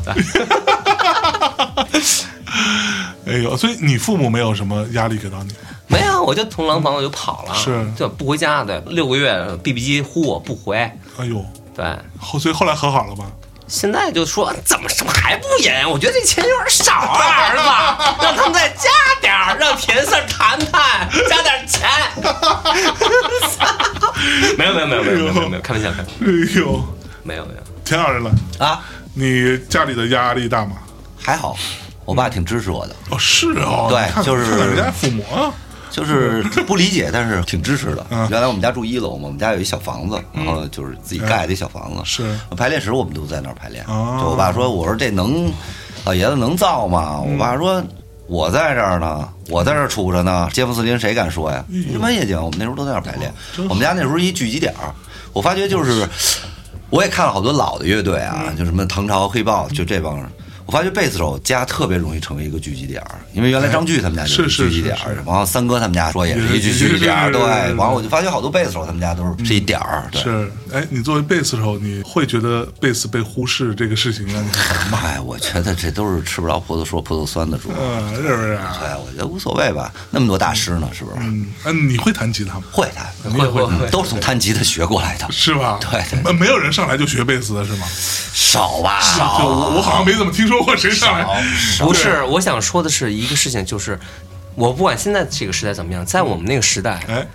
Speaker 1: 哎呦，所以你父母没有什么压力给到你？
Speaker 2: 没有，我就从廊坊我就跑了，
Speaker 1: 是
Speaker 2: 就不回家的，六个月 BB 机呼我不回，
Speaker 1: 哎呦，
Speaker 2: 对，
Speaker 1: 后所以后来和好了吧？
Speaker 2: 现在就说怎么什么还不演？我觉得这钱有点少啊，儿子，让他们再加点儿，让田四儿谈谈，加点钱。没有没有没有没有没有没有没有，开玩笑，开玩笑，
Speaker 1: 哎呦，
Speaker 2: 没有没有。
Speaker 1: 田老师了，
Speaker 3: 啊，
Speaker 1: 你家里的压力大吗？
Speaker 3: 还好，我爸挺支持我的，
Speaker 1: 哦，是哦，
Speaker 3: 对
Speaker 1: 你看
Speaker 3: 就是
Speaker 1: 看看人家父母啊，
Speaker 3: 就是不理解，但是挺支持的
Speaker 1: 嗯。
Speaker 3: 原来我们家住一楼嘛，我们家有一小房子，然后就是自己盖的一小房子。
Speaker 1: 嗯是
Speaker 3: 排练时我们都在那儿排练。
Speaker 1: 哦
Speaker 3: 就我爸说，我说这能，老爷子能造吗？
Speaker 1: 嗯
Speaker 3: 我爸说。我在这儿呢，我在这儿杵着呢，街坊四邻谁敢说呀？
Speaker 1: 嗯
Speaker 3: 一般夜景，我们那时候都在那儿排
Speaker 1: 哦
Speaker 3: 练。我们家那时候一聚集点儿，我发觉就是，我也看了好多老的乐队
Speaker 1: 嗯
Speaker 3: 啊，就什么唐朝、黑豹，就这帮人。我发觉贝斯手家特别容易成为一个聚集点儿，因为原来
Speaker 1: 哎
Speaker 3: 张炬他们家就是是
Speaker 1: 是
Speaker 3: 聚集点
Speaker 1: 是
Speaker 3: 儿
Speaker 1: 是，
Speaker 3: 然后三哥他们家说也是一聚
Speaker 1: 也是
Speaker 3: 聚集点
Speaker 1: 是
Speaker 3: 儿，
Speaker 1: 是
Speaker 3: 对。
Speaker 1: 是是
Speaker 3: 完了我就发觉好多贝斯手他们家都是是一点儿，对。
Speaker 1: 是，哎，你作为贝斯手，你会觉得贝斯被忽视这个事情让你很烦吗？
Speaker 3: 妈哎呀，我觉得这都是吃不着葡萄说葡萄酸的主。
Speaker 1: 嗯，是不是啊？
Speaker 3: 哎，我觉得无所谓吧，那么多大师呢，是不是？
Speaker 1: 嗯，哎，你会弹吉他吗？
Speaker 3: 会弹，
Speaker 2: 会会会，
Speaker 3: 都是从弹吉他学过来的，
Speaker 1: 是吧？
Speaker 3: 对对
Speaker 1: 呃没有人上来就学贝斯的是吗？
Speaker 3: 少吧？
Speaker 1: 就我我好像没怎么听说过谁上来。
Speaker 2: 不是，我想说的是一个事情，就是我不管现在这个时代怎么样，在我们那个时代，
Speaker 1: 哎，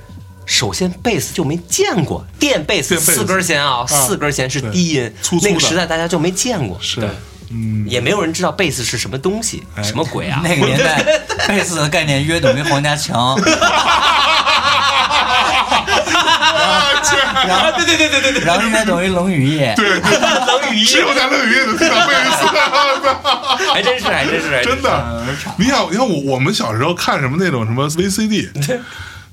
Speaker 2: 首先贝斯就没见过，电贝斯
Speaker 1: 电贝斯
Speaker 2: 四根弦啊，四根弦是低音
Speaker 1: 粗，粗的
Speaker 2: 那个时代大家就没见过，
Speaker 1: 是
Speaker 2: 对，
Speaker 1: 嗯，
Speaker 2: 也没有人知道贝斯是什么东西，什么鬼啊？
Speaker 4: 那个年代，贝斯的概念约等于黄家强，
Speaker 1: 啊，切
Speaker 2: 对对对对对对，
Speaker 4: 然后应该等于冷雨夜。
Speaker 1: 对，
Speaker 2: 冷雨
Speaker 1: 只有在乐园能听到贝斯。
Speaker 2: 还真是还真是还
Speaker 1: 真的，你想，你看我我们小时候看什么那种什么 VCD，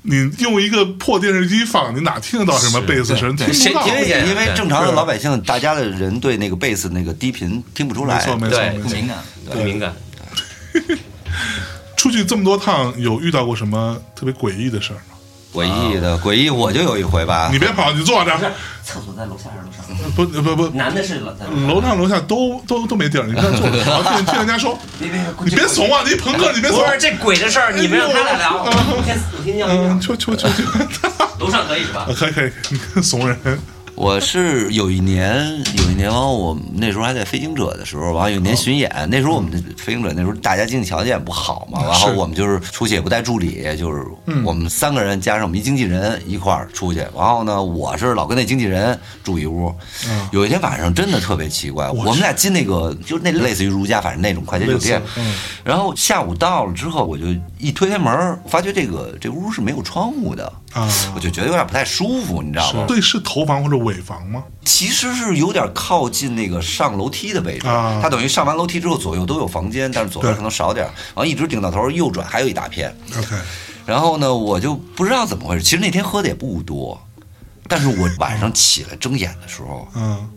Speaker 1: 你用一个破电视机放，你哪听得到什么贝斯声？听
Speaker 2: 对
Speaker 1: 不到
Speaker 2: 谁。
Speaker 3: 因为
Speaker 2: 对
Speaker 3: 因为正常的老百姓，大家的人对那个贝斯那个低频听不出
Speaker 1: 没
Speaker 3: 来，
Speaker 1: 错，没错，
Speaker 2: 对
Speaker 1: 没
Speaker 4: 不
Speaker 1: 错
Speaker 4: 敏。感，
Speaker 2: 很敏感。
Speaker 1: 出去这么多趟，有遇到过什么特别诡异的事儿吗？
Speaker 3: 诡异的诡异，我就有一回吧
Speaker 1: 你，别跑，你坐着。
Speaker 4: 厕所在楼下还是楼上？
Speaker 2: 嗯
Speaker 1: 不不不，
Speaker 4: 男的是楼在楼上
Speaker 1: 楼上楼下都都都没地儿，你看坐着，然后听听人家说，
Speaker 4: 别别别
Speaker 1: 你别怂啊，你朋克，你别怂
Speaker 2: 不。是这鬼的事儿，你们让他来聊，我先我先尿一
Speaker 1: 嗯，
Speaker 2: 尿，
Speaker 1: 求求求求，
Speaker 2: 楼上可以是吧？
Speaker 1: 可以可以，你怂人，
Speaker 3: 我是有一年，有一年完，我们那时候还在飞行者的时候，完了有一年巡演，那时候我们的飞行者那时候大家经济条件也不好嘛，然后我们就是出去也不带助理，就是
Speaker 1: 嗯
Speaker 3: 我们三个人加上我们一经纪人一块儿出去，然后呢，我是老跟那经纪人住一屋，
Speaker 1: 嗯
Speaker 3: 有一天晚上真的特别奇怪，我们俩进那个就那类似于如家，反正那种快捷酒店
Speaker 1: 类似，嗯
Speaker 3: 然后下午到了之后，我就一推开门儿，发觉这个这屋是没有窗户的
Speaker 1: 啊
Speaker 3: 我就觉得有点不太舒服，你知道吗？
Speaker 1: 对，是头房或者尾房吗？
Speaker 3: 其实是有点靠近那个上楼梯的位置，
Speaker 1: 啊
Speaker 3: 它等于上完楼梯之后左右都有房间，但是左边
Speaker 1: 对
Speaker 3: 可能少点儿，然后一直顶到头，右转还有一大片。
Speaker 1: OK，
Speaker 3: 然后呢，我就不知道怎么回事，其实那天喝的也不多，但是我晚上起来睁眼的时候，
Speaker 1: 嗯，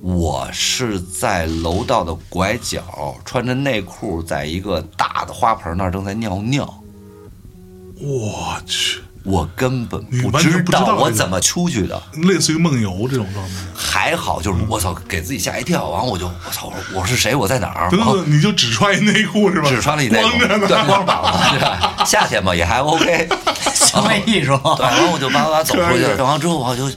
Speaker 3: 我是在楼道的拐角穿着内裤，在一个大的花盆那儿正在尿尿。
Speaker 1: 我去，
Speaker 3: 我根本
Speaker 1: 你
Speaker 3: 不
Speaker 1: 完全
Speaker 3: 知
Speaker 1: 不知道
Speaker 3: 道我
Speaker 1: 这个
Speaker 3: 怎么出去的，
Speaker 1: 类似于梦游这种状态。
Speaker 3: 还好就是我操，给自己吓一跳，然后我就我操，我我是谁？我在哪儿？
Speaker 1: 等
Speaker 3: 然后
Speaker 1: 等，你就只穿一内裤是吧？
Speaker 3: 只穿了一内
Speaker 1: 光
Speaker 3: 裤，
Speaker 1: 着呢，
Speaker 3: 对，光着膀子，对吧？夏天嘛也还 OK，
Speaker 4: 行为艺术。
Speaker 3: 对，然后我就叭叭叭走出
Speaker 1: 可以
Speaker 3: 去，走完之后我就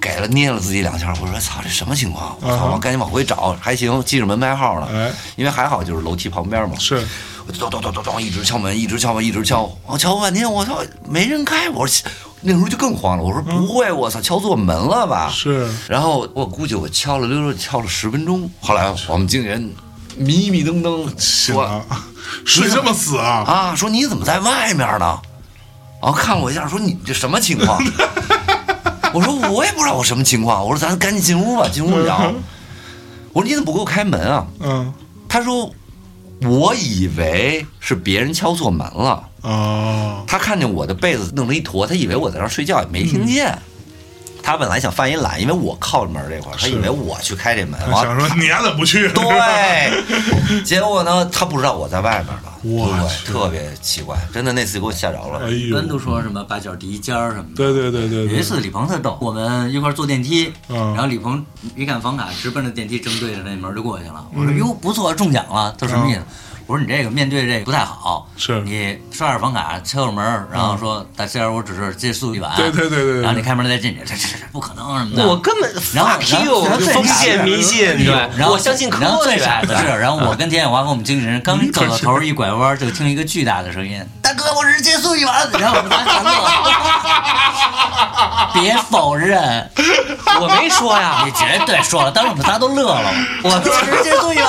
Speaker 3: 给了捏了自己两下，我说操，这什么情况？我操，我赶紧往回找，还行，记着门牌号
Speaker 1: 哎
Speaker 3: 了，因为还好就是楼梯旁边嘛，
Speaker 1: 是
Speaker 3: 我就咚咚咚咚咚一直敲门，一直敲门，一直敲，我敲半天，我操，没人开，我说那时候就更慌了，我说不会，我操，敲错门了吧？
Speaker 1: 嗯是
Speaker 3: 然后我估计我敲了溜溜敲了十分钟，后来我们经纪人迷迷瞪瞪
Speaker 1: 醒
Speaker 3: 说
Speaker 1: 了，睡啊这么死啊？
Speaker 3: 啊，说你怎么在外面呢？然后看了我一下，说你这什么情 况？我说我也不知道我什么情况，我说咱赶紧进屋吧，进屋聊。我说你怎么不给我开门啊？
Speaker 1: 嗯
Speaker 3: 他说我以为是别人敲错门了。
Speaker 1: 哦，
Speaker 3: 他看见我的被子弄了一坨，他以为我在那儿睡觉，也没
Speaker 1: 嗯
Speaker 3: 听见。他本来想犯一懒，因为我靠着门这块儿，他以为我去开这门，
Speaker 1: 他
Speaker 3: 完
Speaker 1: 想说你丫怎么不去？ 哎
Speaker 3: 对，结果呢，他不知道我在外面了，
Speaker 1: 我
Speaker 3: 对，
Speaker 1: 去
Speaker 3: 特别奇怪，真的那次给我吓着
Speaker 1: 哎
Speaker 3: 了。
Speaker 1: 呦
Speaker 4: 人，都说什么八角第一尖儿什么的。
Speaker 1: 对对对对
Speaker 4: 有一
Speaker 1: 对，
Speaker 4: 次李鹏特逗，我们一块儿坐电梯，
Speaker 1: 嗯
Speaker 4: 然后李鹏
Speaker 1: 嗯
Speaker 4: 一看房卡，直奔着电梯正对着那门就过去了。我说哟不错，中奖了。他说什么意思？我我说你这个面对这个不太好，
Speaker 1: 是嗯
Speaker 4: 你刷点房卡，敲敲门，然后说大仙儿，我只是借宿一晚，
Speaker 1: 对对对对对
Speaker 4: 然后你开门再进去，这这这不可能什么的。
Speaker 2: 我根本
Speaker 4: 然后
Speaker 2: fuck
Speaker 4: 然后
Speaker 2: you，
Speaker 4: 然后最
Speaker 2: 封
Speaker 4: 傻
Speaker 2: 建
Speaker 4: 的
Speaker 2: 迷信，对
Speaker 4: 然，后
Speaker 2: 我相信科
Speaker 4: 然后最
Speaker 2: 学。
Speaker 4: 傻的是，然后我跟田野华和我们经纪人刚走到头儿一拐弯，就听一个巨大的声音：“大哥，我只是借宿一晚。”然后我们仨全 乐，别否认，
Speaker 2: 我没说 呀
Speaker 4: 你，绝对说了。当时我们仨都乐了，
Speaker 2: 我
Speaker 4: 我只是借宿一晚。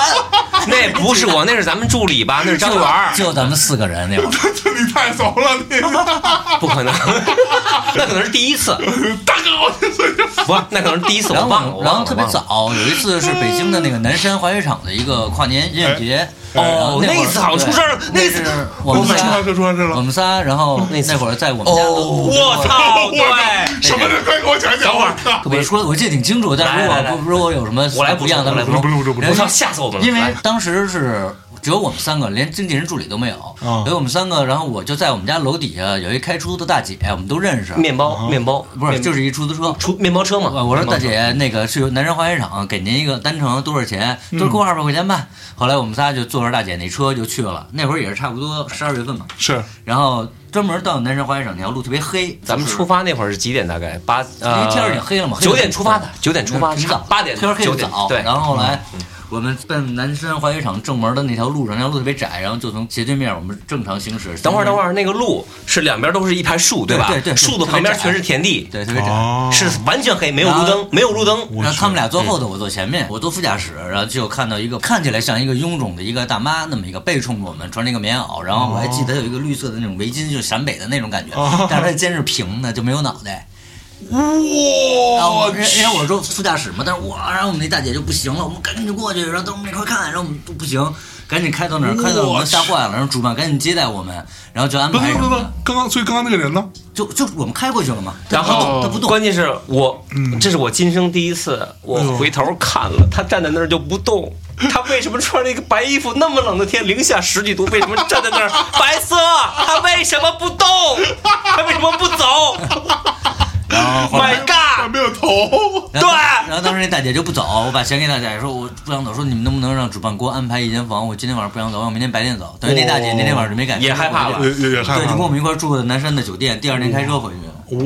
Speaker 2: 那不是我，那是咱们助理吧？那是张元儿，
Speaker 4: 就咱们四个人那会儿，
Speaker 1: 这你太怂了，你
Speaker 2: 不可能， 那可能是第一次，
Speaker 1: 大哥，我这岁数
Speaker 2: 不是，那可能是第一次，
Speaker 4: 然
Speaker 2: 我
Speaker 4: 后
Speaker 2: 忘了，
Speaker 4: 我
Speaker 2: 我
Speaker 4: 然后
Speaker 2: 忘了
Speaker 4: 特别，早，有一次是北京的那个南山滑雪场的一个跨年音乐节，
Speaker 1: 哎
Speaker 4: 然
Speaker 2: 哦
Speaker 4: 后会
Speaker 2: 那
Speaker 4: 儿
Speaker 2: 次好像出事儿了那
Speaker 4: 对那
Speaker 2: 次
Speaker 4: 是我们
Speaker 1: 出
Speaker 4: 仨
Speaker 1: 来，这出来这
Speaker 4: 我
Speaker 1: 了。
Speaker 4: 们仨，然后那会儿在哦我们
Speaker 2: 我
Speaker 4: 家楼。
Speaker 2: 忘了我操，对，
Speaker 1: 什么人？快给我讲讲！
Speaker 2: 等会儿
Speaker 1: 我操
Speaker 4: 我说我记得挺清楚，但如
Speaker 2: 来来来
Speaker 4: 果不如果有什么
Speaker 2: 我来
Speaker 4: 不一样，
Speaker 2: 补
Speaker 4: 咱
Speaker 2: 充
Speaker 4: 们
Speaker 1: 我来补充补充补充
Speaker 2: 我操，吓死我们了！
Speaker 4: 因为
Speaker 2: 来
Speaker 4: 当时是只有我们三个，连经纪人助理都没有，
Speaker 1: 嗯
Speaker 4: 所以我们三个，然后我就在我们家楼底下有一开出租的大姐，我们都认识，
Speaker 2: 面包，面包
Speaker 4: 啊不是
Speaker 2: 面
Speaker 4: 就是一出租车。
Speaker 2: 出面包 车嘛？
Speaker 4: 呃我我说
Speaker 2: 面包
Speaker 4: 大
Speaker 2: 车，
Speaker 4: 姐，那个是由南山滑雪场给您一个单程多少钱？就
Speaker 2: 嗯
Speaker 4: 给我二百块钱吧。后来我们仨就坐着大姐那车就去了，那会儿也是差不多十二月份嘛。
Speaker 1: 是
Speaker 4: 然后专门到南山滑雪场那条路特别黑，
Speaker 2: 咱们
Speaker 4: 就是
Speaker 2: 出发那会儿是几点？大概八呃，
Speaker 4: 天儿已经黑了嘛黑
Speaker 2: 九
Speaker 4: 了
Speaker 2: 点出发的，九点出发，
Speaker 4: 嗯挺
Speaker 2: 差
Speaker 4: 早，
Speaker 2: 八点
Speaker 4: 天儿黑
Speaker 2: 九
Speaker 4: 得
Speaker 2: 点
Speaker 4: 早。嗯
Speaker 2: 对，嗯
Speaker 4: 然后后来我们奔南山滑雪场正门的那条路上，那条路特别窄，然后就从斜对面我们正常行驶。
Speaker 2: 等会儿，等会
Speaker 4: 儿，
Speaker 2: 儿，那个路是两边都是一排树，吧？
Speaker 4: 对对对
Speaker 2: 树的旁边全是田地，
Speaker 4: 对，哦特别窄。
Speaker 1: 哦，
Speaker 2: 是完全黑，没有
Speaker 4: 然
Speaker 2: 路
Speaker 4: 后
Speaker 2: 灯，没有路灯。
Speaker 1: 我
Speaker 4: 然后他们
Speaker 1: 去
Speaker 4: 俩坐后头，我坐前面，我坐副驾驶，然后就看到一个看起来像一个臃肿的一个大妈，那么一个背冲着我们，穿着一个棉袄，然后我还记得有一个绿色的那种围巾，就是陕北的那种感觉
Speaker 1: 哦，
Speaker 4: 但是她肩是平的，就没有脑袋。然后
Speaker 1: 哇
Speaker 4: 我，因为因为我说副驾驶嘛，但是我然后我们那大姐就不行了，我们赶紧就过去，然后等我们一块儿看，然后我们都不行，赶紧开到哪儿，开到
Speaker 1: 我
Speaker 4: 我们
Speaker 1: 去
Speaker 4: 吓坏了，然后主办赶紧接待我们，然后就安
Speaker 1: 不
Speaker 4: 排
Speaker 1: 不
Speaker 4: 什
Speaker 1: 不
Speaker 4: 么
Speaker 1: 不
Speaker 4: 的，，
Speaker 1: 刚刚所以刚刚那个人呢？
Speaker 4: 就就我们开过去了嘛，
Speaker 2: 然后
Speaker 4: 他不动，
Speaker 2: 关键是我，
Speaker 4: 嗯
Speaker 2: 这是我今生第一次，我
Speaker 1: 哎呦
Speaker 2: 回头看了，他站在那儿就不动。他为什么穿了一个白衣服？那么冷的天，零下十几度，为什么站在那儿白色？他为什么不动？他为什么不走
Speaker 4: 然后后
Speaker 2: ？My
Speaker 4: 来。
Speaker 1: 还
Speaker 2: God！
Speaker 1: 没有头。
Speaker 4: 然
Speaker 2: 对
Speaker 4: 后当然后当时那大姐就不走，我把钱给大姐说我不想走，说你们能不能让主办给我安排一间房？我今天晚上不想走，我明天白天走。等于那大姐那天晚上就没敢
Speaker 2: 哦也害怕了哦
Speaker 1: 也也也害怕
Speaker 4: 对，就跟我们一块儿住的南山的酒店，第二天开车回去。
Speaker 1: 我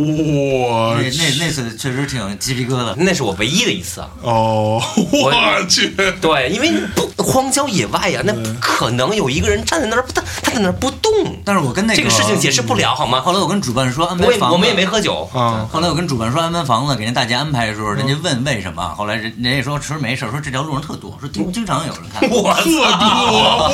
Speaker 4: 那那那次确实挺鸡皮疙瘩。
Speaker 2: 那是我唯一的一次啊！
Speaker 1: 哦， 我去，
Speaker 2: 对，因为你不荒郊野外呀、那不
Speaker 4: 嗯
Speaker 2: 可能有一个人站在那儿，不他他在那儿不动。
Speaker 4: 但是我跟那嗯
Speaker 2: 这个事情解释不了，好吗？
Speaker 4: 后来我跟主办说安排
Speaker 2: 我也
Speaker 4: 房子，嗯
Speaker 2: 我们也没喝酒，
Speaker 1: 啊，
Speaker 4: 后来我跟主办说安排房子，给人大姐安排的时候，人家问为什么，后来人人家说其实没事，说这条路上特多，说经经常有人看，
Speaker 2: 我
Speaker 1: 特多，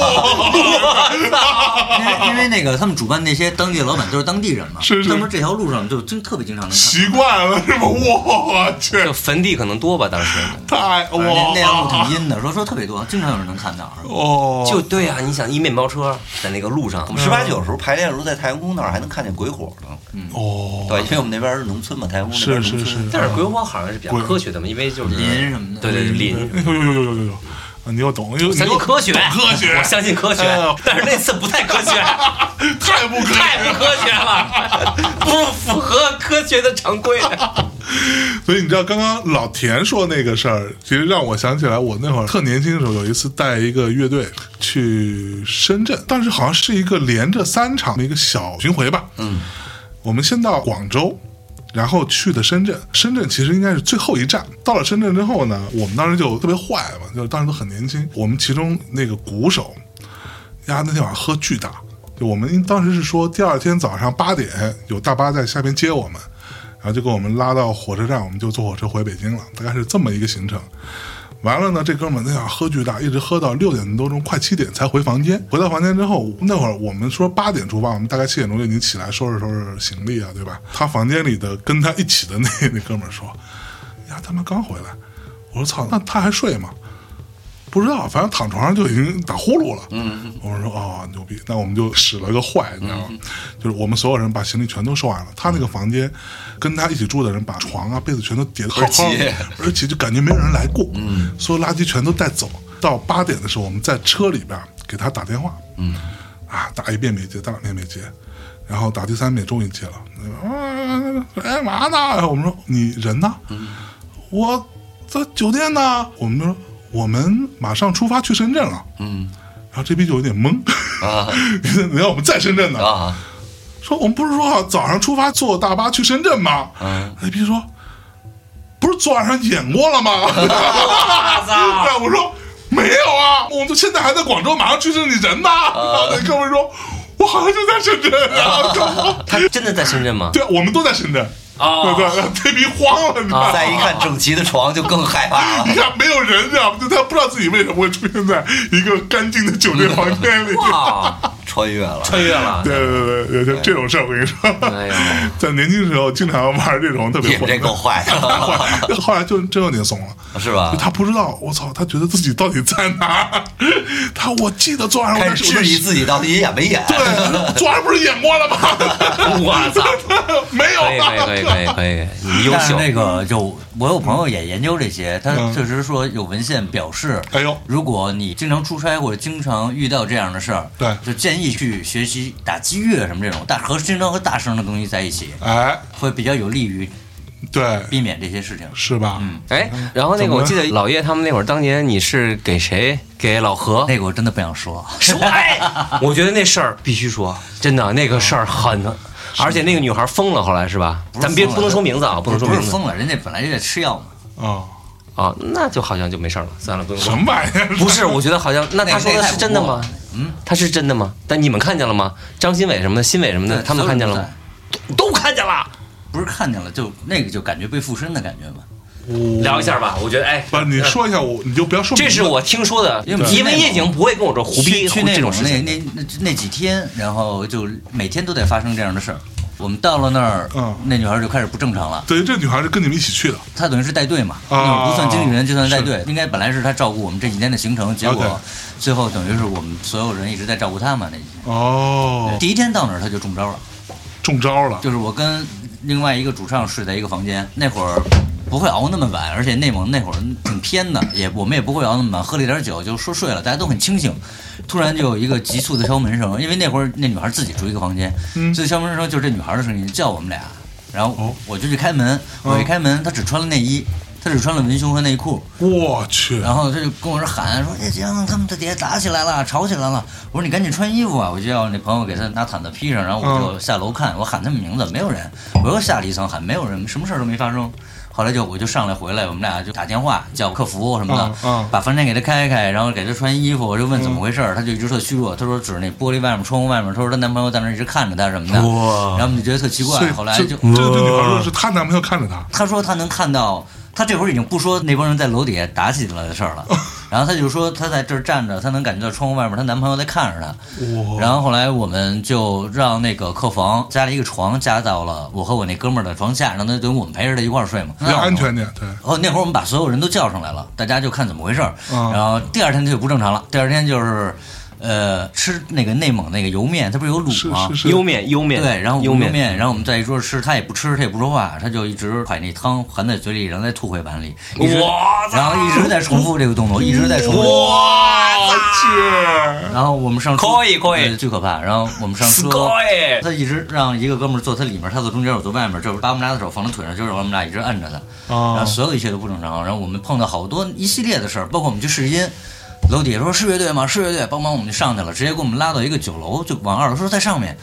Speaker 4: 因为因为那个他们主办那些当地的老板都是当地人嘛，
Speaker 1: 是是
Speaker 4: 他们说这条路上就真特别经常能看。
Speaker 1: 习惯了是吧？我去，
Speaker 2: 就坟地可能多吧，当时。
Speaker 1: 太
Speaker 4: 反正那那条路
Speaker 1: 哇，
Speaker 4: 挺阴的，说说特别多，经常有人能看到。
Speaker 1: 哦，
Speaker 2: 就对啊，你想一面包车在那个路上
Speaker 3: 我，们十八九的时候排练的时候，在太阳宫那儿还能看见鬼火呢。
Speaker 1: 哦，
Speaker 3: 对，因为我们那边是农村嘛，太阳宫那边
Speaker 1: 是
Speaker 3: 农
Speaker 1: 是
Speaker 3: 村
Speaker 1: 是，
Speaker 2: 但是鬼火好像是比较科学的嘛，因为就是
Speaker 4: 林什么的
Speaker 2: 对对对林。
Speaker 1: 哎呦呦呦呦呦呦，啊你又懂，又
Speaker 2: 相信科学，
Speaker 1: 懂科学，
Speaker 2: 我相信科学
Speaker 1: 哎呦，
Speaker 2: 但是那次不太科学，
Speaker 1: 太不科
Speaker 2: 太
Speaker 1: 学
Speaker 2: 不。科学了，不符合科学的常规。
Speaker 1: 所以你知道，刚刚老田说那个事儿，其实让我想起来，我那会儿特年轻的时候，有一次带一个乐队去深圳，当时好像是一个连着三场的一个小巡回吧。嗯，我们先到广州。然后去的深圳，深圳其实应该是最后一站。到了深圳之后呢，我们当时就特别坏嘛，就是当时都很年轻。我们其中那个鼓手，呀，那天晚上喝巨大。就我们当时是说，第二天早上八点有大巴在下边接我们，然后就给我们拉到火车站，我们就坐火车回北京了，大概是这么一个行程。完了呢，这哥们儿那想喝巨大，一直喝到六点多钟，快七点才回房间。回到房间之后，那会儿我们说八点出发，我们大概七点钟就已经起来收拾收拾行李啊，对吧？他房间里的跟他一起的那那哥们儿说：“呀，他妈刚回来。”我说：“操，那他还睡吗？”不知道，反正躺床上就已经打呼噜了。嗯，我们说哦，牛逼，那我们就使了个坏，你知道吗？就是我们所有人把行李全都收完了，他那个房间，跟他一起住的人把床啊、被子全都叠得好好的
Speaker 3: 而且，
Speaker 1: 而且就感觉没有人来过，嗯，所有垃圾全都带走。到八点的时候，我们在车里边给他打电话，嗯，啊，打一遍没接，打两遍没接，然后打第三遍终于接了，啊，哎嘛呢？然后我们说你人呢？我在酒店呢。我们就说我们马上出发去深圳了。嗯，然后这逼就有点懵，
Speaker 3: 啊
Speaker 1: 你看我们在深圳呢，
Speaker 3: 啊，
Speaker 1: 说我们不是说好早上出发坐大巴去深圳吗？
Speaker 3: 嗯，
Speaker 1: 那逼说不是昨晚上演过了吗？ 然后我说没有啊，我们就现在还在广州，马上去深圳人呢。
Speaker 2: 啊
Speaker 1: 然后那哥们说，我好像就在深圳。啊然后就
Speaker 2: 他真的在深圳吗？
Speaker 1: 对，我们都在深圳。
Speaker 2: 哦
Speaker 1: 对
Speaker 2: 啊
Speaker 1: 对，这逼慌了，你知道吗？
Speaker 3: 再一看整齐的床就更害怕了
Speaker 1: 你。看没有人，知道吗？就他不知道自己为什么会出现在一个干净的酒店房间里。
Speaker 2: 哇，
Speaker 3: 穿越了，
Speaker 2: 穿越了！
Speaker 1: 对对对对，这种事儿我跟你说，
Speaker 2: 哎呀，
Speaker 1: 在年轻时候经常玩这种特别
Speaker 3: 你们
Speaker 1: 混
Speaker 3: 这够
Speaker 1: 的，
Speaker 3: 坏的，
Speaker 1: 后来就真有点怂了。
Speaker 3: 是吧
Speaker 1: 就？他不知道，我操，他觉得自己到底在哪儿？他我记得昨晚上我在
Speaker 3: 开始质疑自己到底演没演。
Speaker 1: 对，昨晚不是演过了吗？
Speaker 2: 我操！
Speaker 1: 没有啊
Speaker 2: 可以
Speaker 1: 吧？
Speaker 2: 可以可以可以可以，你优
Speaker 4: 但是
Speaker 2: 秀。
Speaker 4: 那个就我有朋友也研究这些，他
Speaker 1: 嗯
Speaker 4: 确实说有文献表示，
Speaker 1: 哎呦
Speaker 4: 如果你经常出差或者经常遇到这样的事儿，
Speaker 1: 对
Speaker 4: 就建议去学习打击乐什么这种大和经常和大声的东西在一起，
Speaker 1: 哎，
Speaker 4: 会比较有利于
Speaker 1: 对，
Speaker 4: 避免这些事情。
Speaker 1: 是吧？
Speaker 2: 哎，
Speaker 4: 嗯
Speaker 2: 然后那
Speaker 1: 怎
Speaker 2: 个
Speaker 1: 么了
Speaker 2: 我记得老叶他们那会儿，当年你是给谁？给老何。
Speaker 4: 那个我真的不想说，啊
Speaker 2: 说， 哎，我觉得那事儿必须说，真的那个事儿很，而且那个女孩疯了，后来是吧？
Speaker 4: 不是
Speaker 2: 咱别
Speaker 4: 疯
Speaker 2: 不
Speaker 4: 了
Speaker 2: 能说名字啊，不能说
Speaker 4: 不是
Speaker 2: 名字
Speaker 4: 疯了，人家本来就在吃药嘛。
Speaker 1: 啊，
Speaker 2: 啊，那就好像就没事儿了，算了，不用
Speaker 1: 什
Speaker 2: 说。
Speaker 1: 么玩意儿？
Speaker 2: 不是，我觉得好像那
Speaker 4: 那
Speaker 2: 他说的是真的吗
Speaker 4: 那太？
Speaker 2: 嗯，他是真的吗？但你们看见了吗？张新伟什么的，新伟什么的，
Speaker 4: 对
Speaker 2: 他们看见了吗？都都看见了，
Speaker 4: 不是看见了，就那个就感觉被附身的感觉嘛。
Speaker 2: 聊一下吧。我觉得，哎，
Speaker 1: 不是，你说一下我，你就不要说名
Speaker 2: 这
Speaker 1: 字。
Speaker 2: 是我听说的，
Speaker 4: 因为我们
Speaker 2: 因为
Speaker 4: 去内蒙
Speaker 2: 叶景不会跟我说胡
Speaker 4: 去
Speaker 2: 逼
Speaker 4: 去
Speaker 2: 胡
Speaker 4: 那
Speaker 2: 这种事
Speaker 4: 那
Speaker 2: 情。
Speaker 4: 那那那几天，然后就每天都在发生这样的事儿。我们到了那儿，
Speaker 1: 嗯
Speaker 4: 那女孩就开始不正常了。
Speaker 1: 对，这女孩是跟你们一起去的，
Speaker 4: 她等于是带队嘛，
Speaker 1: 啊
Speaker 4: 那会儿不算经纪人，就算带队。应该本来是她照顾我们这几天的行程，结
Speaker 1: OK
Speaker 4: 果最后等于是我们所有人一直在照顾她嘛。那几天，
Speaker 1: 哦，
Speaker 4: 第一天到那儿她就中招了，
Speaker 1: 中招了，
Speaker 4: 就是我跟另外一个主唱睡在一个房间，那会儿。不会熬那么晚，而且内蒙那会儿挺 偏的，也我们也不会熬那么晚，喝了一点酒就说睡了，大家都很清醒。突然就有一个急促的敲门声，因为那会儿那女孩自己住一个房间，
Speaker 1: 嗯
Speaker 4: 所以敲门声就是这女孩的声音叫我们俩，然
Speaker 1: 哦
Speaker 4: 后我就去开门，我一开门，她只穿了内衣，她只穿了文胸和内裤，
Speaker 1: 我去，
Speaker 4: 然后他就跟我这喊说：“哎，行，他们在底下打起来了，吵起来了。”我说：“你赶紧穿衣服啊！”我就要那朋友给他拿毯子披上，然后我
Speaker 1: 嗯
Speaker 4: 就下楼看，我喊他们名字，没有人。我又下了一层喊，没有人，什么事儿都没发生。后来就我就上来回来，我们俩就打电话叫客服什么的，
Speaker 1: 嗯嗯
Speaker 4: 把房间给他开开，然后给他穿衣服。我就问怎么回事儿，他就一直特虚弱，他说指着那玻璃外面、窗户外面，他说她男朋友在那儿一直看着她什么的。然后我们就觉得特奇
Speaker 1: 所
Speaker 4: 怪，
Speaker 1: 以
Speaker 4: 后来
Speaker 1: 这
Speaker 4: 就
Speaker 1: 这这女孩说是她男朋友看着她，
Speaker 4: 她说她能看到，她这会儿已经不说那帮人在楼底下打起来的事儿 了，然后她就说她在这儿站着，她能感觉到窗户外面她男朋友在看着她。
Speaker 1: 哇，
Speaker 4: 然后后来我们就让那个客房加了一个床，加到了我和我那哥们儿的床下，让他跟我们陪着他一块儿睡嘛，
Speaker 1: 要安。全点，对，
Speaker 4: 哦，那会儿我们把所有人都叫上来了，大家就看怎么回事儿。
Speaker 1: 嗯
Speaker 4: 然后第二天他就不正常了，第二天就是，呃，吃那个内蒙那个油面，它啊不是有卤
Speaker 1: 是
Speaker 4: 吗？
Speaker 1: 是是，
Speaker 2: 优面优面
Speaker 4: 对，然后
Speaker 2: 优
Speaker 4: 牛面，然后我们在一桌吃，他也不吃，他也不说话，他就一直把那汤含在嘴里，然后再吐回碗里，一直
Speaker 2: 我操
Speaker 4: 然后一直在重复这个动作，一直在重复。
Speaker 2: 我
Speaker 1: 去，
Speaker 4: 然后我们上车
Speaker 2: 可以可以
Speaker 4: 呃巨可怕。然后我们上车，
Speaker 2: Sky
Speaker 4: 他一直让一个哥们儿坐他里面，他坐中间，我坐外面，就是把我们俩的手放在腿上，就是我们俩一直摁着他。
Speaker 1: 哦
Speaker 4: 然后所有一切都不正常。然后我们碰到好多一系列的事儿，包括我们去试音。楼底下说是乐队吗？是乐队，帮忙我们就上去了，直接给我们拉到一个酒楼，就往二楼说在上面。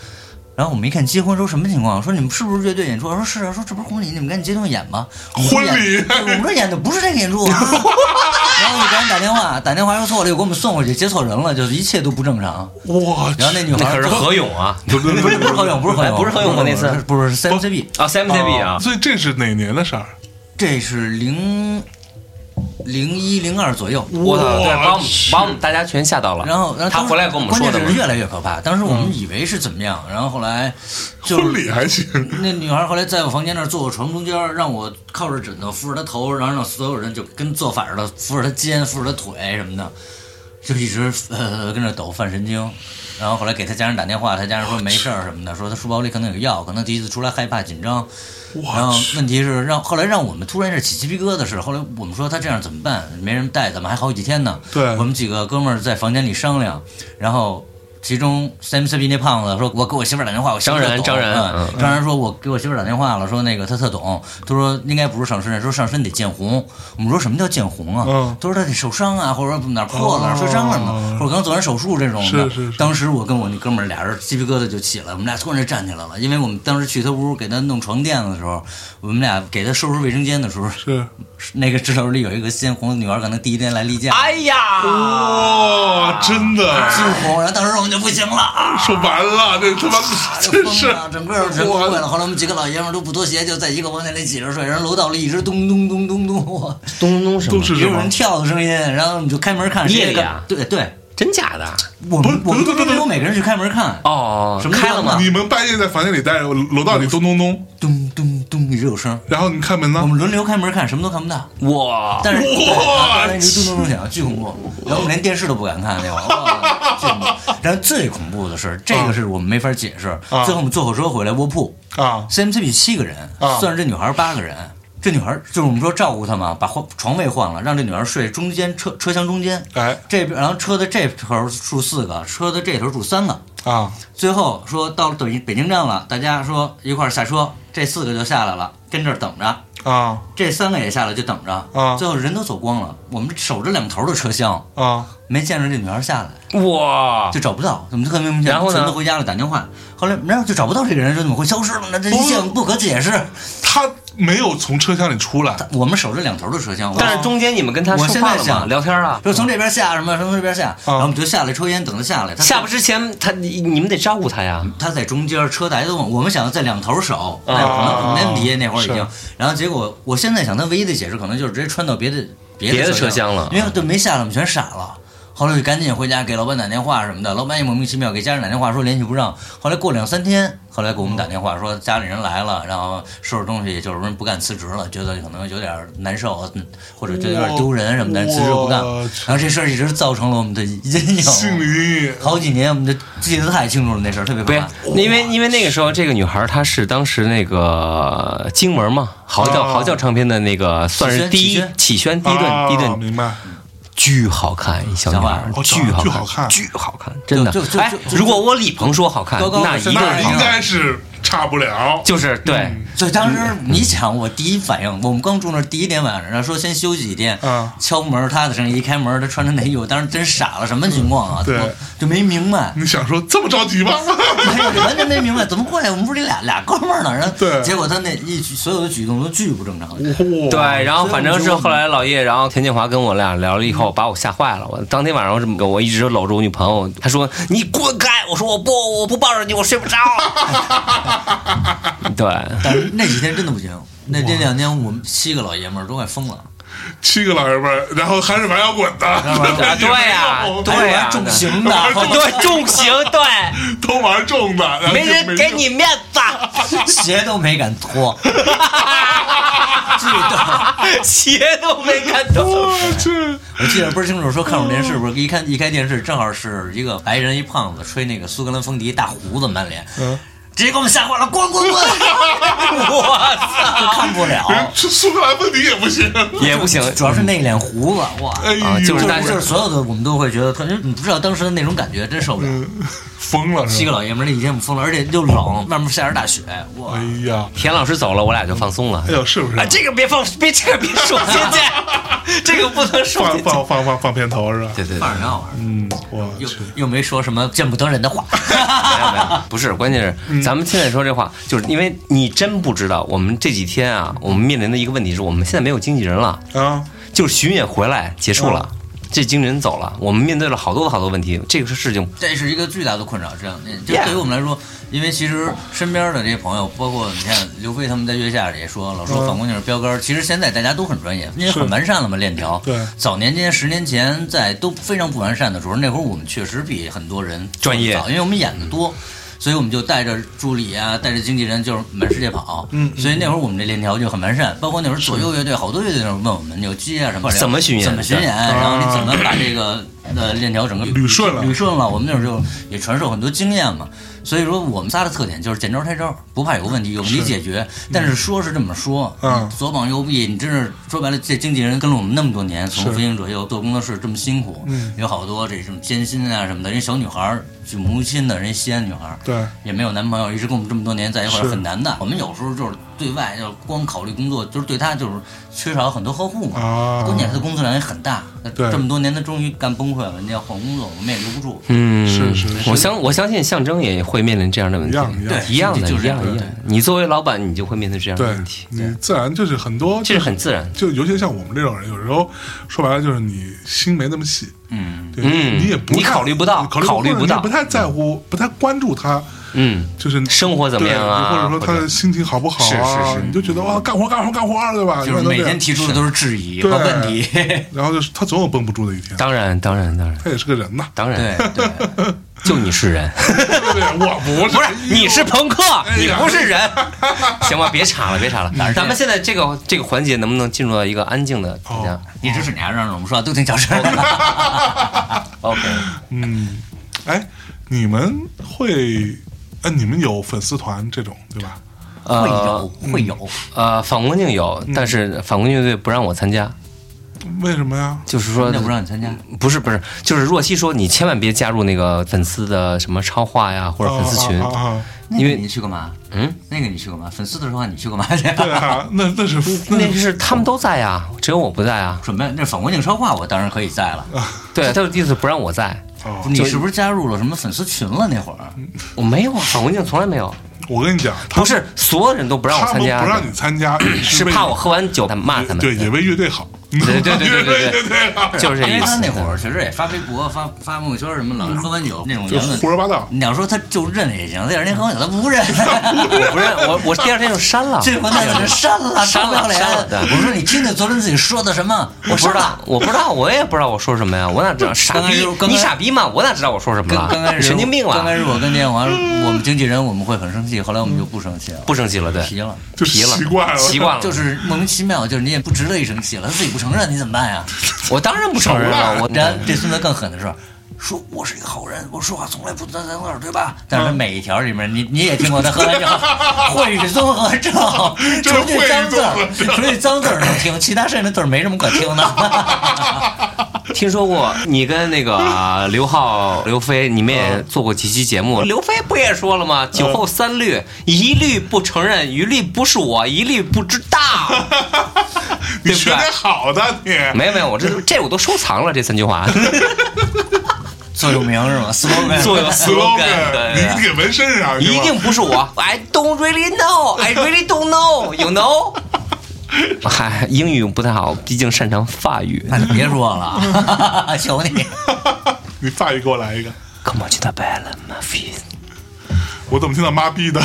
Speaker 4: 然后我们一看结婚，说什么情况？说你们是不是乐队演出？说是啊，说这不是婚礼，你们赶紧接团演吧。
Speaker 1: 婚礼
Speaker 4: 我们这演的不是这个演 出啊。然后就赶紧打电话，打电话又错了，又给我们送回去，接错人了，就是一切都不正常。
Speaker 1: 我去
Speaker 4: 然后那女孩
Speaker 2: 那可
Speaker 4: 儿
Speaker 2: 是何勇啊
Speaker 1: 不不
Speaker 4: 不是 不是何勇，不是何勇，
Speaker 2: 不是何勇吧那次
Speaker 4: 不是 CMCB，
Speaker 2: 啊，Sam TV 啊，
Speaker 1: 所以这是哪年的事儿？
Speaker 4: 这是零零一零二左右。
Speaker 2: 我操，对，把我们
Speaker 1: 去
Speaker 2: 把我们大家全吓到了。
Speaker 4: 哦然后，然后
Speaker 2: 他
Speaker 4: 当时
Speaker 2: 回来跟我们说
Speaker 4: 关
Speaker 2: 的嗯
Speaker 4: 键
Speaker 2: 嘛
Speaker 4: 是越来越可怕。当时我们以为是怎么样，然后后来就是
Speaker 1: 婚礼还行，
Speaker 4: 那女孩后来在我房间那儿坐我床中间儿，让我靠着枕头扶着她头，然后让所有人就跟做法似的扶着她肩、扶着她腿什么的，就一直呃跟着抖犯神经。然后后来给她家人打电话，她家人说没事儿什么的，说她书包里可能有药，可能第一次出来害怕紧张。然
Speaker 1: 我
Speaker 4: 后
Speaker 1: 去，
Speaker 4: 问题是让后来让我们突然是起鸡皮疙瘩是，后来我们说他这样怎么办？没人带，咱们还好几天呢。
Speaker 1: 对
Speaker 4: 我们几个哥们儿在房间里商量，然后其中 Sam s p i n 那胖子说：“我给我媳妇儿打电话，我媳妇儿
Speaker 2: 张然
Speaker 4: 特懂
Speaker 2: 张然
Speaker 4: 嗯张然说：“我给我媳妇儿打电话了，说那个她特懂，她说应该不是上身，说上身得见红。”我们说什么叫见红啊？
Speaker 1: 嗯
Speaker 4: 她说她得受伤啊，或者说哪儿破了、哪儿摔伤了
Speaker 1: 哦
Speaker 4: 嘛，或者刚做完手术这种的。
Speaker 1: 是是是
Speaker 4: 当时我跟我那哥们儿俩人鸡皮疙瘩就起来了，我们俩突然就站起来了，因为我们当时去他屋给他弄床垫子的时候，我们俩给他收拾卫生间的时候，
Speaker 1: 是
Speaker 4: 那个指导里有一个鲜红的女孩，可能第一天来例假，
Speaker 2: 哎呀，
Speaker 1: 哇，真的
Speaker 4: 惊红，然后当时我们就不行了啊。
Speaker 1: 说完了，这他妈
Speaker 4: 就
Speaker 1: 真
Speaker 4: 疯
Speaker 1: 是
Speaker 4: 啊 了，整个人崩溃了。后来我们几个老爷们儿都不脱鞋，就在一个房间里挤着睡，然后楼道里一直咚咚咚咚咚，哇，
Speaker 2: 咚咚什
Speaker 1: 都是
Speaker 4: 也
Speaker 1: 什
Speaker 4: 有人
Speaker 1: 么？
Speaker 4: 跳的声音。然后我们就开门看，
Speaker 2: 夜
Speaker 4: 谁
Speaker 2: 里啊
Speaker 4: 对对，
Speaker 2: 真假的？
Speaker 4: 我们
Speaker 1: 不
Speaker 4: 我
Speaker 1: 是
Speaker 4: 们都
Speaker 1: 不是
Speaker 4: 没
Speaker 1: 不
Speaker 4: 有
Speaker 1: 是
Speaker 4: 每个人去开门看，
Speaker 2: 哦，
Speaker 4: 什么
Speaker 2: 开了吗？
Speaker 1: 你们半夜在房间里待着，楼道里咚咚咚，
Speaker 4: 咚咚咚，一直有声。
Speaker 1: 然后你看门
Speaker 4: 我
Speaker 1: 呢？
Speaker 4: 们轮流开门看，什么都看不到，
Speaker 2: 哇，
Speaker 4: 但是
Speaker 1: 啊哇
Speaker 4: 对啊当然一直咚咚咚响，巨恐怖。然后我们连电视都不敢看那会儿哇，巨恐怖。然后最恐怖的是，这个是我们没法解释。
Speaker 1: 啊
Speaker 4: 最后我们坐火车回来卧铺，
Speaker 2: 嗯
Speaker 1: 啊
Speaker 4: CMCP 七个人，
Speaker 1: 啊
Speaker 4: 算是这女孩儿八个人。这女孩儿就是我们说照顾她嘛，把换床位换了，让这女孩儿睡中间车车厢中间。
Speaker 1: 哎
Speaker 4: 这边然后车的这头住四个，车的这头住三个。
Speaker 1: 啊！
Speaker 4: 最后说到了北北京站了，大家说一块儿下车，这四个就下来了，跟这儿等着。
Speaker 1: 啊
Speaker 4: 这三个也下来就等着。
Speaker 1: 啊
Speaker 4: 最后人都走光了，我们守着两头的车厢，
Speaker 1: 啊！
Speaker 4: 没见着这女孩儿下来。
Speaker 2: 哇，
Speaker 4: 就找不到，怎么特别明显？
Speaker 2: 然后呢
Speaker 4: 全都回家了，打电话，后来然后就找不到这个人，说怎么会消失了呢？这一切不可解释。
Speaker 1: 他没有从车厢里出来，
Speaker 4: 我们守着两头的车厢，我
Speaker 2: 但是中间你们跟他
Speaker 4: 我
Speaker 2: 说
Speaker 4: 现
Speaker 2: 话
Speaker 4: 在
Speaker 2: 了吗？
Speaker 4: 想
Speaker 2: 聊天啊？
Speaker 4: 说从这边下什么，从这边下，然后我们就下来抽烟，等他下来。他
Speaker 2: 下不之前，他你你们得照顾他呀。
Speaker 4: 他在中间，车大家都往我们想在两头守，
Speaker 2: 啊
Speaker 4: 哎，可能没问题，那会儿已
Speaker 1: 是
Speaker 4: 经。然后结果，我现在想，他唯一的解释可能就是直接穿到别的
Speaker 2: 别的
Speaker 4: 的
Speaker 2: 车厢了
Speaker 4: 因为都没下来，我们全傻了。后来就赶紧回家给老板打电话什么的，老板也莫名其妙给家人打电话说联系不上。后来过两三天，后来给我们打电话说家里人来了，然后收拾东西，就是说不干辞职了，觉得可能有点难受，嗯或者觉得有点丢人什么的，
Speaker 1: 我
Speaker 4: 辞职不干
Speaker 1: 我去。
Speaker 4: 然后这事儿一直造成了我们的阴影，
Speaker 1: 心理阴影。
Speaker 4: 好几年，我们就记得太清楚了，那事儿特别
Speaker 2: 不
Speaker 4: 可
Speaker 2: 是
Speaker 4: 怕。，
Speaker 2: 因为因为那个时候这个女孩她是当时那个京文嘛，嚎叫
Speaker 1: 啊
Speaker 2: 嚎叫唱片的那个算是第
Speaker 4: 哦启
Speaker 2: 一
Speaker 4: 轩
Speaker 2: 启轩第一顿第一
Speaker 1: 啊
Speaker 2: 顿
Speaker 1: 明白？
Speaker 2: 巨好看，一小女孩
Speaker 4: 小
Speaker 1: 花儿
Speaker 2: 巨好
Speaker 1: 巨好看
Speaker 2: 巨好看，真的
Speaker 4: 就就。就
Speaker 2: 哎
Speaker 4: 就，就
Speaker 2: 如果我李鹏说好看
Speaker 4: 高，高
Speaker 2: 那
Speaker 4: 的
Speaker 2: 一
Speaker 4: 身
Speaker 2: 定
Speaker 4: 材嗯
Speaker 1: 那
Speaker 2: 是好
Speaker 1: 应
Speaker 2: 看，
Speaker 1: 该是差不了。
Speaker 2: 就是对。
Speaker 4: 所以当时你想，我第一反应，我们刚住那儿第一天晚上，然后说先休息几天，
Speaker 1: 嗯
Speaker 4: 敲门，他的声音，一开门，他穿着内衣，我当时真傻了，什么情况啊？
Speaker 1: 对，
Speaker 4: 我就没明白
Speaker 1: 你想说这么着 急吗？
Speaker 4: 没有完全没明白，怎么过来？我们 不是俩俩哥们儿呢？然后
Speaker 1: 对
Speaker 4: 结果他那一举所有的举动都巨不正常。
Speaker 1: 对
Speaker 2: 对，然后反正是后来老叶，然后田建华跟我俩聊了以后，把我吓坏了。我当天晚上我这么我一直搂着我女朋友，她说你滚开，我说我不我不抱着你我睡不 着。 对，
Speaker 4: 但是那几天真的不行，那那两天我们七个老爷们儿都快疯了，
Speaker 1: 七个老爷们儿，然后还是玩摇滚的，
Speaker 2: 啊对呀对
Speaker 1: 啊
Speaker 4: 还有
Speaker 2: 呀
Speaker 4: 玩重型的，
Speaker 1: 玩重型
Speaker 2: 对重刑， 对，
Speaker 1: 都玩重的，然后就
Speaker 2: 没人给 你面 子，
Speaker 4: 鞋都没敢脱， 巨逗。
Speaker 2: 鞋都没看到。
Speaker 1: 我去，
Speaker 4: 我记得倍儿清楚，说看会儿电视，我一看一开电视，正好是一个白人一胖子吹那个苏格兰风笛，大胡子满脸，直接给我们吓坏了，滚滚滚！ 我操，就看不了
Speaker 1: 人，吃苏格兰问题也不 行。
Speaker 2: 也不行
Speaker 4: 主要是那脸胡子，哇！
Speaker 1: 哎呦，
Speaker 2: 啊就是大
Speaker 4: 就是就是所有的我们都会觉得特，你不知道当时的那种感觉，真受不了。
Speaker 1: 疯了
Speaker 4: 七
Speaker 1: 是
Speaker 4: 个
Speaker 1: 吧？
Speaker 4: 老爷们儿那几天我们疯了，而且又冷，外面下着大雪，哇！
Speaker 1: 哎呀，
Speaker 2: 田老师走了，我俩就放松了
Speaker 1: 哎。呦，是不是？
Speaker 2: 啊，这个别放，别这个别说进 去，这个不能说
Speaker 1: 放
Speaker 2: 进去。
Speaker 1: 放放放放片头是吧？
Speaker 2: 对对对
Speaker 4: 玩。儿闹玩儿，
Speaker 1: 嗯，我
Speaker 4: 又
Speaker 1: 去，
Speaker 4: 又没说什么见不得人的话。
Speaker 2: 没有没有，不是，关键
Speaker 1: 嗯
Speaker 2: 是咱们现在说这话，就是因为你真不知道，我们这几天啊，我们面临的一个问题是我们现在没有经纪人了，
Speaker 1: 啊，
Speaker 2: 就是巡演回来结束了，
Speaker 1: 嗯
Speaker 2: 这经纪人走了，我们面对了好多的好多问题，这个事情
Speaker 4: 这是一个巨大的困扰，这两天就
Speaker 2: Yeah
Speaker 4: 对于我们来说，因为其实身边的这些朋友，包括你看刘飞他们在月下里也说了，说
Speaker 1: 嗯
Speaker 4: 反光镜标杆儿，其实现在大家都很专业，因为很完善了嘛，链条。
Speaker 1: 对
Speaker 4: 早年间十年前在都非常不完善的时候，那会儿我们确实比很多人
Speaker 2: 专业
Speaker 4: 早因为我们演的多。所以我们就带着助理啊，带着经纪人，就是满世界跑。
Speaker 1: 嗯嗯
Speaker 4: 所以那会儿我们这链条就很完善，包括那会儿左右乐队好多乐队那会儿问我们有机啊什么的
Speaker 2: 怎么巡演
Speaker 4: 怎么巡演，
Speaker 1: 对
Speaker 4: 然后你怎么把这个呃链条整个
Speaker 1: 捋顺了
Speaker 4: 捋顺了。我们那时候就也传授很多经验嘛，所以说我们仨的特点就是见招拆招，不怕有个问题，勇于解决。但是说是这么说，
Speaker 1: 嗯
Speaker 4: 左膀右臂，你真是说白了，这经纪人跟了我们那么多年，从
Speaker 1: 是嗯
Speaker 4: 飞行者又做工作室这么辛苦，有好多这什么艰辛啊什么的，人家小女孩儿举母亲的，人家西安女孩儿，
Speaker 1: 对
Speaker 4: 也没有男朋友，一直跟我们这么多年在一块儿
Speaker 1: 是
Speaker 4: 很难的。我们有时候就是对外就是光考虑工作，就是对他就是缺少很多呵护嘛。
Speaker 1: 啊
Speaker 4: 关键是他工作量也很大，那
Speaker 1: 对
Speaker 4: 这么多年他终于干崩溃了，人家换工作，我们也留不住。
Speaker 2: 嗯，
Speaker 1: 是是是
Speaker 2: 我相我相信象征也会面临这样的问
Speaker 1: 一
Speaker 2: 题
Speaker 1: 样一样，
Speaker 4: 对
Speaker 2: 一样的，
Speaker 4: 就
Speaker 2: 一
Speaker 4: 是这样
Speaker 2: 样
Speaker 4: 的
Speaker 2: 一样的。你作为老板，你就会面对这样的
Speaker 1: 对
Speaker 2: 问题，
Speaker 1: 你自然就是很多，
Speaker 2: 这是很自然。
Speaker 1: 就尤其像我们这种人，有时候说白了就是你心没那么细，
Speaker 4: 嗯，
Speaker 1: 对
Speaker 2: 嗯
Speaker 1: 你也不
Speaker 2: 你
Speaker 1: 太
Speaker 2: 考虑不到
Speaker 1: 考虑
Speaker 2: 考虑
Speaker 1: 或者
Speaker 2: 不
Speaker 1: 你也
Speaker 2: 到
Speaker 1: 不太在乎，不太关注他，
Speaker 2: 嗯，
Speaker 1: 就是
Speaker 2: 生活怎么样啊
Speaker 1: 对或者说
Speaker 2: 或者
Speaker 1: 他的心情好不好啊？
Speaker 2: 是是是
Speaker 1: 你就觉得哇，干活干活干活，对吧？
Speaker 4: 就是每天
Speaker 1: 一般都这样
Speaker 4: 提出的都是质疑和
Speaker 1: 对
Speaker 4: 问题。 对
Speaker 1: 然后就是他总有绷不住的一天，
Speaker 2: 当然，当然，当然，。
Speaker 1: 他也是个人呐
Speaker 2: 当然，
Speaker 4: 对，
Speaker 2: 就你是人，
Speaker 1: 对不对？ 我不是，
Speaker 2: 不是你是朋克，
Speaker 1: 哎
Speaker 2: 你
Speaker 1: 呀
Speaker 2: 不是人。行吧，别岔了，别岔了。咱们现在这个这个环节能不能进入到一个安静的大家
Speaker 1: 哦
Speaker 4: 一直是你还让我们说，都挺小声儿的。
Speaker 2: ？OK，
Speaker 1: 嗯，哎，你们会，哎，你们有粉丝团这种对吧？
Speaker 4: 会
Speaker 2: 呃
Speaker 4: 有会有，
Speaker 2: 呃，反光镜有，
Speaker 1: 嗯
Speaker 2: 但是反光镜队不让我参加，
Speaker 1: 为什么呀？
Speaker 2: 就是说
Speaker 4: 那不让你参加。
Speaker 2: 不是不是，就是若曦说你千万别加入那个粉丝的什么超话呀，或者粉丝群
Speaker 1: 啊，啊啊啊
Speaker 2: 因
Speaker 4: 那
Speaker 2: 为
Speaker 4: 个你去干嘛？
Speaker 2: 嗯，
Speaker 4: 那个你去干嘛？粉丝的说话你去干嘛去？
Speaker 1: 对啊，那那是
Speaker 2: 那是他们都在呀，只有我不在啊。
Speaker 4: 准备那反光镜超话，我当然可以在了。
Speaker 2: 对，他的意思不让我在，
Speaker 1: 哦，
Speaker 4: 你是不是加入了什么粉丝群了？那会儿
Speaker 2: 我没有啊，反光镜从来没有，
Speaker 1: 我跟你讲，他
Speaker 2: 不是所有人都不让我
Speaker 1: 他们
Speaker 2: 参加
Speaker 1: 不
Speaker 2: 的
Speaker 1: 让，你参加，也
Speaker 2: 是
Speaker 1: 为
Speaker 2: 怕我喝完酒他们骂他们。
Speaker 1: 对，也为乐队好，对
Speaker 2: 对对对对对
Speaker 1: 乐队好，
Speaker 2: 就是这
Speaker 4: 因为
Speaker 2: 意
Speaker 4: 哎他
Speaker 2: 思。嗯
Speaker 4: 那会儿确实也发微博、发发朋友圈什么，老是喝完酒那种
Speaker 1: 就
Speaker 4: 言论
Speaker 1: 胡。说八道。
Speaker 4: 你要说他就认也行，他要是那喝完酒他不认，
Speaker 2: 我不认我，我第二天就删了。
Speaker 4: 这回那就是删了，
Speaker 2: 删了
Speaker 4: 大不
Speaker 2: 删了
Speaker 4: 脸
Speaker 2: 对
Speaker 4: 我说你听听昨天自己说的什么，
Speaker 2: 我不
Speaker 4: 删
Speaker 2: 知道
Speaker 4: 了。，
Speaker 2: 我不知道，我也不知道我说什么呀，我哪知道？傻
Speaker 4: 刚开
Speaker 2: 逼
Speaker 4: 始刚，开
Speaker 2: 你
Speaker 4: 始
Speaker 2: 傻逼吗？我哪知道我说什么
Speaker 4: 跟
Speaker 2: 了？
Speaker 4: 刚开始
Speaker 2: 啊神经病
Speaker 4: 刚开
Speaker 2: 了，
Speaker 4: 始我跟建华，我们经纪人我们会很生气，后来我们就不生气了，
Speaker 2: 不生气了，对，
Speaker 4: 皮了。
Speaker 1: 就
Speaker 2: 皮了，
Speaker 1: 习惯了
Speaker 2: 习惯了，
Speaker 4: 就是莫名其妙，就是你也不值得一生气了，他自己不承认，你怎么办呀？
Speaker 2: 我当然不承认
Speaker 4: 啊
Speaker 2: 了，我
Speaker 4: 然后这孙子更狠的是，说我是一个好人，我说话从来不三三二，对吧？但
Speaker 1: 嗯
Speaker 4: 是他每一条里面，你你也听过他喝完酒会语综合症，
Speaker 1: 这是
Speaker 4: 除去脏字
Speaker 1: 会
Speaker 4: 儿
Speaker 1: 语，
Speaker 4: 除去脏字儿能听，其他剩下的字儿没什么可听的。
Speaker 2: 听说过你跟那个 刘浩、刘飞，你们也做过几期节目。刘飞不也说了吗？酒后三律，一律不承认，一律不是我，一律不知 道。
Speaker 1: 你
Speaker 2: 对不
Speaker 1: 学
Speaker 2: 对
Speaker 1: 点好的，你
Speaker 2: 没有没有，我这这我都收藏了这三句 话，
Speaker 4: 座右铭是吗？斯文文。
Speaker 2: 做有 slogan，
Speaker 1: slogan，
Speaker 2: 对
Speaker 1: 你给纹身上，
Speaker 2: 一定不是我。I don't really know, I really don't know, you know。嗨，哎英语不太好，毕竟擅长法 语。
Speaker 4: 那哎就别说了， 求你。
Speaker 1: 你法语给我来一个，
Speaker 2: Come on to the bed, my feet。
Speaker 1: 我怎么听到妈逼的？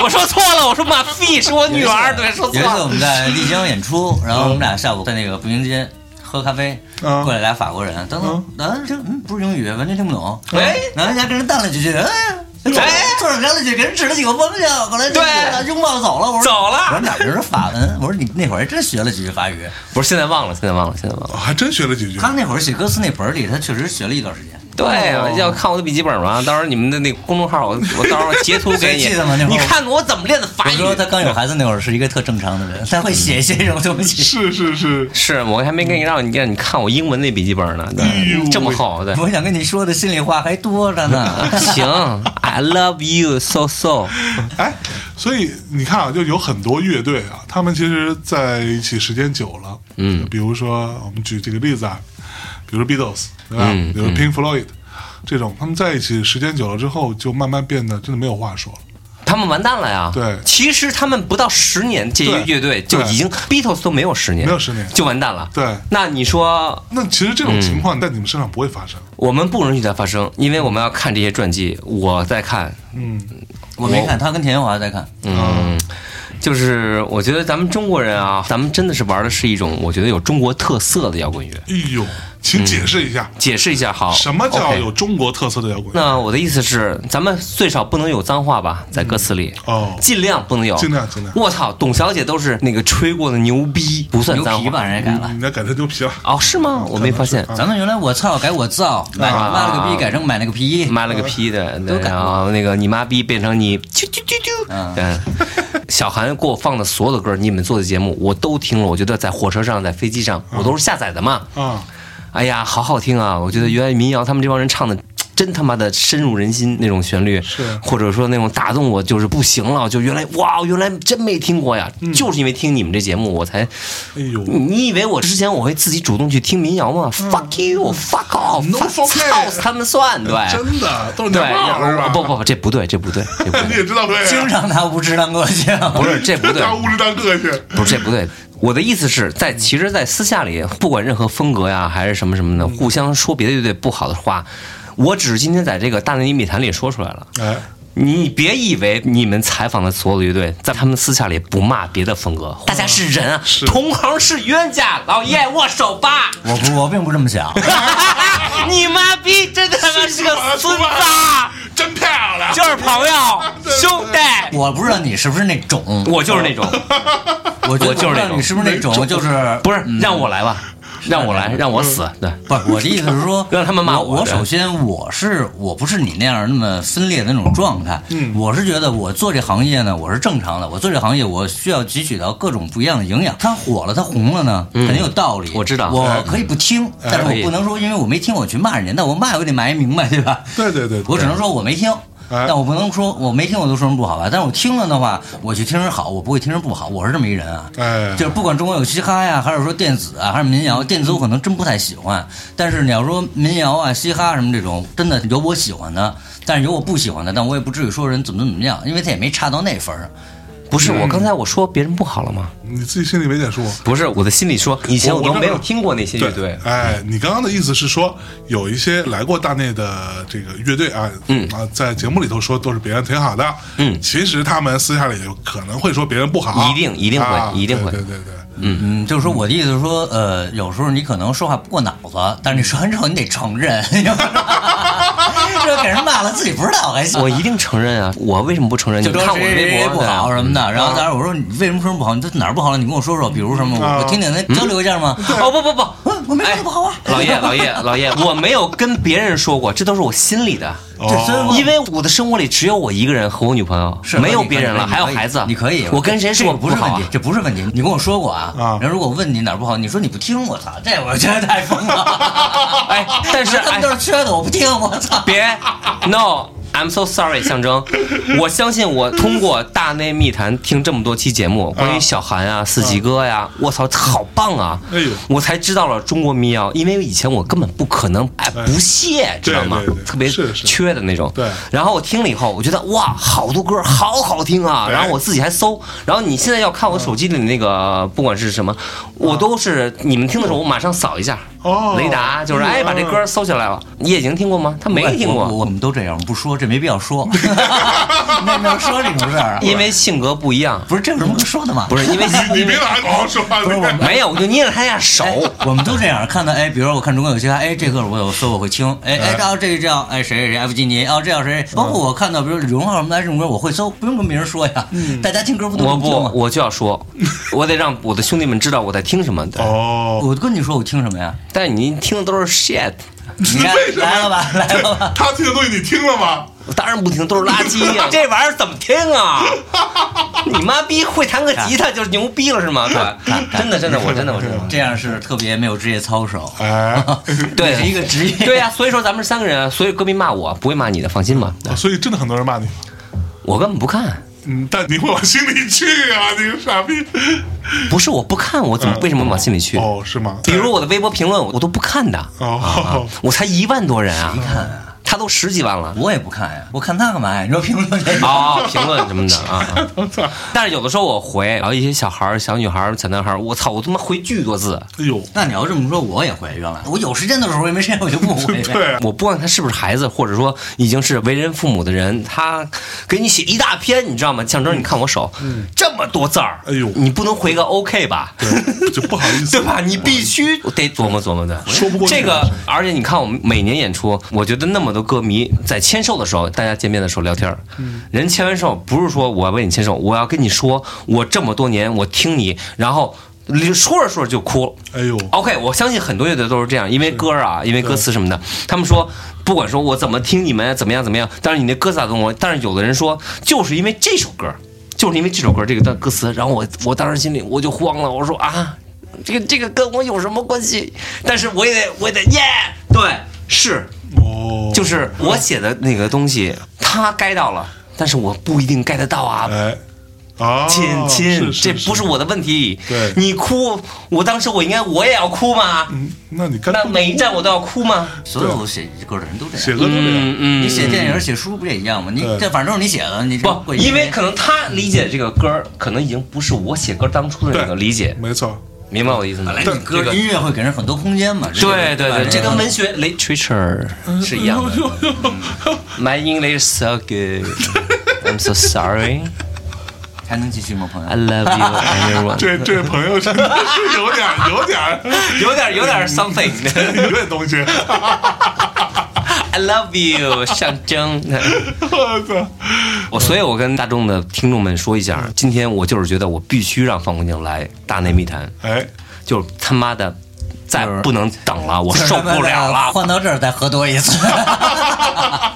Speaker 2: 我说错了，我说 my feet 是我女 儿，对，说错
Speaker 4: 有一次我
Speaker 2: 了。
Speaker 4: 们在丽江演出，然后我们俩下午在那个步行街喝咖啡，
Speaker 1: 嗯
Speaker 4: 过来俩法国人，等等，啊，这嗯不是英语，完全听不懂。
Speaker 2: 哎
Speaker 4: 然后人家跟人淡了几句，哎，坐着聊了几句，给人指了几个方向，后来就
Speaker 2: 对
Speaker 4: 拥抱走了。我说
Speaker 2: 走了
Speaker 4: 我说俩人是法文，我说你那会儿还真学了几句法语。
Speaker 2: 不是，现在忘了，现在忘了，现在忘了。
Speaker 1: 我还真学了几句
Speaker 4: 他。那会儿写歌词那本儿里，他确实学了一段时间。
Speaker 2: 对啊，要看我的笔记本
Speaker 1: 哦
Speaker 2: 吗？到时候你们的那个公众号，我我到时候截图给 你
Speaker 4: 记得吗那，会
Speaker 2: 你
Speaker 4: 儿
Speaker 2: 看我怎么练的
Speaker 4: 我
Speaker 2: 法语。
Speaker 4: 说他刚有孩子那会儿是一个特正常的人，他会写一些这种东西。
Speaker 1: 是是是，
Speaker 2: 是我还没给你让你让你看我英文那笔记本呢，
Speaker 1: 哎呦
Speaker 2: 对，这么厚，对。
Speaker 4: 我想跟你说的心里话还多着呢。
Speaker 2: 行，I love you so so。
Speaker 1: 哎，所以你看啊，就有很多乐队啊，他们其实在一起时间久了，
Speaker 2: 嗯
Speaker 1: 比如说我们举几个例子啊，比如 Beatles，对吧？
Speaker 2: 嗯
Speaker 1: 比如 Pink Floyd，、这种他们在一起时间久了之后，就慢慢变得真的没有话说了。
Speaker 2: 他们完蛋了呀！
Speaker 1: 对
Speaker 2: 其实他们不到十年，这
Speaker 1: 对
Speaker 2: 些乐队就已经 Beatles 都没有十年，
Speaker 1: 没有10年
Speaker 2: 就完蛋了。
Speaker 1: 对
Speaker 2: 那你说
Speaker 1: 那其实这种情
Speaker 2: 嗯
Speaker 1: 况在你们身上不会发生，
Speaker 2: 我们不允许它发生，因为我们要看这些传记，我在看，
Speaker 1: 嗯，
Speaker 4: 我没看，他跟田华在看。
Speaker 1: 哦
Speaker 2: 嗯，就是我觉得咱们中国人啊，咱们真的是玩的是一种我觉得有中国特色的摇滚乐。
Speaker 1: 哎呦，请解释一下，
Speaker 2: 解释一下好。
Speaker 1: 什么叫
Speaker 2: 嗯 OK
Speaker 1: 有中国特色的摇滚乐？
Speaker 2: 那我的意思是，咱们最少不能有脏话吧，在歌词里，
Speaker 1: 哦
Speaker 2: 尽量不能有，
Speaker 1: 尽量尽量
Speaker 2: 我操，董小姐都是那个吹过的牛逼，不算
Speaker 4: 牛
Speaker 2: 脏
Speaker 4: 皮吧，
Speaker 2: 话。
Speaker 4: 人家改了。
Speaker 1: 你那改成牛皮了。
Speaker 2: 哦，是吗？我没发现，
Speaker 1: 啊
Speaker 4: 咱们原来我操改我造，买
Speaker 2: 啊
Speaker 4: 卖了个逼改成买了个皮，
Speaker 1: 嗯
Speaker 2: 妈了个批的，对
Speaker 4: 都改
Speaker 2: 然后那个你妈逼变成你啾啾啾啾。
Speaker 4: 嗯
Speaker 2: 对， 小韩给我放的所有的歌，你们做的节目我都听了，我觉得在火车上、在飞机上，我都是下载的嘛。
Speaker 1: 啊，
Speaker 2: 哎呀，好好听啊！我觉得原来民谣他们这帮人唱的。真他妈的深入人心那种旋律，
Speaker 1: 是
Speaker 2: 或者说那种打动我，就是不行了，就原来哇，原来真没听过呀，就是因为听你们这节目我才，
Speaker 1: 嗯哎呦
Speaker 2: 你以为我之前我会自己主动去听民谣吗？Fuck you，fuck
Speaker 1: 嗯 No
Speaker 2: off，fuck
Speaker 1: fuck it
Speaker 2: house，他们算对，
Speaker 1: 真的都是
Speaker 2: 对
Speaker 1: 娘炮儿是吧？
Speaker 2: 不不不，这不对，这不对，这不
Speaker 1: 你
Speaker 2: 对，啊
Speaker 1: 也知道对，
Speaker 4: 经常拿无知当过去。
Speaker 2: 不是这不对，
Speaker 1: 当物质当个性，
Speaker 2: 不是这不对。我的意思是在，其实，在私下里，不管任何风格呀，还是什么什么的，互相说别的乐队不好的话，我只是今天在这个大内密密谈里说出来了。
Speaker 1: 哎，
Speaker 2: 你别以为你们采访的所有的乐队，在他们私下里不骂别的风格，大家是人啊，
Speaker 1: 是
Speaker 2: 同行是冤家，老爷握手 吧。
Speaker 4: 我不，我并不这么 想。
Speaker 2: 你妈逼，真他妈是个孙子，啊
Speaker 1: 真漂亮，
Speaker 2: 就是朋 友兄弟，
Speaker 4: 我不知道你是不是那种，
Speaker 2: 我就是那种。
Speaker 4: 我
Speaker 2: 我就是
Speaker 4: 不知
Speaker 2: 那
Speaker 4: 道
Speaker 2: 种
Speaker 4: 你是不是那种，就是
Speaker 2: 不是让我来吧，让我来，让我死。对，，
Speaker 4: 不是我的意思是说
Speaker 2: 让他们骂我
Speaker 4: 我。
Speaker 2: 对
Speaker 4: 首先我是我不是你那样那么分裂的那种状态，
Speaker 2: 嗯
Speaker 4: 我是觉得我做这行业呢，我是正常的。我做这行业，我需要汲取到各种不一样的营养。它火了，它红了呢，肯定有道理。
Speaker 2: 嗯我知道嗯
Speaker 4: 我可以不听，但是
Speaker 2: 可以
Speaker 4: 我不能说因为我没听我去骂人家，那我骂我得骂人明白，对吧？
Speaker 1: 对对对对
Speaker 4: 我只能说我没听。
Speaker 1: 哎
Speaker 4: 但我不能说我没听我都说人不好吧，但是我听了的话，我去听人好，我不会听人不好，我是这么一人啊。
Speaker 2: 嗯
Speaker 1: 哎
Speaker 4: 就是不管中国有嘻哈呀，还是说电子啊，还是民谣，电子我可能真不太喜欢。但是你要说民谣啊、嘻哈什么这种，真的有我喜欢的，但是有我不喜欢的，但我也不至于说人怎么怎么样，因为他也没差到那份儿上。
Speaker 2: 不是我刚才我说别人不好了吗？
Speaker 1: 你自己心里没点数。
Speaker 2: 不是我的心里说，以前
Speaker 1: 我
Speaker 2: 我都
Speaker 1: 我
Speaker 2: 没有听过那些乐队。
Speaker 1: 哎，你刚刚的意思是说，有一些来过大内的这个乐队啊，嗯啊，在节目里头说都是别人挺好的，嗯，其实他们私下里有可能会说别人不好，
Speaker 2: 一定一定会
Speaker 1: 啊
Speaker 2: 一定会
Speaker 1: 对对对对，
Speaker 4: 嗯，就是说我的意思是说，呃，有时候你可能说话不过脑子，但是你说完之后你得承认， 就是给人骂了自己不知道还行。
Speaker 2: 我一定承认啊！我为什么不承认？你
Speaker 4: 就说
Speaker 2: 看我的
Speaker 4: 谁谁
Speaker 2: 微
Speaker 4: 谁
Speaker 2: 博嗯
Speaker 4: 不好什么的，然后
Speaker 1: 啊
Speaker 4: 当时我说你为什么说不好？你这哪儿不好了？你跟我说说，比如什
Speaker 2: 嗯
Speaker 4: 么，我我听听，咱交流一下吗？
Speaker 2: 对啊哦不不不，
Speaker 4: 我我没说不好啊
Speaker 2: 哎老爷老 爷老爷，我没有跟别人说过，这都是我心里的。
Speaker 4: 这真
Speaker 1: 哦，
Speaker 2: 因为我的生活里只有我一个人和我女朋友，
Speaker 4: 是
Speaker 2: 没有
Speaker 4: 你可以
Speaker 2: 别人了，
Speaker 4: 你可
Speaker 2: 还
Speaker 4: 以
Speaker 2: 有孩子。
Speaker 4: 你可以。
Speaker 2: 我跟谁说
Speaker 4: 这不是
Speaker 2: 好
Speaker 4: 问
Speaker 2: 啊。
Speaker 4: 题？，这不是问题。你跟我说过啊。
Speaker 1: 啊
Speaker 4: 然后如果我问你哪儿不好，你说你不听，我操，这我觉得太疯了
Speaker 2: 哎但是
Speaker 4: 他们都是缺的，我不听，我 操。
Speaker 2: 别，no。I'm so sorry，象征。我相信我通过《大内密谈》听这么多期节目，关于小韩啊、四季哥呀、我操，好棒啊！
Speaker 1: 哎呦
Speaker 2: 我才知道了中国民谣，因为以前我根本不可能，哎，
Speaker 1: 哎
Speaker 2: 不屑，知道吗
Speaker 1: 对对对？
Speaker 2: 特别
Speaker 1: 是是
Speaker 2: 缺的那种。
Speaker 1: 对
Speaker 2: 然后我听了以后，我觉得哇，好多歌好好听啊！
Speaker 1: 哎
Speaker 2: 然后我自己还搜，然后你现在要看
Speaker 1: 嗯
Speaker 2: 我手机里那个，不管是什么，我都是你们听的时候，我马上扫一下。
Speaker 1: 哦
Speaker 2: 雷达就是哎，把这歌搜下来了。叶莹听过吗？她没听
Speaker 4: 我我
Speaker 2: 过，
Speaker 4: 我们都这样，不说这没必要 说，没必要说这种事 儿啊。
Speaker 2: 因为性格不一样，
Speaker 4: 不是这有什么可说的吗？
Speaker 2: 不是因为
Speaker 1: 你别拿好好说话，
Speaker 4: 不是我们
Speaker 2: 没有，我就捏着他俩手。
Speaker 4: 哎我们都这样看到，哎，比如说我看中国有嘻哈，哎，这歌我有搜我会听，哎哎，然后这个叫哎谁谁谁，F 基尼，哦这样谁，包括我看到比如李荣浩什么的这种歌，我会搜，不用跟别人说呀，大家听嗯歌不都
Speaker 2: 我
Speaker 4: 能
Speaker 2: 不
Speaker 4: 听吗，？
Speaker 2: 我就要说， 我得让我的兄弟们知道我在听什么。对，
Speaker 1: 哦，
Speaker 4: 我跟你说我听什 么呀？
Speaker 2: 但你听的都是 shit，
Speaker 4: 你看
Speaker 1: 为什么
Speaker 4: 来了吧， 来了吧，
Speaker 1: 他听的东西你听了吗？
Speaker 2: 我当然不听，都是垃圾呀、 这玩意儿怎么听啊？ 你妈逼会弹个吉他就是牛逼了是吗？对，真的真的，我真的我真的。
Speaker 4: 这样是特别没有职业操守，
Speaker 1: 哎，
Speaker 2: 啊对
Speaker 4: 你是一个职业，
Speaker 2: 对呀、所以说咱们三个人，所以歌迷骂我不会骂你的，放心吧。对
Speaker 1: 所以真的很多人骂你，
Speaker 2: 我根本不看，
Speaker 1: 嗯，但你会往心里去啊，你个傻逼。
Speaker 2: 不是我不看，我怎么为什么往心里去？
Speaker 1: 哦，是吗？
Speaker 2: 比如我的微博评论，我都不看的，
Speaker 1: 哦，
Speaker 2: 我才一万多人啊！他都十几万了。
Speaker 4: 我也不看呀，我看他干嘛呀？你说评论这个，
Speaker 2: 啊、评论什么的 啊，啊但是有的时候我回，然后一些小孩儿、小女孩儿、小男孩儿，我操，我他妈回巨多字，
Speaker 1: 哎呦，
Speaker 4: 那你要这么说，我也回原来，我有时间的时候也没时间，我就不 回
Speaker 1: 对啊，
Speaker 2: 我不管他是不是孩子，或者说已经是为人父母的人，他给你写一大篇，你知道吗？象征，你看我手，这么多字儿，
Speaker 1: 嗯哎呦
Speaker 2: 你不能回个 OK 吧？
Speaker 1: 对就不好 意思，
Speaker 2: 对吧？你必须得琢磨琢磨的，
Speaker 1: 说不过去
Speaker 2: 这个。而且你啊看，我们每年演出，我觉得那么多歌迷在签售的时候，大家见面的时候聊天儿，人签完售不是说我要为你签售，我要跟你说，我这么多年我听你，然后说着说着就哭了。
Speaker 1: 哎呦，
Speaker 2: OK，我相信很多乐队都是这样，因为歌儿啊，因为歌词什么的，他们说不管说我怎么听你们怎么样怎么样，但是你那歌词打动我。但是有的人说，就是因为这首歌，就是因为这首歌这个的歌词，然后我我当时心里我就慌了，我说啊，这个这个跟我有什么关系？但是我也得我也得耶对，是
Speaker 1: 哦，
Speaker 2: 就是我写的那个东西，他该到了，但是我不一定 get 得到啊，
Speaker 1: 哎，啊，
Speaker 2: 亲亲，
Speaker 1: 是是
Speaker 2: 这不是
Speaker 1: 是，
Speaker 2: 我的问题。
Speaker 1: 对
Speaker 2: 你哭，我当时我应该我也要哭吗？
Speaker 1: 嗯那你干
Speaker 2: 那
Speaker 1: 脆
Speaker 2: 每一站我都要哭吗？
Speaker 4: 所有写歌的人都这样。
Speaker 1: 写歌都这样，
Speaker 2: 嗯
Speaker 4: 你写电影、写书不也一样吗？你
Speaker 1: 对
Speaker 4: 这反正是你写的，你这
Speaker 2: 不，
Speaker 4: 过
Speaker 2: 因为可能他理解这个歌儿，可能已经不是我写歌当初的那个理解，
Speaker 1: 没错，
Speaker 2: 明白我的意思吗？
Speaker 4: 你歌
Speaker 2: 这个
Speaker 4: 音乐会给人很多空间嘛。
Speaker 2: 对对对，这跟
Speaker 4: 跟
Speaker 2: 文学 literature 是一样的。My English so good, I'm so sorry,
Speaker 4: 还能继续吗，朋
Speaker 2: I
Speaker 4: 友？
Speaker 2: love you, everyone。
Speaker 1: 这这位朋友真的是有点儿有点儿
Speaker 2: 有点有点 something，I
Speaker 1: 有点东西，
Speaker 2: love you，象征。
Speaker 1: 我操，
Speaker 2: 我哦所以，我跟大众的听众们说一下，今天我就是觉得我必须让范姑娘来大内密谈，
Speaker 1: 哎，
Speaker 2: 就是他妈的，再
Speaker 4: 就是
Speaker 2: 不能等了，我受不了了。
Speaker 4: 换到这儿再喝多一次。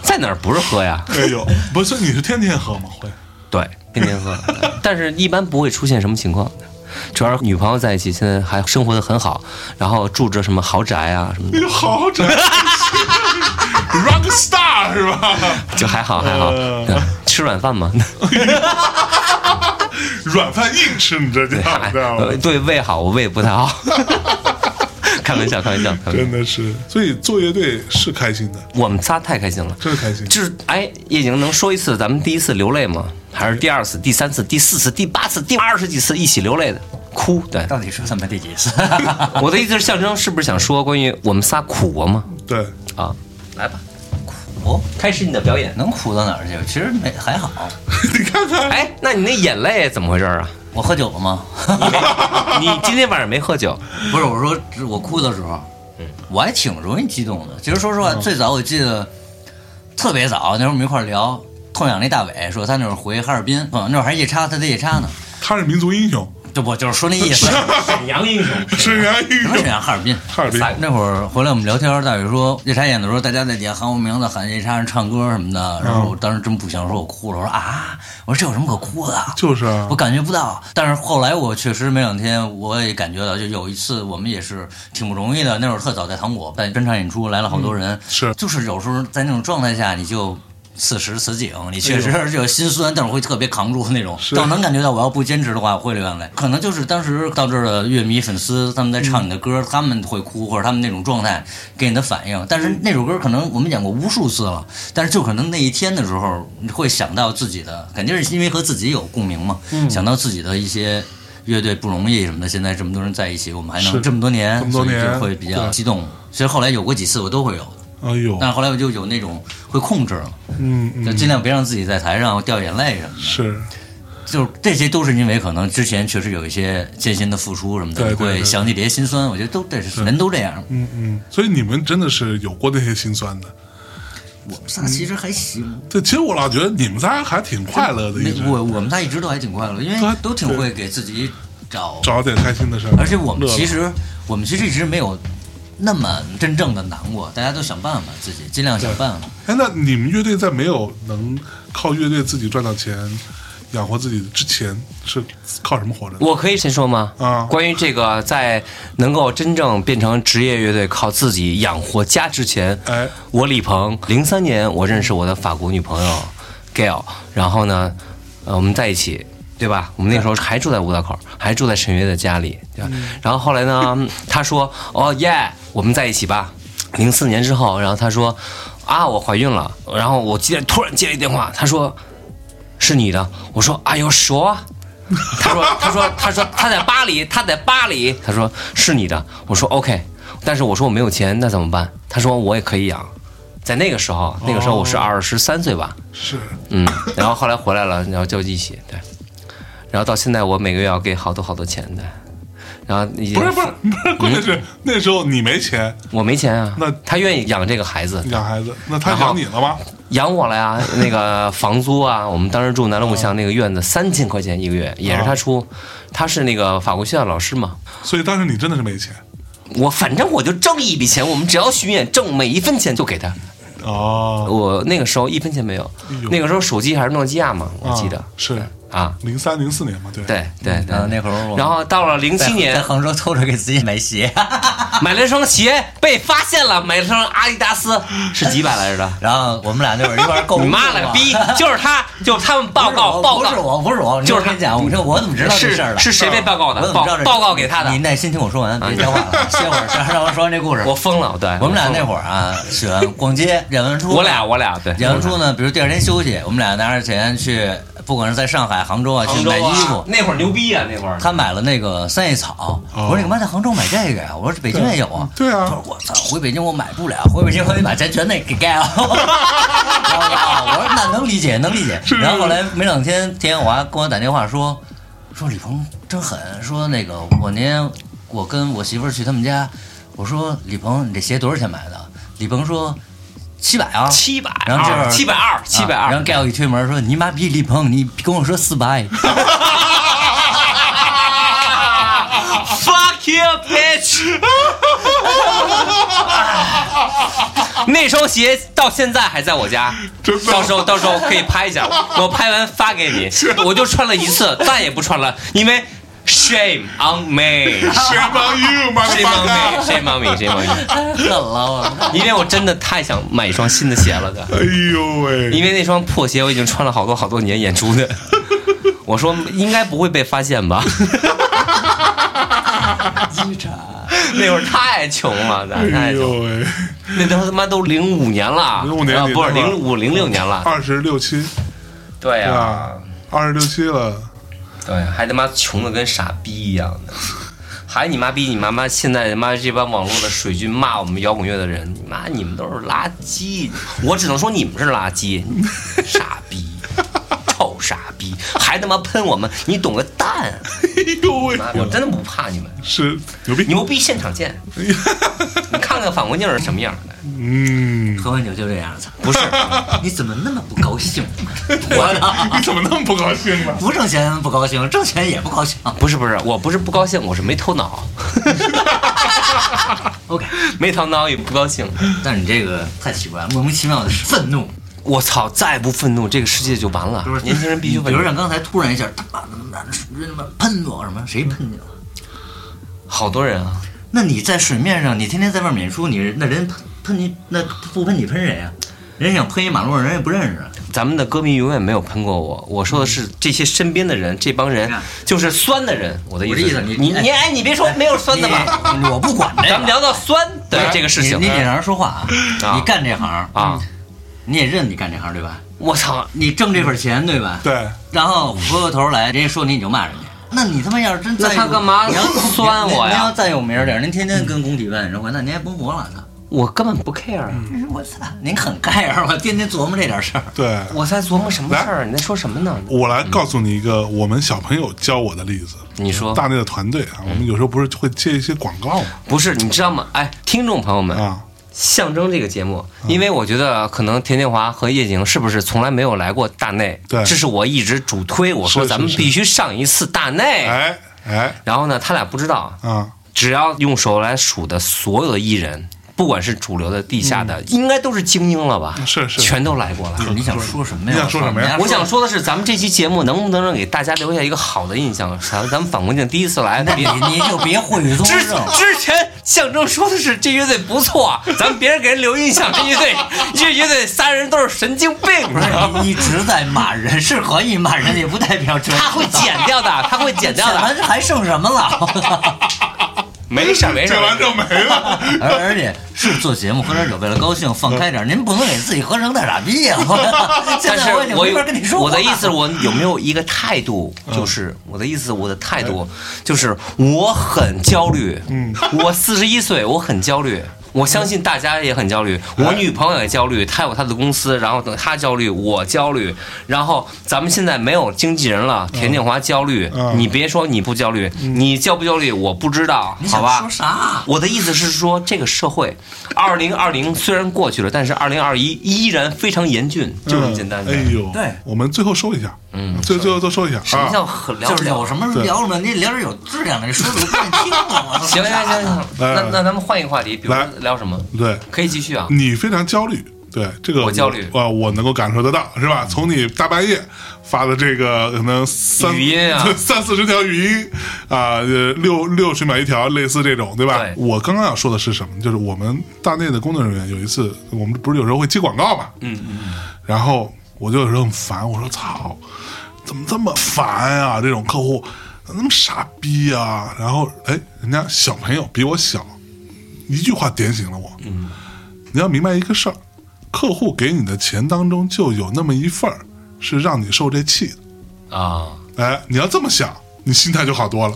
Speaker 2: 在哪儿不是喝呀？
Speaker 1: 哎呦，不是你是天天喝吗？会，
Speaker 2: 对，天天喝，但是一般不会出现什么情况。主要是女朋友在一起，现在还生活的很好，然后住着什么豪宅啊什么的，
Speaker 1: 你好好整 ，rock star 是吧？
Speaker 2: 就还好还好。
Speaker 1: 呃
Speaker 2: 对吃软饭嘛，
Speaker 1: 软饭硬吃，你这叫
Speaker 2: 还
Speaker 1: 知道吗？
Speaker 2: 呃 对胃好，我胃不太好。 开玩笑，开玩笑，开玩笑
Speaker 1: 真。的是，所以做乐队是开心的，
Speaker 2: 我们仨太开心了，
Speaker 1: 真是开心。
Speaker 2: 就是哎，叶景能说一次咱们第一次流泪吗？还是第二次、第三次、第四次、第八次、第二十几次一起流泪的哭？对，
Speaker 4: 到底说他妈第几次？
Speaker 2: 我的意思是，象征是不是想说关于我们仨苦过吗？
Speaker 1: 对，
Speaker 2: 啊，来吧，
Speaker 4: 哦，
Speaker 2: 开始你的表演。
Speaker 4: 能哭到哪儿去？其实没还好。
Speaker 1: 你看看，
Speaker 2: 哎，那你那眼泪怎么回事啊？
Speaker 4: 我喝酒了吗？
Speaker 2: 你今天晚上没喝酒？
Speaker 4: 不是，我说我哭的时候，我还挺容易激动的。其实说实
Speaker 1: 嗯
Speaker 4: 话，最早我记得特别早，那时候我们一块儿聊，痛痒那大伟说他那会儿回哈尔滨，嗯，那会儿还夜叉，他在夜叉呢，
Speaker 1: 他是民族英雄，
Speaker 4: 这不就是说那意 思？
Speaker 2: 沈阳英雄。
Speaker 1: 沈阳英
Speaker 4: 什么沈
Speaker 1: 雄，
Speaker 4: 阳哈尔滨？
Speaker 1: 哎哈尔滨，
Speaker 4: 那会儿回来我们聊天，大伟说夜叉演的时候，大家在底下喊我名字，喊夜叉人唱歌什么的。然
Speaker 1: 嗯
Speaker 4: 后我当时真不想说我哭了，我说啊，我说这有什么可哭的？
Speaker 1: 就是啊
Speaker 4: 我，感觉不到。但是后来我确实没两天，我也感觉到，就有一次我们也是挺不容易的。那会儿特早在糖果办专场演出，来了好多人，
Speaker 1: 是
Speaker 4: 就是有时候在那种状态下，你就。此时此景，你确实是有心酸，但是会特别扛住那种。
Speaker 1: 哎是
Speaker 4: 但我能感觉到，我要不坚持的话，我会流眼泪。可能就是当时到这儿的乐迷粉丝，他们在唱你的歌，他们会哭，或者他们那种状态给你的反应。但
Speaker 1: 嗯
Speaker 4: 是那首歌可能我们演过无数次了，但是就可能那一天的时候，你会想到自己的，肯定是因为和自己有共鸣嘛，
Speaker 1: 嗯
Speaker 4: 想到自己的一些。乐队不容易什么的，现在这么多人在一起，我们还
Speaker 1: 是
Speaker 4: 能这么多年，
Speaker 1: 这么多年
Speaker 4: 所以就会比较
Speaker 1: 对
Speaker 4: 激动。其实后来有过几次我都会有，
Speaker 1: 哎呦，
Speaker 4: 但是后来我就有那种会控制了，
Speaker 1: 嗯
Speaker 4: 就
Speaker 1: 嗯，
Speaker 4: 尽量别让自己在台上掉眼泪什么的。
Speaker 1: 是，
Speaker 4: 就是这些都是因为可能之前确实有一些艰辛的付出什么的，
Speaker 1: 对
Speaker 4: 你
Speaker 1: 对
Speaker 4: 会
Speaker 1: 对
Speaker 4: 想起这些心酸。我觉得都这是人都这样。
Speaker 1: 嗯嗯，所以你们真的是有过那些心酸的。
Speaker 4: 我们仨其实还行，
Speaker 1: 对，其实我老觉得你们仨还挺快乐的，一直
Speaker 4: 那我我们仨一直都还挺快乐，因
Speaker 1: 嗯对
Speaker 4: 为都挺会给自己找
Speaker 1: 找点开心的事儿。
Speaker 4: 而且我们
Speaker 1: 乐了
Speaker 4: 其实我们其实一直没有那么真正的难过，大家都想办法自己尽量想办法。
Speaker 1: 哎，那你们乐队在没有能靠乐队自己赚到钱养活自己之前，是靠什么活着的？
Speaker 2: 我可以先说吗？
Speaker 1: 啊
Speaker 2: 关于这个，在能够真正变成职业乐队，靠自己养活家之前，
Speaker 1: 哎
Speaker 2: 我李鹏，零三年我认识我的法国女朋友 Gail，然后呢，呃，我们在一起，对吧？我们那时候还住在五道口，还住在沈月的家里，对吧？
Speaker 1: 嗯
Speaker 2: 然后后来呢，他说，哦耶，我们在一起吧。零四年之后，然后他说。啊，我怀孕了。然后我接突然接了一电话，他说是你的，我说哎呦说。他 说：“他说，他说他在巴黎，他在巴黎。”他说：“是你的。”我说：“OK。”但是我说我没有钱，那怎么办？他说：“我也可以养。”在那个时候，那个时候
Speaker 1: 哦
Speaker 2: 我是二十三岁吧，
Speaker 1: 是
Speaker 2: 嗯，然后后来回来了，然后就一起对，然后到现在我每个月要给好多好多钱对，然后已经
Speaker 1: 不是不是不是？关键是、那时候你没钱
Speaker 2: 我没钱啊，
Speaker 1: 那
Speaker 2: 他愿意养这个孩子，
Speaker 1: 养孩子，那他
Speaker 2: 然后
Speaker 1: 养你了吗？
Speaker 2: 养我 了呀，那个房租啊，我们当时住南锣鼓巷那个院子，三千块钱一个月也是
Speaker 1: 哦
Speaker 2: 他出，他是那个法国学校老师嘛，
Speaker 1: 所以当时你真的是没钱
Speaker 2: 我反正我就挣一笔钱，我们只要巡演挣每一分钱就给他，
Speaker 1: 哦。
Speaker 2: 我那个时候一分钱没有
Speaker 1: 哎呦，
Speaker 2: 那个时候手机还是诺基亚嘛，我记得
Speaker 1: 啊、是
Speaker 2: 啊，
Speaker 1: 零三零四年嘛，对，
Speaker 2: 对对对
Speaker 4: 啊，那会儿我
Speaker 2: 然后到了零
Speaker 4: 在
Speaker 2: 七年
Speaker 4: 在，杭州偷着给自己买鞋，
Speaker 2: 买了一双鞋，被发现了，买了双阿迪达斯，是几百来着的？
Speaker 4: 然后我们俩那会儿一块儿购物
Speaker 2: 你
Speaker 4: 嘛。
Speaker 2: 妈了个逼！就是他，就是他们报告报
Speaker 4: 啊不是
Speaker 2: 告，
Speaker 4: 我，不是我，你
Speaker 2: 就是
Speaker 4: 我跟
Speaker 2: 他
Speaker 4: 你讲，我这我怎么知道这事儿
Speaker 2: 是
Speaker 4: 的？嗯
Speaker 2: 是谁被报告
Speaker 4: 我
Speaker 2: 的？
Speaker 4: 怎么
Speaker 2: 报
Speaker 4: 知道这
Speaker 2: 报告给他的嗯
Speaker 4: 你。耐心听我说完，别讲话了，歇会儿， 让让我说完这故事。
Speaker 2: 我疯了，对，
Speaker 4: 我们俩
Speaker 2: 疯了
Speaker 4: 那会儿啊，喜欢逛街，演完出，
Speaker 2: 我俩我俩对，
Speaker 4: 演完出呢，比如第二天休息，我们俩拿着钱去，不管是在上海、杭州啊，去
Speaker 2: 杭州
Speaker 4: 买衣
Speaker 2: 啊
Speaker 4: 服，。
Speaker 2: 那会儿牛逼啊，那会儿
Speaker 4: 他买了那个三叶草，
Speaker 1: 哦
Speaker 4: 我说你干嘛在杭州买这个呀？我说北京也有啊。
Speaker 1: 对啊
Speaker 4: 他说我操，回北京我买不了，回北京我得把钱全得给盖了。 然后我说那能理解，能理解。然后后来没两天，田小华跟我打电话说，说李鹏真狠，说那个我那天我跟我媳妇儿去他们家，我说李鹏你这鞋多少钱买的？李鹏说七百啊，
Speaker 2: 七百
Speaker 4: 然后这会
Speaker 2: 二，
Speaker 4: 儿
Speaker 2: 七百二，七百
Speaker 4: 啊然后
Speaker 2: 二。
Speaker 4: 盖我一推门说你妈逼李鹏，你跟我说四百。
Speaker 2: Fuck you, bitch！那双鞋到现在还在我家，
Speaker 1: 真的
Speaker 2: 到时候到时候可以拍 一下，我拍完发给你。我就穿了一次，再也不穿了，因为 shame on me，shame
Speaker 1: 谁帮 you 吗？
Speaker 2: on me，shame on me，shame on me，
Speaker 4: 狠了我！
Speaker 2: 因为我真的太想买一双新的鞋了的。
Speaker 1: 哎呦喂！
Speaker 2: 因为那双破鞋我已经穿了好多好多年演出的， 我说应该不会被发现吧。那会儿太穷了，咱
Speaker 1: 哎
Speaker 2: 太
Speaker 1: 呦
Speaker 2: 穷，
Speaker 1: 喂，
Speaker 2: 那都他妈都零五年了，
Speaker 1: 05年
Speaker 2: 啊
Speaker 1: 你
Speaker 2: 不是
Speaker 1: 那会儿
Speaker 2: 零五零六年了，
Speaker 1: 二十六七对
Speaker 2: 对啊
Speaker 1: 啊
Speaker 2: 呀、
Speaker 1: 吧？二十六七了，
Speaker 2: 对，
Speaker 1: 哎
Speaker 2: 还他妈穷的跟傻逼一样的， 还你妈逼你妈妈！现在他妈这帮网络的水军骂我们摇滚乐的人，你妈你们都是垃圾，我只能说你们是垃圾， 傻逼，臭傻逼，还他妈喷我们，你懂个蛋！
Speaker 1: 哎呦喂，
Speaker 2: 妈我真的不怕你们，
Speaker 1: 是牛逼！
Speaker 2: 牛逼现场 见，你看看反光镜是什么样的。
Speaker 1: 嗯，
Speaker 4: 喝完酒就这样子，不是？ 你怎么那么不高兴？啊
Speaker 1: 你怎么那么不高兴呢？
Speaker 4: 不挣钱不高兴，挣钱也不高兴。
Speaker 2: 不是不是，我不是不高兴，我是没 头脑，
Speaker 4: OK，
Speaker 2: 没头脑也不高兴。
Speaker 4: 但是你这个太奇怪了，莫名其妙的愤怒，
Speaker 2: 我操！再不愤怒，这个世界就完了
Speaker 4: 不。是
Speaker 2: 年轻人必须
Speaker 4: 比
Speaker 2: 愤
Speaker 4: 如
Speaker 2: 怒。
Speaker 4: 像刚才突然一下，他妈的他妈喷我什么？谁喷你了？啊
Speaker 2: 好多人啊，
Speaker 4: 那你在水面上，你天天在外面演出，你那人喷喷你，那不喷你喷谁啊？人家想喷一马路上，人也不认识。啊
Speaker 2: 咱们的歌迷永远没有喷过我。我说的是这些身边的人，这帮人
Speaker 4: 你看
Speaker 2: 就是酸的人。我的意
Speaker 4: 我的意思
Speaker 2: 是
Speaker 4: 你
Speaker 2: 你
Speaker 4: 哎
Speaker 2: 你哎，你别说没有酸的吧？
Speaker 4: 你哎我不管这 个。
Speaker 2: 咱们聊到酸的这个事情
Speaker 4: 你你得让人嗯说话啊！
Speaker 2: 啊
Speaker 4: 你干这行，
Speaker 2: 啊，
Speaker 4: 你也认你干这行对吧？
Speaker 2: 我操！
Speaker 4: 你挣这份钱对吧？。
Speaker 1: 对，
Speaker 4: 然后回过头来，人家说你，你就骂人家。那你他妈要是真
Speaker 2: 那
Speaker 4: 再
Speaker 2: 他
Speaker 4: 有
Speaker 2: 干嘛
Speaker 4: 你要
Speaker 2: 酸我呀
Speaker 4: 您要再有名儿点儿，您天天跟工体办人会，那您还甭活了呢。
Speaker 2: 我根本不 care，啊
Speaker 4: 我操，您很盖儿，啊我天天琢磨这点事儿。
Speaker 1: 对，
Speaker 2: 我在琢磨什么事儿？你在说什么呢？
Speaker 1: 我来告诉你一个我们小朋友教我的例子。
Speaker 2: 你说
Speaker 1: 大内的团队
Speaker 2: 嗯
Speaker 1: 啊，我们有时候不是会接一些广告嘛？
Speaker 2: 不是？你知道吗？哎，听众朋友们，
Speaker 1: 啊，
Speaker 2: 象征这个节目，
Speaker 1: 嗯
Speaker 2: 因为我觉得可能田建华和叶景是不是从来没有来过大内？
Speaker 1: 对
Speaker 2: 这是我一直主推，我说
Speaker 1: 是
Speaker 2: 咱们
Speaker 1: 是
Speaker 2: 必须上一次大内。
Speaker 1: 哎哎
Speaker 2: 然后呢，他俩不知道，
Speaker 1: 啊，
Speaker 2: 只要用手来数的所有的艺人，不管是主流的、地下的，应该都是精英了吧？
Speaker 1: 嗯是嗯是
Speaker 2: 全都来过了。
Speaker 4: 你想说什么呀？
Speaker 1: 你想说什么呀
Speaker 2: 我想说的是，咱们这期节目能不能让给大家留下一个好的印象？咱咱们反光镜第一次 来，
Speaker 4: 那
Speaker 2: 别
Speaker 4: 你你就别秽语宗
Speaker 2: 之
Speaker 4: 正。
Speaker 2: 之前象征说的是这乐队不 错，咱们别人给人留印象，这乐 队这乐队仨人都是神经病，
Speaker 4: 不是你一直在骂人，是可以骂人，也不代表这。
Speaker 2: 他会剪掉的，他会剪掉
Speaker 4: 剪
Speaker 2: 的，
Speaker 4: 完还剩什么了？
Speaker 2: 没事儿没事
Speaker 1: 这
Speaker 2: 儿。
Speaker 1: 完就没了。
Speaker 4: 而而且是做节目喝点酒为了高兴放开点，您不能给自己喝成大傻逼呀！ 现
Speaker 2: 但是
Speaker 4: 在我已经
Speaker 2: 我
Speaker 4: 没法跟你说话
Speaker 2: 我的意思，我有没有一个态度？就是我的意思，我的态度就是我很焦虑。嗯， 我四十一岁，我很焦虑。我相信大家也很焦虑，我女朋友也焦虑，她有她的公司，然后等她焦虑，我焦虑，然后咱们现在没有经纪人了，田建华焦虑，
Speaker 1: 嗯
Speaker 2: 你别说你不焦虑，你焦不焦虑我不知道，
Speaker 4: 你
Speaker 2: 好
Speaker 4: 想
Speaker 2: 吧？
Speaker 4: 说啥？
Speaker 2: 我的意思是说，这个社会，二零二零虽然过去了，但是二零二一依然非常严峻，就这么简单的。
Speaker 1: 哎呦，
Speaker 4: 对
Speaker 1: 我们最后收一下，嗯，最最后都收一下
Speaker 2: 什么叫
Speaker 1: 啊。
Speaker 2: 很聊？
Speaker 4: 就是有什么聊什么，你聊点有质量的，你说的我不能听了。我都
Speaker 2: 行行行行，
Speaker 1: 来
Speaker 2: 那那咱们换一个话题，比如
Speaker 1: 哎来
Speaker 2: 聊什么？
Speaker 1: 对
Speaker 2: 可以继续啊。
Speaker 1: 你非常焦虑，对这个
Speaker 2: 我焦虑嗯
Speaker 1: 啊，我能够感受得到，是吧？从你大半夜发的这个可能三
Speaker 2: 语音啊
Speaker 1: 三四十条语音啊，呃六六十秒一条，类似这种，对吧？
Speaker 2: 对
Speaker 1: 我刚刚要说的是什么？就是我们大内的工作人员有一次，我们不是有时候会接广告嘛，嗯嗯，然后我就有时候很烦，啊我说操，怎么这么烦啊？这种客户怎么那么傻逼啊？然后哎，人家小朋友比我小，一句话点醒了我，嗯，你要明白一个事儿，客户给你的钱当中就有那么一份儿是让你受这气的。
Speaker 2: 啊，
Speaker 1: 哎，你要这么想，你心态就好多了，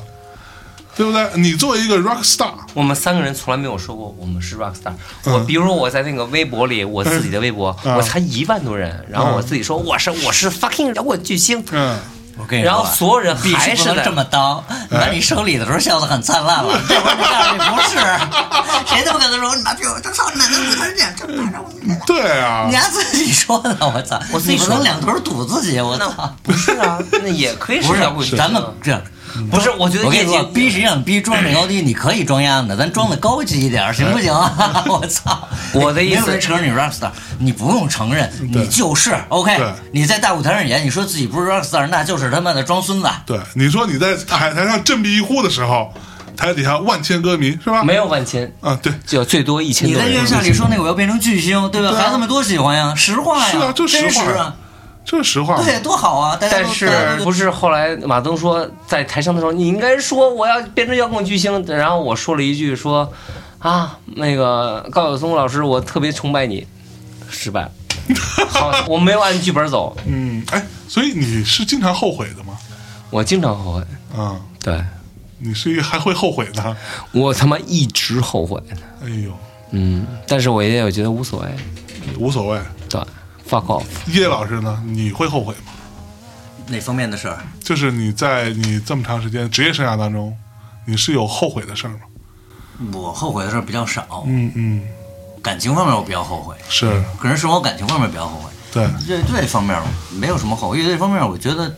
Speaker 1: 对不对？你作为一个 rock star，
Speaker 2: 我们三个人从来没有说过我们是 rock star。我比如说我在那个微博里，我自己的微博，
Speaker 1: 嗯
Speaker 2: 我才一万多人，然后
Speaker 1: 嗯
Speaker 2: 我自己说我是我是 fucking 摇滚巨星，
Speaker 1: 嗯，
Speaker 4: 我跟你说
Speaker 2: 然
Speaker 4: 啊，哎
Speaker 2: 后所有人
Speaker 4: 必须
Speaker 2: 还
Speaker 4: 不
Speaker 2: 是
Speaker 4: 能
Speaker 2: 在
Speaker 4: 这么当。拿你收礼的时候笑得很灿烂了，这会儿你告诉你不是，谁他妈跟他说你妈逼我这操你奶奶，我才是这样，这哪让我奶奶？
Speaker 1: 对啊
Speaker 4: 你，还自己说的，我操！
Speaker 2: 我自己
Speaker 4: 你不
Speaker 2: 说的
Speaker 4: 能两头堵自己，我操！
Speaker 2: 不是啊，那也可以
Speaker 4: 不
Speaker 2: 摇滚
Speaker 4: 是，
Speaker 2: 巨星啊。
Speaker 4: 咱们这样。
Speaker 2: 不是，我觉得
Speaker 4: 我跟
Speaker 2: 业
Speaker 4: 你
Speaker 2: 绩
Speaker 4: 说，逼实际上逼装这高低，你可以装样的，咱装的高级一点，行不行？啊 我操！
Speaker 2: 我的意思
Speaker 4: 没有人承认你是 rock star，你不用承认，你就是 OK
Speaker 1: 对。
Speaker 4: 你在大舞台上演，你说自己不是 rock star，那就是他妈的装孙子。
Speaker 1: 对，你说你在台台上振臂一呼的时候，台底下万千歌迷是吧？
Speaker 2: 没有万千，
Speaker 1: 啊，对，
Speaker 2: 就最多一千
Speaker 4: 你
Speaker 2: 多
Speaker 4: 在
Speaker 2: 人。
Speaker 4: 院校里说那我要变成巨星，对吧？
Speaker 1: 对啊
Speaker 4: 孩子们多喜欢呀，实话呀，
Speaker 1: 是啊，这实
Speaker 4: 真
Speaker 1: 话
Speaker 4: 实
Speaker 1: 呀
Speaker 4: 啊，，
Speaker 1: 这实话。
Speaker 4: 对，多好啊！大家 都
Speaker 2: 但 是
Speaker 4: 大家都
Speaker 2: 不是后来马东说在台上的时候，你应该说我要变成摇滚巨星，然后我说了一句说啊，那个高晓松老师，我特别崇拜你，失 败了。好，我没有按剧本走，
Speaker 1: 嗯，哎，所以你是经常后悔的吗？
Speaker 2: 我经常后悔。
Speaker 1: 啊，
Speaker 2: 对
Speaker 1: 你是一个还会后悔的。
Speaker 2: 我他妈一直后悔，
Speaker 1: 哎呦，
Speaker 2: 嗯，但是我也有觉得无所谓，
Speaker 1: 无所谓。
Speaker 2: 对，fuck off。
Speaker 1: 叶老师呢？你会后悔吗？
Speaker 4: 哪方面的事儿？
Speaker 1: 就是你在你这么长时间职业生涯当中，你是有后悔的事儿吗？
Speaker 4: 我后悔的事儿比较少，
Speaker 1: 嗯嗯，
Speaker 4: 感情方面我比较后悔，
Speaker 1: 是
Speaker 4: 个人生活感情方面比较后悔。
Speaker 1: 对，
Speaker 4: 乐队方面没有什么后悔，乐队方面我觉得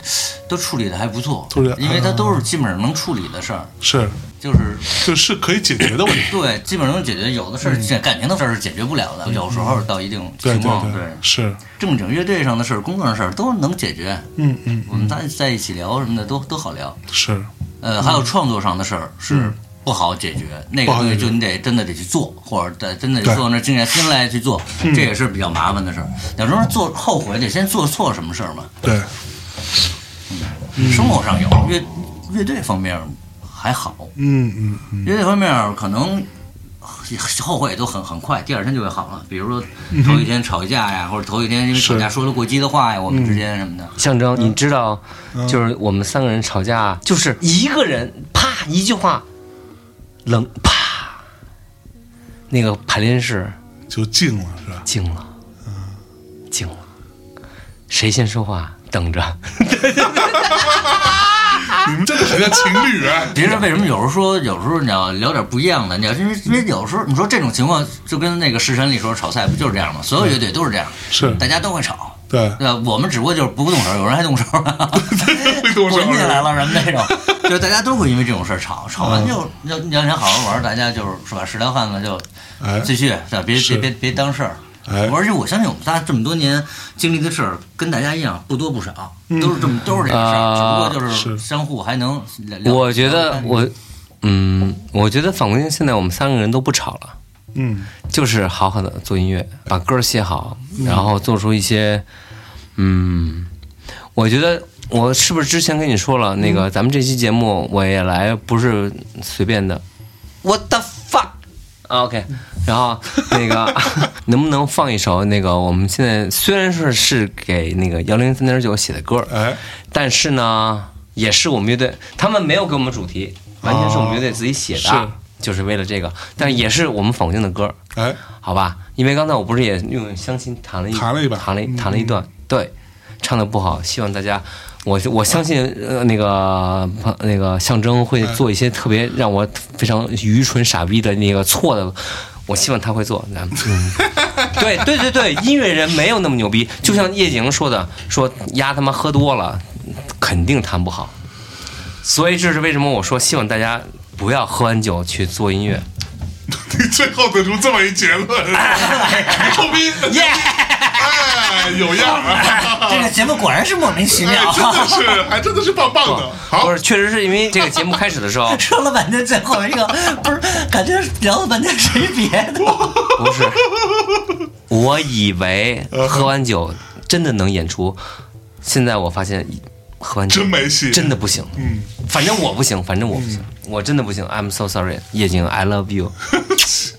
Speaker 4: 都处理的还不错
Speaker 1: 处理得，
Speaker 4: 因为它都是基本上能处理的事儿，
Speaker 1: 是，
Speaker 4: 就是
Speaker 1: 就是可以解决的问 题。
Speaker 4: 对，基本上能解决。有的
Speaker 1: 嗯
Speaker 4: 事儿感情的事儿是解决不了的，有时候到一定
Speaker 1: 对
Speaker 4: 情况，
Speaker 1: 嗯对对，是，
Speaker 4: 正经乐队上的事儿、工作上的事儿都能解决。
Speaker 1: 嗯嗯，
Speaker 4: 我们在在一起聊什么的都都好聊。
Speaker 1: 是，
Speaker 4: 呃，还有创作上的事儿
Speaker 1: 嗯
Speaker 4: 是不好解决，那
Speaker 1: 不
Speaker 4: 个
Speaker 1: 好
Speaker 4: 东西
Speaker 1: 解决
Speaker 4: 就你得真的得去做，或者得真的
Speaker 1: 对
Speaker 4: 得做那静下心来去做，这也是比较麻烦的事儿。有时候做后悔得先做错什么事儿嘛。
Speaker 1: 对，嗯
Speaker 4: 生活上有乐乐队方面还好，
Speaker 1: 嗯嗯嗯，
Speaker 4: 乐队方面可能后悔都很很快，第二天就会好了。比如说
Speaker 1: 嗯
Speaker 4: 头一天吵架呀，或者头一天因为吵架说了过激的话呀，我
Speaker 1: 嗯
Speaker 4: 们之间什么的。
Speaker 2: 象征，你知道，就是我们三个人吵架，就是一个人啪一句话，冷啪，那个排练室
Speaker 1: 就静了，是吧？
Speaker 2: 静了，静了，谁先说话等着，啊
Speaker 1: 你们真的很像情侣 哎。
Speaker 4: 别人为什么有时候说，有时候你要聊点不一样的，你要因为因为有时候你说这种情况，就跟那个《食神》里说炒菜不就是这样吗？所有乐队都是这样，
Speaker 1: 是
Speaker 4: 大家都会吵，
Speaker 1: 对，
Speaker 4: 对吧？我们只不过就是不动手，有人还动手呢，
Speaker 1: 会动手
Speaker 4: 滚起来了什么那种， 就是大家都会因为这种事儿吵，吵完
Speaker 1: 嗯
Speaker 4: 就要要想好好玩儿，大家就是是吧，是条汉子就
Speaker 1: 哎
Speaker 4: 继续，对吧？别
Speaker 1: 是
Speaker 4: 别别别当事儿。
Speaker 1: 哎
Speaker 4: 而且我相信我们仨这么多年经历的事儿，跟大家一样不多不少，都是这么都是这个事
Speaker 2: 啊
Speaker 4: 儿，只不过就是
Speaker 1: 嗯是
Speaker 4: 相互还能聊。聊
Speaker 2: 我觉
Speaker 4: 聊
Speaker 2: 得
Speaker 4: 看
Speaker 2: 我，嗯，我觉得反观现在我们三个人都不吵了。
Speaker 1: 嗯，
Speaker 2: 就是好好的做音乐，把歌写好，然后做出一些，嗯，我觉得我是不是之前跟你说了，那个咱们这期节目我也来不是随便的，What the fuck，啊 OK，然后那个 能不能放一首那个我们现在虽然说是给那个幺零三点九写的歌儿，
Speaker 1: 哎，
Speaker 2: 但是呢，也是我们乐队，他们没有给我们主题，完全是我们乐队自己写的，
Speaker 1: 哦
Speaker 2: 就是为了这个，但也是我们否定的歌，
Speaker 1: 哎，
Speaker 2: 好吧？因为刚才我不是也用相亲弹了一
Speaker 1: 弹了一把嗯
Speaker 2: 弹了一弹了一段，对，唱的不好，希望大家。我我相信呃那个朋那个象征会做一些特别让我非常愚蠢傻逼的那个错的，我希望他会做。那嗯 对对对对，音乐人没有那么牛逼，就像叶莹说的，说丫他妈喝多了，肯定弹不好。所以这是为什么我说希望大家不要喝完酒去做音乐。
Speaker 1: 你最后得出这么一结论，牛 逼，
Speaker 2: 耶、
Speaker 1: 哎，有样 啊！
Speaker 4: 这个节目果然是莫名其
Speaker 1: 哎，
Speaker 4: 妙。
Speaker 1: 真的是，还真的是棒棒的。好
Speaker 2: 不，是，确实是因为这个节目开始的时候
Speaker 4: 说了半天，最后一个不是感觉聊了半天谁别 的，
Speaker 2: 不是，我以为喝完酒真的能演出，现在我发现喝完酒
Speaker 1: 真没戏
Speaker 2: 真的不行。
Speaker 1: 嗯，
Speaker 2: 反正我不行，反正我不行，我真的不行。I'm so sorry，叶景，I love you。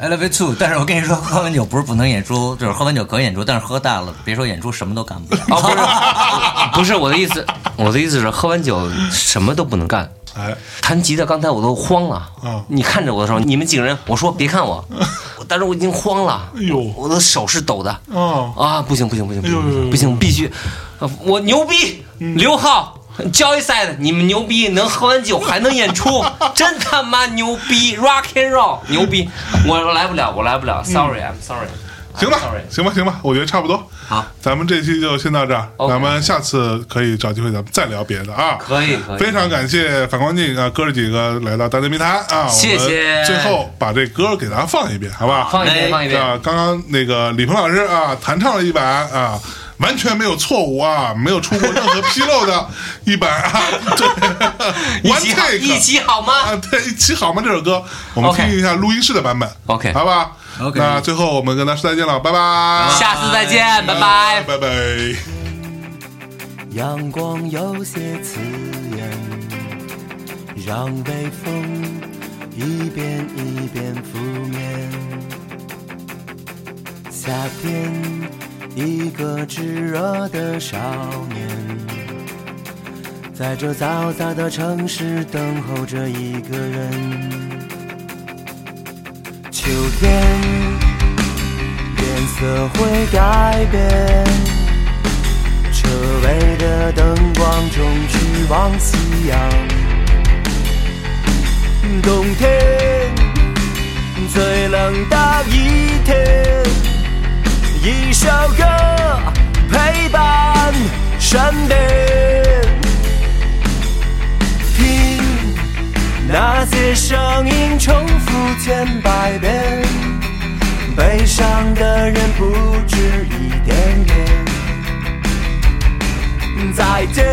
Speaker 4: I love you too。但是我跟你说，喝完酒不是不能演出，就是喝完酒可以演出，但是喝大了，别说演出，什么都干不了。
Speaker 2: 哦， 不是，不是我的意思，我的意思是喝完酒什么都不能干。
Speaker 1: 哎，
Speaker 2: 弹吉他，刚才我都慌了。
Speaker 1: 嗯
Speaker 2: 你看着我的时候，你们几个人，我说别 看我，我但是我已经慌了。
Speaker 1: 哎呦
Speaker 2: 我的手是抖的。
Speaker 1: 哦，
Speaker 2: 啊，不行不行不行不
Speaker 1: 哎呦呦呦嗯
Speaker 2: 行不行，必须，呃我牛逼，刘浩。交易赛的，你们牛逼，能喝完酒还能 演出，真他妈牛逼！Rock and roll，牛逼！我来不了，我来不了，Sorry，I'm sorry。
Speaker 1: 嗯行吧
Speaker 2: sorry，
Speaker 1: 行吧，行吧，我觉得差不多。
Speaker 2: 好，
Speaker 1: 咱们这期就先到这儿，
Speaker 2: OK
Speaker 1: 咱们下次可以找机会咱们再聊别的啊。
Speaker 2: 可以可以
Speaker 1: 非常感谢反光镜啊，哥儿几个来到大内密谈啊，
Speaker 2: 谢谢
Speaker 1: 我们最后把这歌给大家放一遍，好吧？
Speaker 2: 放一遍，放一遍。
Speaker 1: 啊，刚刚那个李鹏老师啊，弹唱了一版啊，完全没有错误啊，没有出过任何纰漏 的一版啊，对，
Speaker 2: 一
Speaker 1: 完
Speaker 2: 起好，
Speaker 1: take
Speaker 2: 一起好吗？
Speaker 1: 啊，对，一起好吗？这首歌，我们
Speaker 2: OK
Speaker 1: 听一下录音室的版本
Speaker 2: OK
Speaker 1: 好吧
Speaker 4: OK
Speaker 1: 那最后我们跟大家说再见了，拜拜，
Speaker 2: 下次再见，拜拜。
Speaker 1: 啊拜拜。
Speaker 5: 阳光有些刺眼，让北风一遍一遍拂面。夏天，一个炙热的少年，在这嘈杂的城市等候着一个人。秋天，颜色会改变。车尾的灯光中去往夕阳。冬天最冷的一天，一首歌陪伴身边。听那些声音重复千百遍，悲伤的人不止一点点。再见，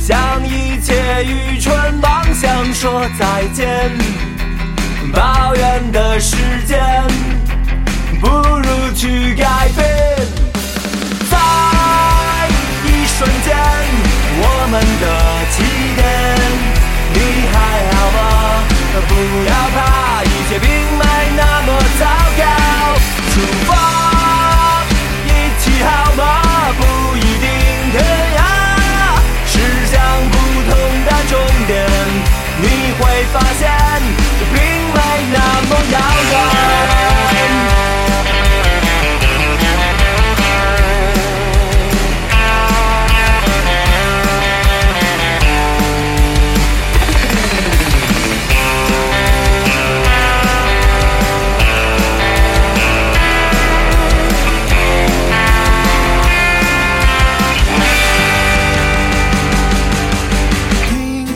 Speaker 5: 向一切愚蠢妄想说再见。抱怨的时间，不如去改变。在一瞬间，我们的起点。你还好吗？不要怕，一切并没那么糟糕。出发，一起好吗？不一定天涯，驶向不同的终点，你会发现这并没那么遥远。听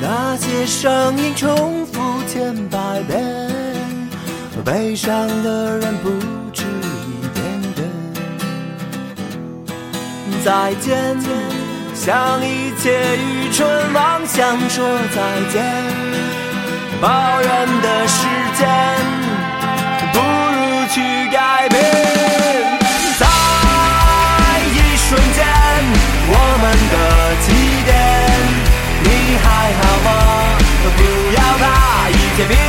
Speaker 5: 那些声音重复千百遍，悲伤的人不止一点点。再见，向一切愚蠢妄想说再见。抱怨的时间，不如去改变。在一瞬间，我们的起点，你还好吗？不要怕，一切并